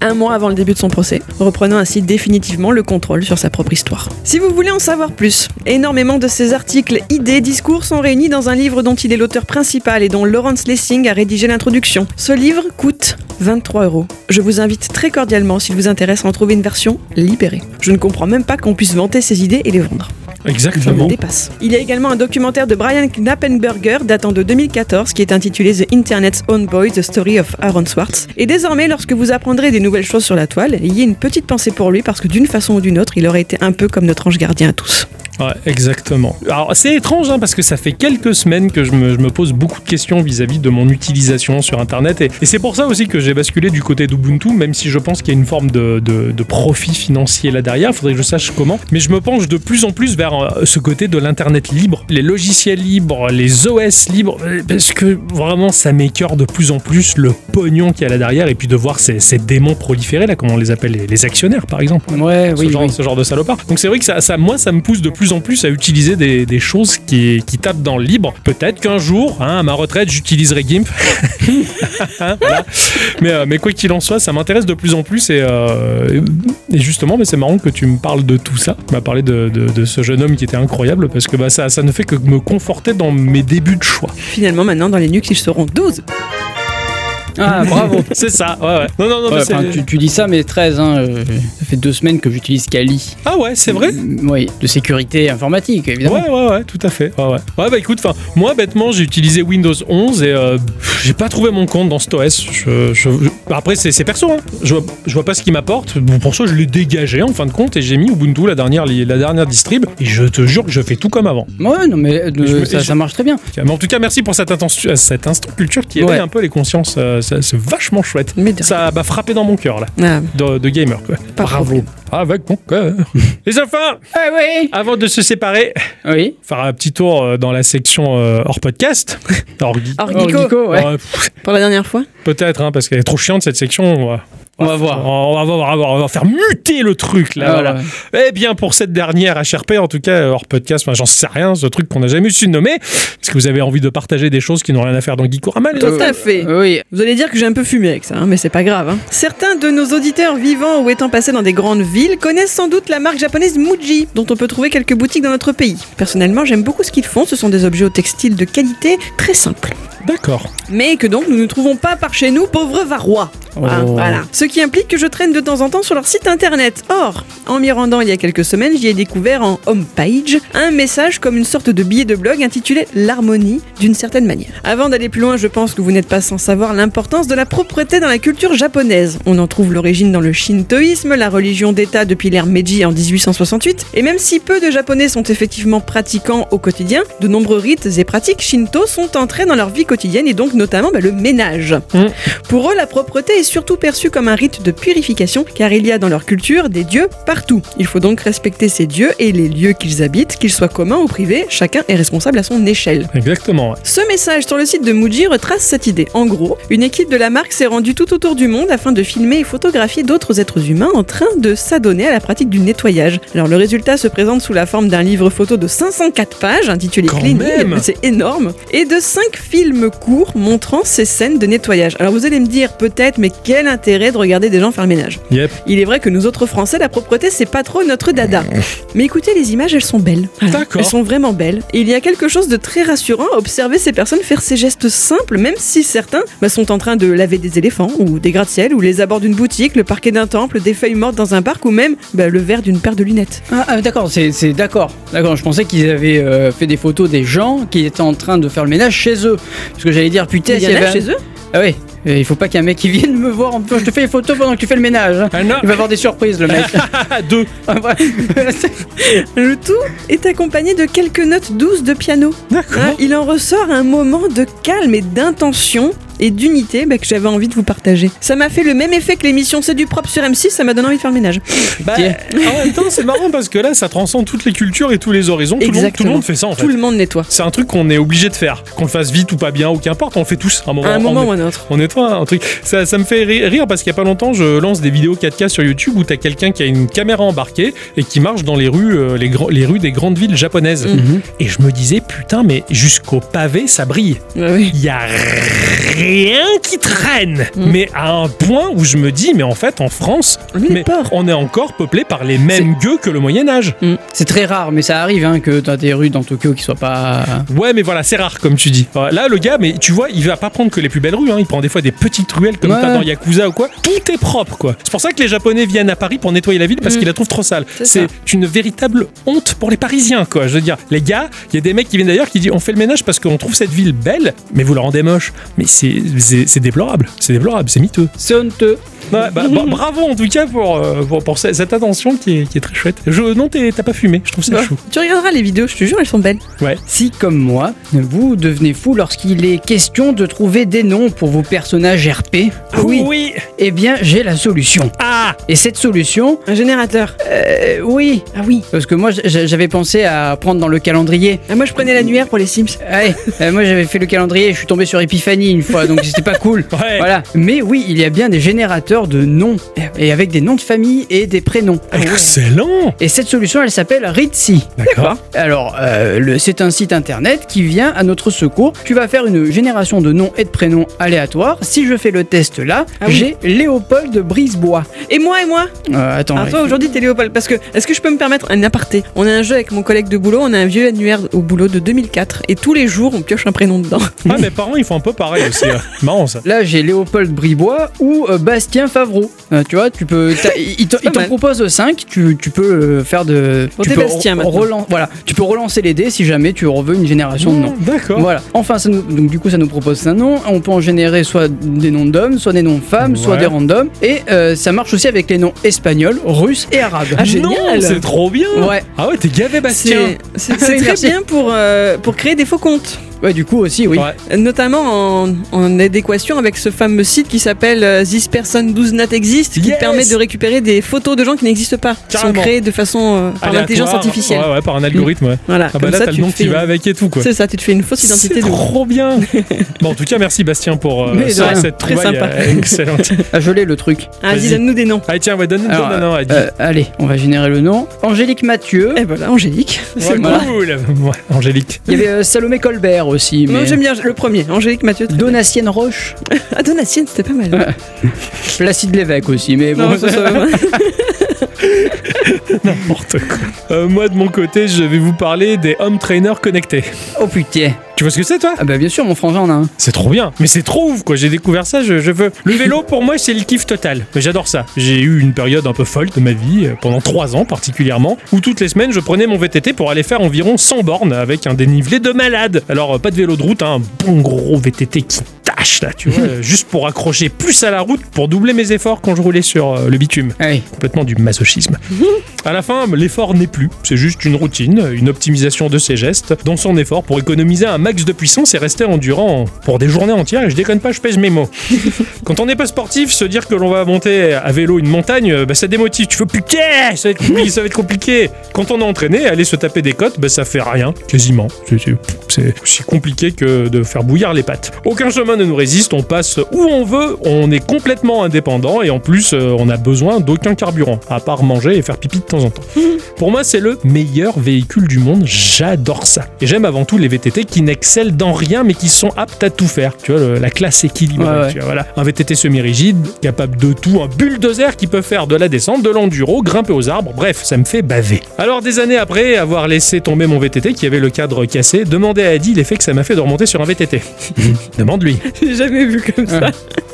[SPEAKER 2] un mois avant le début de son procès, reprenant ainsi définitivement le contrôle sur sa propre histoire. Si vous voulez en savoir plus, énormément de ses articles, idées, discours sont réunis dans un livre dont il est l'auteur principal et dont Lawrence Lessing a rédigé l'introduction. Ce livre coûte 23 euros. Je vous invite très cordialement, s'il vous intéresse, à en trouver une version libérée. Je ne comprends même pas qu'on puisse vanter ses idées et les vendre. Ça me
[SPEAKER 1] Exactement.
[SPEAKER 2] dépasse. Il y a également un documentaire de Brian Knappenberger datant de 2014 qui est intitulé The Internet's Own Boy, The Story of Aaron Swartz. Et désormais, lorsque vous apprendrez des nouvelles choses sur la toile, ayez une petite pensée pour lui parce que d'une façon ou d'une autre, il aurait été un peu comme notre ange gardien à tous.
[SPEAKER 1] Ouais, exactement. Alors, c'est étrange hein, parce que ça fait quelques semaines que je me, je me pose beaucoup de questions vis-à-vis de mon utilisation sur Internet. Et, et c'est pour ça aussi que j'ai basculé du côté d'Ubuntu, même si je pense qu'il y a une forme de, de- de profit financier là derrière. Il faudrait que je sache comment. Mais je me penche de plus en plus vers euh, ce côté de l'Internet libre, les logiciels libres, les OS libres, euh, parce que vraiment, ça m'écœure de plus en plus le pognon qu'il y a là derrière et puis de voir ces, ces démons proliférer, là, comment on les appelle, les- les actionnaires par exemple
[SPEAKER 3] Ouais,
[SPEAKER 1] ce,
[SPEAKER 3] oui.
[SPEAKER 1] genre,
[SPEAKER 3] oui.
[SPEAKER 1] ce genre de salopard. Donc c'est vrai que ça, ça- moi, ça me pousse de plus en plus à utiliser des, des choses qui, qui tapent dans le libre. Peut-être qu'un jour, hein, à ma retraite, j'utiliserai Gimp. Hein, Voilà. mais, euh, mais quoi qu'il en soit, ça m'intéresse de plus en plus. Et, euh, et justement, mais c'est marrant que tu me parles de tout ça. Tu m'as parlé de, de- de ce jeune homme qui était incroyable parce que bah, ça, ça ne fait que me conforter dans mes débuts de choix.
[SPEAKER 2] Finalement, maintenant, dans les nuques, ils seront 12.
[SPEAKER 3] Ah, bravo.
[SPEAKER 1] c'est ça. Ouais, ouais. Non, non, non.
[SPEAKER 3] Ouais,
[SPEAKER 1] mais c'est-
[SPEAKER 3] enfin, tu, tu dis ça, mais 13, hein, euh, ça fait deux semaines que j'utilise Kali.
[SPEAKER 1] Ah ouais, c'est vrai.
[SPEAKER 3] Mm, Oui, de sécurité informatique, évidemment.
[SPEAKER 1] Ouais, ouais, ouais, tout à fait. Ouais, ouais. Ouais, bah écoute, enfin, moi, bêtement, j'ai utilisé Windows 11 et euh, pff, j'ai pas trouvé mon compte dans cet OS. Je- je- je- Après, c'est c'est perso, hein. Je vois, je vois pas ce qu'il m'apporte. Bon, pour ça, je l'ai dégagé en fin de compte et j'ai mis Ubuntu, la dernière, li- la dernière distrib. Et je te jure que je fais tout comme avant.
[SPEAKER 3] Ouais, non, mais euh, de-
[SPEAKER 1] Je me-
[SPEAKER 3] ça,
[SPEAKER 1] je-
[SPEAKER 3] ça marche très bien.
[SPEAKER 1] Mais en tout cas, merci pour cette, intention- cette instant culture qui éveille
[SPEAKER 3] Ouais.
[SPEAKER 1] un peu les consciences. euh, ça- c'est vachement chouette.
[SPEAKER 2] Mais de-
[SPEAKER 1] Ça m'a frappé dans mon cœur, là,
[SPEAKER 2] Ah,
[SPEAKER 1] de, de gamer, quoi.
[SPEAKER 2] pas de problème.
[SPEAKER 1] Avec mon cœur. les enfants,
[SPEAKER 3] Ah oui
[SPEAKER 1] avant de se séparer,
[SPEAKER 3] Oui.
[SPEAKER 1] faire un petit tour euh, dans la section euh, hors podcast. Hors geek.
[SPEAKER 2] Alors,
[SPEAKER 3] Oh,
[SPEAKER 2] Guico,
[SPEAKER 3] Guico, ouais.
[SPEAKER 1] Ouais, pff,
[SPEAKER 2] pour la dernière fois
[SPEAKER 1] Peut-être, hein, parce qu'elle est trop chiante cette section. On va,
[SPEAKER 3] On va voir.
[SPEAKER 1] on va, voir, on va voir, on va faire muter le truc là.
[SPEAKER 3] Ah,
[SPEAKER 1] voilà.
[SPEAKER 3] ouais.
[SPEAKER 1] Eh bien, pour cette dernière HRP, en tout cas, euh, hors podcast, enfin, j'en sais rien, ce truc qu'on n'a jamais su nommer. Est-ce que vous avez envie de partager des choses qui n'ont rien à faire dans Geekorama les
[SPEAKER 2] Tout
[SPEAKER 1] autres
[SPEAKER 2] à fait.
[SPEAKER 3] Oui.
[SPEAKER 2] Vous allez dire que j'ai un peu fumé avec ça, hein, mais c'est pas grave. hein. Certains de nos auditeurs vivants ou étant passés dans des grandes villes connaissent sans doute la marque japonaise Muji, dont on peut trouver quelques boutiques dans notre pays. Personnellement, j'aime beaucoup ce qu'ils font. Ce sont des objets au textile de qualité très simple.
[SPEAKER 1] D'accord.
[SPEAKER 2] mais que donc nous ne trouvons pas par chez nous, pauvres Varois.
[SPEAKER 3] Ah,
[SPEAKER 2] Hein,
[SPEAKER 1] Oh.
[SPEAKER 2] voilà. Ce qui implique que je traîne de temps en temps sur leur site internet. Or, en m'y rendant il y a quelques semaines, j'y ai découvert en homepage un message comme une sorte de billet de blog intitulé L'harmonie d'une certaine manière. Avant d'aller plus loin, je pense que vous n'êtes pas sans savoir l'importance de la propreté dans la culture japonaise. On en trouve l'origine dans le shintoïsme, la religion d'État depuis l'ère Meiji en 1868, et même si peu de japonais sont effectivement pratiquants au quotidien, de nombreux rites et pratiques shinto sont entrés dans leur vie quotidienne et donc notamment bah, le ménage. Pour eux, la propreté est surtout perçue comme un rite de purification, car il y a dans leur culture des dieux partout. Il faut donc respecter ces dieux et les lieux qu'ils habitent, qu'ils soient communs ou privés, chacun est responsable à son échelle.
[SPEAKER 1] Exactement. ouais.
[SPEAKER 2] Ce message sur le site de Muji retrace cette idée. En gros, une équipe de la marque s'est rendue tout autour du monde afin de filmer et photographier d'autres êtres humains en train de s'adonner à la pratique du nettoyage. Alors le résultat se présente sous la forme d'un livre photo de 504 pages intitulé
[SPEAKER 1] Quand
[SPEAKER 2] Clean
[SPEAKER 1] même
[SPEAKER 2] Hill, c'est énorme, et de 5 films courts montrant ces scènes de nettoyage. Alors vous allez me dire peut-être, mais quel intérêt de regarder des gens faire le ménage
[SPEAKER 1] Yep.
[SPEAKER 2] Il est vrai que nous autres Français, la propreté, c'est pas trop notre dada. Mais écoutez, les images, elles sont belles. Voilà.
[SPEAKER 1] D'accord.
[SPEAKER 2] Elles sont vraiment belles. Et il y a quelque chose de très rassurant à observer ces personnes faire ces gestes simples, même si certains bah, sont en train de laver des éléphants, ou des gratte-ciel, ou les abords d'une boutique, le parquet d'un temple, des feuilles mortes dans un parc, ou même bah, le verre d'une paire de lunettes.
[SPEAKER 3] Ah, ah, d'accord, c'est c'est- d'accord. D'accord, je pensais qu'ils avaient euh, fait des photos des gens qui étaient en train de faire le ménage chez eux. Parce que j'allais dire, putain,
[SPEAKER 2] Il y
[SPEAKER 3] s'il
[SPEAKER 2] en
[SPEAKER 3] y
[SPEAKER 2] a
[SPEAKER 3] avait-
[SPEAKER 2] chez eux
[SPEAKER 3] Ah oui, euh, il faut pas qu'un mec qui vienne me voir en je te fais les photos pendant que tu fais le ménage. hein.
[SPEAKER 1] Ah non.
[SPEAKER 3] Il va avoir des surprises, le mec.
[SPEAKER 1] Ah, deux.
[SPEAKER 3] Ah, ouais.
[SPEAKER 2] Le tout est accompagné de quelques notes douces de piano. Hein,
[SPEAKER 1] D'accord.
[SPEAKER 2] il en ressort un moment de calme et d'intention et d'unité bah, que j'avais envie de vous partager. Ça m'a fait le même effet que l'émission C'est du propre sur M6, ça m'a donné envie de faire le ménage.
[SPEAKER 1] Bah, en même temps, c'est marrant parce que là, ça transcende toutes les cultures et tous les horizons. Tout le, monde, tout le
[SPEAKER 2] Exactement.
[SPEAKER 1] monde fait ça en fait.
[SPEAKER 2] Tout le monde nettoie.
[SPEAKER 1] C'est un truc qu'on est obligé de faire. Qu'on le fasse vite ou pas bien ou qu'importe, on le fait tous à un moment.
[SPEAKER 2] À un
[SPEAKER 1] On
[SPEAKER 2] moment
[SPEAKER 1] est-
[SPEAKER 2] ou un autre.
[SPEAKER 1] On est hein, un truc. Ça, ça me fait ri- rire parce qu'il y a pas longtemps, je lance des vidéos 4K sur YouTube où t'as quelqu'un qui a une caméra embarquée et qui marche dans les rues, euh, les, grands- les rues des grandes villes japonaises.
[SPEAKER 2] Mhm.
[SPEAKER 1] Et je me disais, putain, mais jusqu'au pavé, ça brille.
[SPEAKER 2] Ah oui.
[SPEAKER 1] Il y a rien qui traîne. Mais à un point où je me dis, mais en fait, en France,
[SPEAKER 2] Mhm. On est
[SPEAKER 1] mais
[SPEAKER 2] porcs.
[SPEAKER 1] on est encore peuplé par les mêmes gueux que le Moyen Âge.
[SPEAKER 3] c'est très rare, mais ça arrive hein, que t'as des rues dans Tokyo qui soient pas. euh,
[SPEAKER 1] Ouais, mais voilà, c'est rare comme tu dis. Enfin, Là, le gars, mais tu vois, il va pas prendre que les plus belles rues. hein. Il prend des fois des petites ruelles comme
[SPEAKER 3] Ouais.
[SPEAKER 1] t'as dans Yakuza ou quoi. Tout est propre, quoi. C'est pour ça que les Japonais viennent à Paris pour nettoyer la ville parce qu'ils la trouvent trop sale.
[SPEAKER 2] C'est
[SPEAKER 1] C'est une véritable honte pour les Parisiens, quoi. Je veux dire, les gars, il y a des mecs qui viennent d'ailleurs qui disent on fait le ménage parce qu'on trouve cette ville belle, mais vous la rendez moche. Mais c'est c'est- c'est déplorable. C'est déplorable. C'est miteux.
[SPEAKER 3] C'est honteux.
[SPEAKER 1] Ouais, bah, bah, bravo en tout cas pour, euh, pour, pour ce- cette attention qui est, qui est très chouette. Je, non, t'es- t'as pas fumé. Je trouve ça
[SPEAKER 2] Bah,
[SPEAKER 1] chou.
[SPEAKER 2] tu regarderas les vidéos, je te jure, elles sont belles.
[SPEAKER 1] Ouais.
[SPEAKER 3] Si, comme moi, vous devenez fou lorsqu'il est question de trouver des noms pour vos personnages RP,
[SPEAKER 1] Ah oui.
[SPEAKER 3] eh bien, j'ai la solution.
[SPEAKER 1] Ah.
[SPEAKER 3] Et cette solution,
[SPEAKER 2] Un générateur.
[SPEAKER 3] euh, oui,
[SPEAKER 2] Ah oui.
[SPEAKER 3] parce que moi, j- j'avais pensé à prendre dans le calendrier.
[SPEAKER 2] Ah, moi, je prenais l'annuaire pour les Sims.
[SPEAKER 3] Ouais, euh, moi j'avais fait le calendrier, je suis tombé sur Epiphany une fois, donc c'était pas cool.
[SPEAKER 1] Ouais.
[SPEAKER 3] Voilà. Mais oui, il y a bien des générateurs de noms, et avec des noms de famille et des prénoms.
[SPEAKER 2] Ah
[SPEAKER 1] Excellent.
[SPEAKER 3] Et cette solution, elle s'appelle Ritzy.
[SPEAKER 1] D'accord.
[SPEAKER 3] Alors, euh, le- c'est un site internet qui vient à notre secours. Tu vas faire une génération de noms et de prénoms aléatoires. Si je fais le test là,
[SPEAKER 2] Ah oui.
[SPEAKER 3] j'ai Léopold de Brisebois.
[SPEAKER 2] Et moi, et moi
[SPEAKER 3] Euh, attends.
[SPEAKER 2] Alors, Ah, toi, aujourd'hui, t'es Léopold. Parce que, est-ce que je peux me permettre un aparté On a un jeu avec mon collègue de boulot, on a un vieux annuaire au boulot de 2004. Et tous les jours, on pioche un prénom dedans.
[SPEAKER 1] Ah, mes parents, ils font un peu pareil aussi.
[SPEAKER 2] hein.
[SPEAKER 1] euh. Marrant ça.
[SPEAKER 3] Là, j'ai Léopold Bribois ou euh, Bastien Favreau. Euh, tu vois, tu peux. t'as- Il il te- il
[SPEAKER 2] pas
[SPEAKER 3] t'en
[SPEAKER 2] mal.
[SPEAKER 3] propose 5, tu, tu peux euh, faire de.
[SPEAKER 2] Bon,
[SPEAKER 3] tu
[SPEAKER 2] t'es
[SPEAKER 3] peux
[SPEAKER 2] Bastien,
[SPEAKER 3] re-
[SPEAKER 2] maintenant.
[SPEAKER 3] relan- voilà, tu peux relancer les dés si jamais tu reveux une génération
[SPEAKER 2] Mmh.
[SPEAKER 3] de noms.
[SPEAKER 1] D'accord.
[SPEAKER 3] Voilà. Enfin, ça nous- donc du coup, ça nous propose un nom. On peut en générer soit des noms d'hommes, soit des noms de femmes, soit
[SPEAKER 1] Ouais.
[SPEAKER 3] des randoms. Et euh, ça marche aussi avec les noms espagnols, russes et arabes.
[SPEAKER 2] Ah,
[SPEAKER 1] Non,
[SPEAKER 2] génial.
[SPEAKER 1] c'est trop bien.
[SPEAKER 3] Ouais.
[SPEAKER 1] Ah ouais, t'es gavé, Bastien.
[SPEAKER 2] C'est c'est- c'est très
[SPEAKER 3] Merci.
[SPEAKER 2] bien pour, euh, pour créer des faux comptes.
[SPEAKER 3] Ouais, du coup aussi, oui.
[SPEAKER 1] Ouais.
[SPEAKER 2] Notamment en, en adéquation avec ce fameux site qui s'appelle euh, This Person Does Not Exist, qui
[SPEAKER 1] Yes.
[SPEAKER 2] permet de récupérer des photos de gens qui n'existent pas, qui sont
[SPEAKER 1] Carrément.
[SPEAKER 2] créés de façon euh, par
[SPEAKER 1] Aléatoire.
[SPEAKER 2] l'intelligence artificielle.
[SPEAKER 1] Ouais, ouais, par un algorithme. Ouais.
[SPEAKER 2] Voilà,
[SPEAKER 1] Ah bah
[SPEAKER 2] comme
[SPEAKER 1] là,
[SPEAKER 2] ça,
[SPEAKER 1] t'as le
[SPEAKER 2] tu
[SPEAKER 1] nom
[SPEAKER 2] fais-
[SPEAKER 1] qui va avec et tout quoi.
[SPEAKER 2] C'est ça, tu te fais une fausse identité
[SPEAKER 1] C'est
[SPEAKER 2] de
[SPEAKER 1] trop bien. bon, en tout cas, merci Bastien pour euh,
[SPEAKER 3] Mais de
[SPEAKER 1] ça,
[SPEAKER 3] rien.
[SPEAKER 1] cette
[SPEAKER 2] Très
[SPEAKER 1] trouvaille,
[SPEAKER 2] sympa.
[SPEAKER 1] euh, excellente.
[SPEAKER 3] Ah, je l'ai le truc.
[SPEAKER 2] Ah,
[SPEAKER 1] Vas-y.
[SPEAKER 2] dis, donne-nous des noms.
[SPEAKER 1] Allez, tiens, ouais, donne,
[SPEAKER 3] Alors,
[SPEAKER 1] donne un nom. à Guy.
[SPEAKER 3] euh, allez, on va générer le nom. Angélique Mathieu.
[SPEAKER 2] Eh voilà, Angélique.
[SPEAKER 1] ben Ouais,
[SPEAKER 2] C'est moi.
[SPEAKER 1] cool. Ouais, Angélique.
[SPEAKER 3] Il y avait euh, Salomé Colbert aussi.
[SPEAKER 2] Moi,
[SPEAKER 3] Mais...
[SPEAKER 2] j'aime bien le premier, Angélique Mathieu. très bien.
[SPEAKER 3] Donatienne Roche.
[SPEAKER 2] Ah, Donatienne, c'était pas mal.
[SPEAKER 3] Placide Lévesque aussi, mais bon.
[SPEAKER 2] Non, ça, ça va.
[SPEAKER 1] N'importe quoi. Euh, moi, de mon côté, je vais vous parler des home trainers connectés.
[SPEAKER 3] Oh putain.
[SPEAKER 1] Tu vois ce que c'est, toi
[SPEAKER 3] Ah bah bien sûr, mon frangin en a un.
[SPEAKER 1] C'est trop bien. Mais c'est trop ouf, quoi. J'ai découvert ça, je, je veux. Le vélo, pour moi, c'est le kiff total. Mais J'adore ça. J'ai eu une période un peu folle de ma vie, euh, pendant trois ans particulièrement, où toutes les semaines, je prenais mon VTT pour aller faire environ 100 bornes avec un dénivelé de malade. Alors, euh, pas de vélo de route, hein, un bon gros VTT qui tâche, là, tu vois, euh, juste pour accrocher plus à la route, pour doubler mes efforts quand je roulais sur euh, le bitume
[SPEAKER 3] Ah oui.
[SPEAKER 1] complètement du masochisme. à la fin, l'effort n'est plus, c'est juste une routine, une optimisation de ses gestes, dans son effort pour économiser un max de puissance et rester endurant pour des journées entières, et je déconne pas, je pèse mes mots. Quand on n'est pas sportif, se dire que l'on va monter à vélo une montagne, bah, ça démotive, tu fais putain, ça va être compliqué, ça va être compliqué. Quand on est entraîné, aller se taper des côtes, bah, ça fait rien, quasiment. C'est- c'est- C'est aussi compliqué que de faire bouillir les pâtes. Aucun chemin ne nous résiste, on passe où on veut, on est complètement indépendant et en plus euh, on a besoin d'aucun carburant, à part manger et faire pipi de temps en temps. Pour moi c'est le meilleur véhicule du monde, j'adore ça. Et j'aime avant tout les VTT qui n'excellent dans rien mais qui sont aptes à tout faire. Tu vois, le- la classe équilibrée.
[SPEAKER 3] Ouais, ouais.
[SPEAKER 1] tu vois, voilà. Un VTT semi-rigide, capable de tout, un bulldozer qui peut faire de la descente, de l'enduro, grimper aux arbres, bref, ça me fait baver. Alors des années après avoir laissé tomber mon VTT qui avait le cadre cassé, demandez à Adi l'effet que ça m'a fait de remonter sur un VTT. Demande-lui.
[SPEAKER 2] J'ai jamais vu comme
[SPEAKER 1] Ah.
[SPEAKER 2] ça.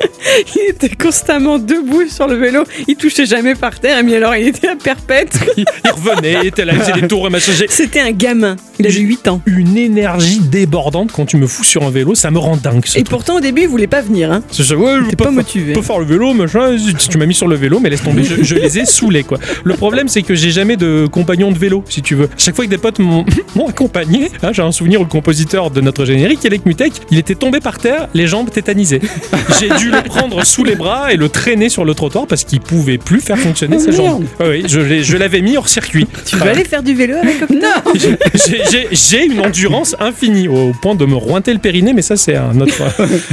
[SPEAKER 2] Il était constamment debout sur le vélo, il touchait jamais par terre, mais alors il était à perpète.
[SPEAKER 1] il il revenait, il était là, il faisait des tours, et machin. J'ai
[SPEAKER 2] C'était un gamin, il avait 8 ans.
[SPEAKER 1] une énergie débordante quand tu me fous sur un vélo, ça me rend dingue. Ce
[SPEAKER 2] Et
[SPEAKER 1] truc.
[SPEAKER 2] pourtant au début il voulait pas venir, hein.
[SPEAKER 1] C'est ça, ouais, je
[SPEAKER 2] T'es
[SPEAKER 1] peux
[SPEAKER 2] pas
[SPEAKER 1] fa-
[SPEAKER 2] motivé.
[SPEAKER 1] peux faire le vélo, machin. zut, Tu m'as mis sur le vélo, mais laisse tomber, je, je les ai saoulés, quoi. Le problème, c'est que j'ai jamais de compagnon de vélo, si tu veux. À Chaque fois que des potes m'ont m'ont accompagné, hein, j'ai un souvenir où le compositeur de notre générique, Elek Mutek, il était tombé par terre, les jambes tétanisées. J'ai dû le prendre sous les bras et le traîner sur le trottoir parce qu'il pouvait plus faire fonctionner
[SPEAKER 3] Oh,
[SPEAKER 1] ses
[SPEAKER 3] merde.
[SPEAKER 1] jambes. Ah oui, je l'ai- je l'avais mis hors circuit.
[SPEAKER 2] Tu veux aller faire du vélo avec Octa
[SPEAKER 1] J'ai- j'ai- J'ai une endurance infinie au point de me rointer le périnée, mais ça c'est un autre.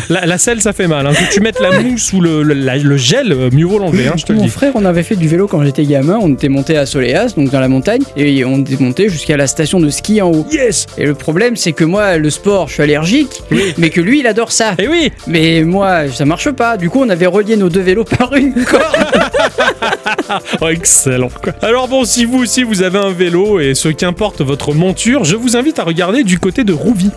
[SPEAKER 1] La, la selle, ça fait mal. hein. Que tu mettes la mousse ou le, le- la- le gel, euh, mieux vaut l'enlever. hein, je te le
[SPEAKER 3] Mon
[SPEAKER 1] dis.
[SPEAKER 3] frère, on avait fait du vélo quand j'étais gamin. On était monté à Soleas, donc dans la montagne, et on était monté jusqu'à la station de ski en haut.
[SPEAKER 1] Yes.
[SPEAKER 3] Et le problème, c'est que moi, le sport, je suis allergique, mais que lui, il adore ça.
[SPEAKER 1] Et Eh oui.
[SPEAKER 3] Mais moi, ça marche pas. Du coup, on avait relié nos deux vélos par une corde.
[SPEAKER 1] Oh, excellent. quoi. Alors bon, si vous aussi vous avez un vélo et ce qu'importe votre monture, je vous invite à regarder du côté de Rouvy,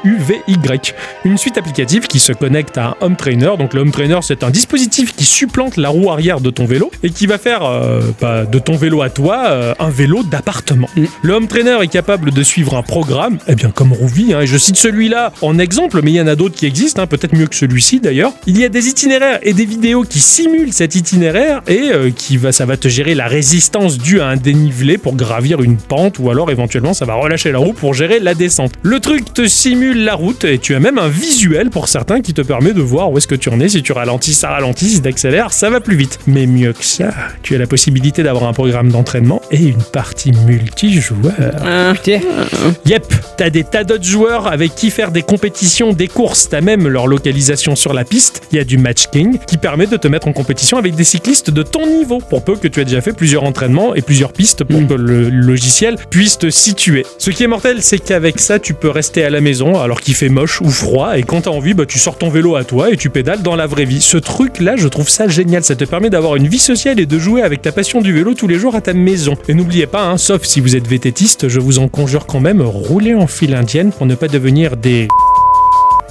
[SPEAKER 1] R-O-U-V-Y, une suite applicative qui se connecte à un home trainer. Donc le home trainer, c'est un dispositif qui supplante la roue arrière de ton vélo et qui va faire euh, bah, de ton vélo à toi euh, un vélo d'appartement.
[SPEAKER 3] Mm.
[SPEAKER 1] Le home trainer est capable de suivre un programme, eh bien comme Rouvy, hein, et je cite celui-là en exemple, mais il y en a d'autres qui existent, hein, peut-être mieux que celui-ci d'ailleurs. Il y a des itinéraires et des vidéos qui simulent cet itinéraire et euh, qui va, ça va te gérer la résistance due à un dénivelé pour gravir une pente ou alors éventuellement ça va relâcher la roue pour gérer la descente. Le truc te simule la route et tu as même un visuel pour certains qui te permet de voir où est-ce que tu en es, si tu ralentis, ça ralentit, si t'accélères, ça va plus vite. Mais mieux que ça, tu as la possibilité d'avoir un programme d'entraînement et une partie multijoueur.
[SPEAKER 2] Ah.
[SPEAKER 3] Putain.
[SPEAKER 1] Yep, t'as des tas d'autres joueurs avec qui faire des compétitions, des courses, t'as même leur localisation sur la piste. Il y a du matchking qui permet de te mettre en compétition avec des cyclistes de ton niveau, pour peu que tu aies déjà fait plusieurs entraînements et plusieurs pistes pour
[SPEAKER 3] Mm.
[SPEAKER 1] que le logiciel puisse te situer. Ce qui est mortel, c'est qu'avec ça, tu peux rester à la maison alors qu'il fait moche ou froid, et quand t'as envie, bah, tu sors ton vélo à toi et tu pédales dans la vraie vie. Ce truc-là, je trouve ça génial, ça te permet d'avoir une vie sociale et de jouer avec ta passion du vélo tous les jours à ta maison. Et n'oubliez pas, hein, sauf si vous êtes vététiste, je vous en conjure quand même, roulez en file indienne pour ne pas devenir des...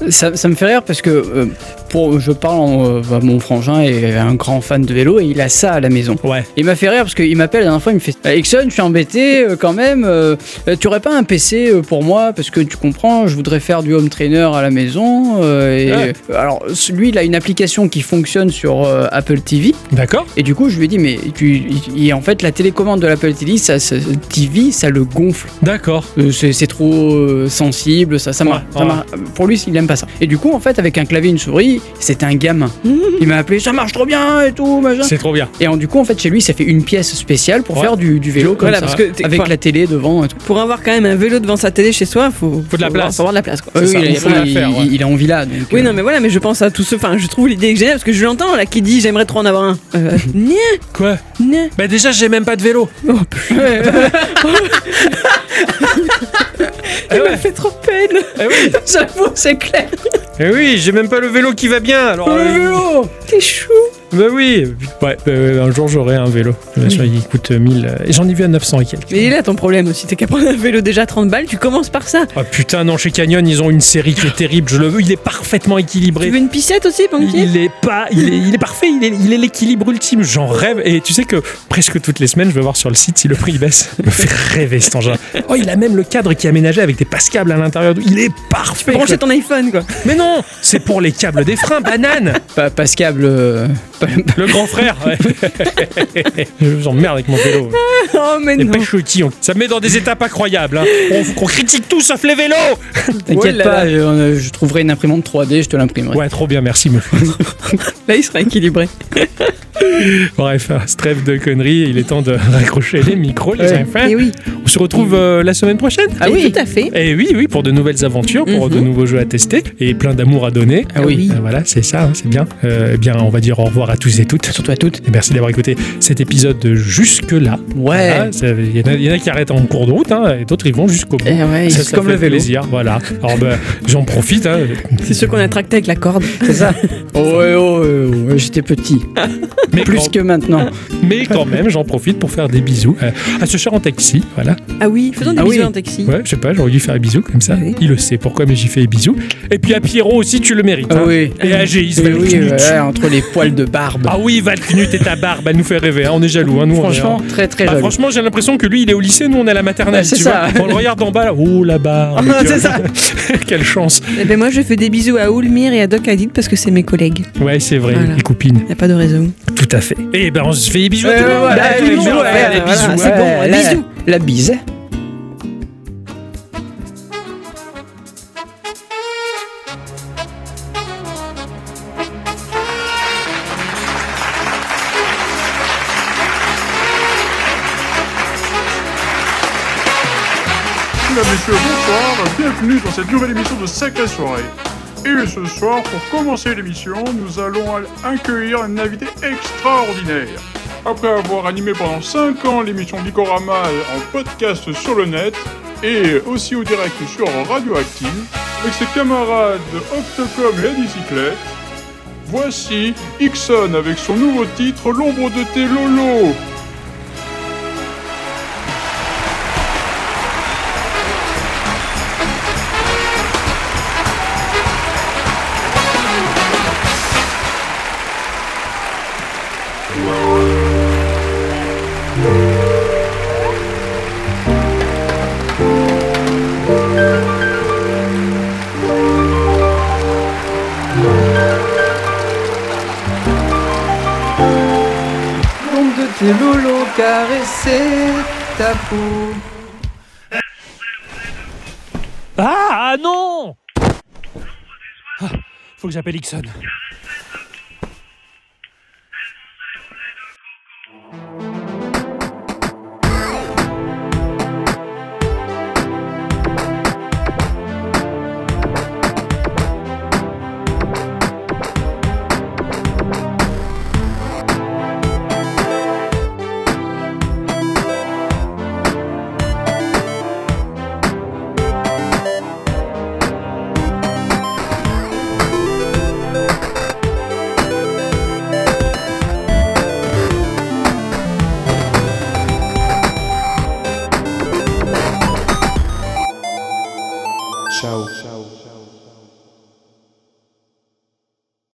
[SPEAKER 3] Ça, ça me fait rire parce que euh, pour, je parle en, euh, bah, mon frangin est un grand fan de vélo et il a ça à la maison.
[SPEAKER 1] Ouais.
[SPEAKER 3] Il m'a fait rire parce qu'il m'appelle la dernière fois, il me fait Exxon, je suis embêté euh, quand même. euh, euh, tu aurais pas un PC euh, pour moi parce que tu comprends, je voudrais faire du home trainer à la maison. euh, et,
[SPEAKER 1] Ouais.
[SPEAKER 3] euh, Alors, ce- lui, il a une application qui fonctionne sur euh, Apple TV.
[SPEAKER 1] D'accord
[SPEAKER 3] Et du coup, je lui ai dit Mais tu, il- il- en fait, la télécommande de l'Apple TV ça, ça- TV, ça le gonfle.
[SPEAKER 1] D'accord.
[SPEAKER 3] Euh, c'est c'est trop euh, sensible, ça, ça marche.
[SPEAKER 1] Ouais,
[SPEAKER 3] ça
[SPEAKER 1] ouais.
[SPEAKER 3] marche. Pour lui, il aime pas ça. Et du coup, en fait, avec un clavier et une souris, c'était un gamin. Il m'a appelé, ça marche trop bien et tout, machin.
[SPEAKER 1] C'est trop bien.
[SPEAKER 3] Et en, du coup, en fait, chez lui, ça fait une pièce spéciale pour
[SPEAKER 1] Ouais.
[SPEAKER 3] faire du, du vélo comme
[SPEAKER 2] Voilà,
[SPEAKER 3] ça,
[SPEAKER 2] parce que t'es-
[SPEAKER 3] avec
[SPEAKER 2] enfin-
[SPEAKER 3] la télé devant et tout.
[SPEAKER 2] Pour avoir quand même un vélo devant sa télé chez soi, faut,
[SPEAKER 1] Faut de la
[SPEAKER 2] avoir-
[SPEAKER 1] place.
[SPEAKER 2] Faut avoir de la place quoi.
[SPEAKER 1] C'est
[SPEAKER 3] Oui,
[SPEAKER 1] ça,
[SPEAKER 3] oui,
[SPEAKER 1] il
[SPEAKER 3] il,
[SPEAKER 1] faut la
[SPEAKER 3] il-
[SPEAKER 1] faire, ouais.
[SPEAKER 3] il- il est en villa. donc,
[SPEAKER 2] Oui,
[SPEAKER 3] euh,
[SPEAKER 2] non, mais voilà, mais je pense à tous ceux. Enfin, je trouve l'idée géniale parce que je l'entends là qui dit j'aimerais trop en avoir un. Euh, nia,
[SPEAKER 1] Quoi
[SPEAKER 2] nia.
[SPEAKER 1] Bah déjà, j'ai même pas de vélo. Ah
[SPEAKER 2] Elle m'a fait trop peine.
[SPEAKER 1] Eh oui,
[SPEAKER 3] J'avoue, c'est clair.
[SPEAKER 2] Oh,
[SPEAKER 1] eh oui j'ai même pas le vélo qui va bien. Alors, euh,
[SPEAKER 2] T'es chou.
[SPEAKER 1] Bah oui Ouais, euh, un jour j'aurai un vélo. Bien sûr, il coûte 1000. euh, et J'en ai vu à 900 et quelques.
[SPEAKER 2] Mais il est là ton problème aussi, t'es qu'à prendre un vélo déjà à 30 balles, tu commences par ça.
[SPEAKER 1] Ah putain, non, chez Canyon, ils ont une série qui est terrible. Je le veux, il est parfaitement équilibré.
[SPEAKER 2] Tu veux une piscette aussi, Panky
[SPEAKER 1] Il est pas, il est, il est parfait, il est, il est l'équilibre ultime. J'en rêve. Et tu sais que presque toutes les semaines, je vais voir sur le site si le prix baisse. Il me fait rêver cet engin. Oh, il a même le cadre qui est aménagé avec des passe câbles à l'intérieur. Il est parfait.
[SPEAKER 2] Brancher ton iPhone quoi.
[SPEAKER 1] quoi. Mais non, c'est pour les câbles des freins, banane.
[SPEAKER 3] Pas Pascal, euh, pas-
[SPEAKER 1] Le grand frère. Ouais. je vous emmerde avec mon vélo.
[SPEAKER 2] Oh mais
[SPEAKER 1] Les
[SPEAKER 2] non.
[SPEAKER 1] pêche-outils, on- ça me met dans des étapes incroyables. hein. On, on critique tout sauf les vélos.
[SPEAKER 3] t'inquiète
[SPEAKER 2] Oh là
[SPEAKER 3] pas, euh, je trouverai une imprimante 3D, je te l'imprimerai.
[SPEAKER 1] Ouais, trop bien, merci. meuf.
[SPEAKER 2] Là il sera équilibré.
[SPEAKER 1] Bref, à ce trêve de conneries, il est temps de raccrocher les micros, les
[SPEAKER 3] Ouais.
[SPEAKER 1] enfants.
[SPEAKER 2] Et oui.
[SPEAKER 1] On se retrouve euh, la semaine prochaine.
[SPEAKER 2] Et
[SPEAKER 3] Ah oui Mhm.
[SPEAKER 2] Tout à fait.
[SPEAKER 1] Et oui, oui, pour de nouvelles aventures, pour de nouveaux jeux à tester et plein d'amour à donner.
[SPEAKER 3] Ah oui.
[SPEAKER 1] Euh, Voilà, c'est ça, hein, c'est bien. Euh, eh bien, on va dire au revoir à tous et toutes.
[SPEAKER 3] Surtout à toutes.
[SPEAKER 1] Et merci d'avoir écouté cet épisode jusque-là.
[SPEAKER 3] Ouais.
[SPEAKER 1] Voilà, ça- Il y, en a- il y en a qui arrêtent en cours de route hein, et d'autres ils vont jusqu'au bout.
[SPEAKER 3] Eh ouais,
[SPEAKER 1] Ça,
[SPEAKER 3] c'est
[SPEAKER 1] ça
[SPEAKER 3] comme
[SPEAKER 1] fait
[SPEAKER 3] le vélo.
[SPEAKER 1] plaisir, voilà. Alors ben, j'en profite. hein.
[SPEAKER 2] C'est ceux qu'on a tractés avec la corde.
[SPEAKER 3] C'est ça. Oh, ouais, oh, ouais, oh, ouais, j'étais petit.
[SPEAKER 1] Mais, Ah.
[SPEAKER 3] Plus
[SPEAKER 1] quand,
[SPEAKER 3] que maintenant.
[SPEAKER 1] mais quand même, j'en profite pour faire des bisous euh, à ce cher en taxi. Voilà.
[SPEAKER 2] Ah oui, faisons des
[SPEAKER 3] Ah oui.
[SPEAKER 2] bisous en taxi.
[SPEAKER 1] Ouais, je sais pas, j'aurais dû faire un bisou comme ça.
[SPEAKER 2] Oui.
[SPEAKER 1] Il le sait pourquoi, mais j'y fais des bisous. Et puis à Pierrot aussi, tu le mérites.
[SPEAKER 3] Ah
[SPEAKER 1] hein.
[SPEAKER 3] oui.
[SPEAKER 1] Et à Géis,
[SPEAKER 3] Oui,
[SPEAKER 1] Val
[SPEAKER 3] oui,
[SPEAKER 1] Knut.
[SPEAKER 3] ouais, entre les poils de barbe.
[SPEAKER 1] Ah oui, Val Knut et ta barbe, elle nous fait rêver. hein. On est jaloux, hein, nous. on est-
[SPEAKER 3] franchement,
[SPEAKER 1] hein.
[SPEAKER 3] très très
[SPEAKER 1] Ah,
[SPEAKER 3] jaloux.
[SPEAKER 1] franchement, j'ai l'impression que lui, il est au lycée, nous, on est à la maternelle.
[SPEAKER 3] Ouais, c'est
[SPEAKER 1] tu
[SPEAKER 3] ça.
[SPEAKER 1] vois. on le regarde d'en bas, là. Oh, la barbe.
[SPEAKER 3] Ah,
[SPEAKER 1] tu
[SPEAKER 3] c'est
[SPEAKER 1] vois. Quelle chance.
[SPEAKER 2] Eh ben moi je fais des bisous à Oulmir et à Doc Hadid parce que c'est mes collègues.
[SPEAKER 1] Ouais, c'est vrai,
[SPEAKER 2] Voilà.
[SPEAKER 1] les copines.
[SPEAKER 2] Y a pas de raison.
[SPEAKER 1] Tout à fait. Et ben, on se fait des bisous. à
[SPEAKER 3] Ouais,
[SPEAKER 1] tout le
[SPEAKER 3] Euh, ouais, ouais,
[SPEAKER 1] monde. Bah,
[SPEAKER 3] ouais,
[SPEAKER 1] tout le
[SPEAKER 3] les
[SPEAKER 1] monde,
[SPEAKER 3] bisous,
[SPEAKER 1] ouais,
[SPEAKER 3] ouais,
[SPEAKER 1] les
[SPEAKER 3] voilà,
[SPEAKER 1] bisous, hein.
[SPEAKER 3] c'est
[SPEAKER 1] ouais.
[SPEAKER 3] bon, la-
[SPEAKER 2] Bisous.
[SPEAKER 3] La bise.
[SPEAKER 9] Mesdames, Messieurs, bonsoir, bienvenue dans cette nouvelle émission de Sacrée Soirée. Et ce soir, pour commencer l'émission, nous allons al- accueillir un invité extraordinaire. Après avoir animé pendant 5 ans l'émission Bicorama en podcast sur le net et aussi au direct sur Radioactive, avec ses camarades Octocom et la bicyclette, voici Ixon avec son nouveau titre L'ombre de tes lolos.
[SPEAKER 3] L'ombre de tes lolos caresser ta peau.
[SPEAKER 1] Ah, ah, non Ah, Faut que j'appelle Ixon.
[SPEAKER 10] Ciao.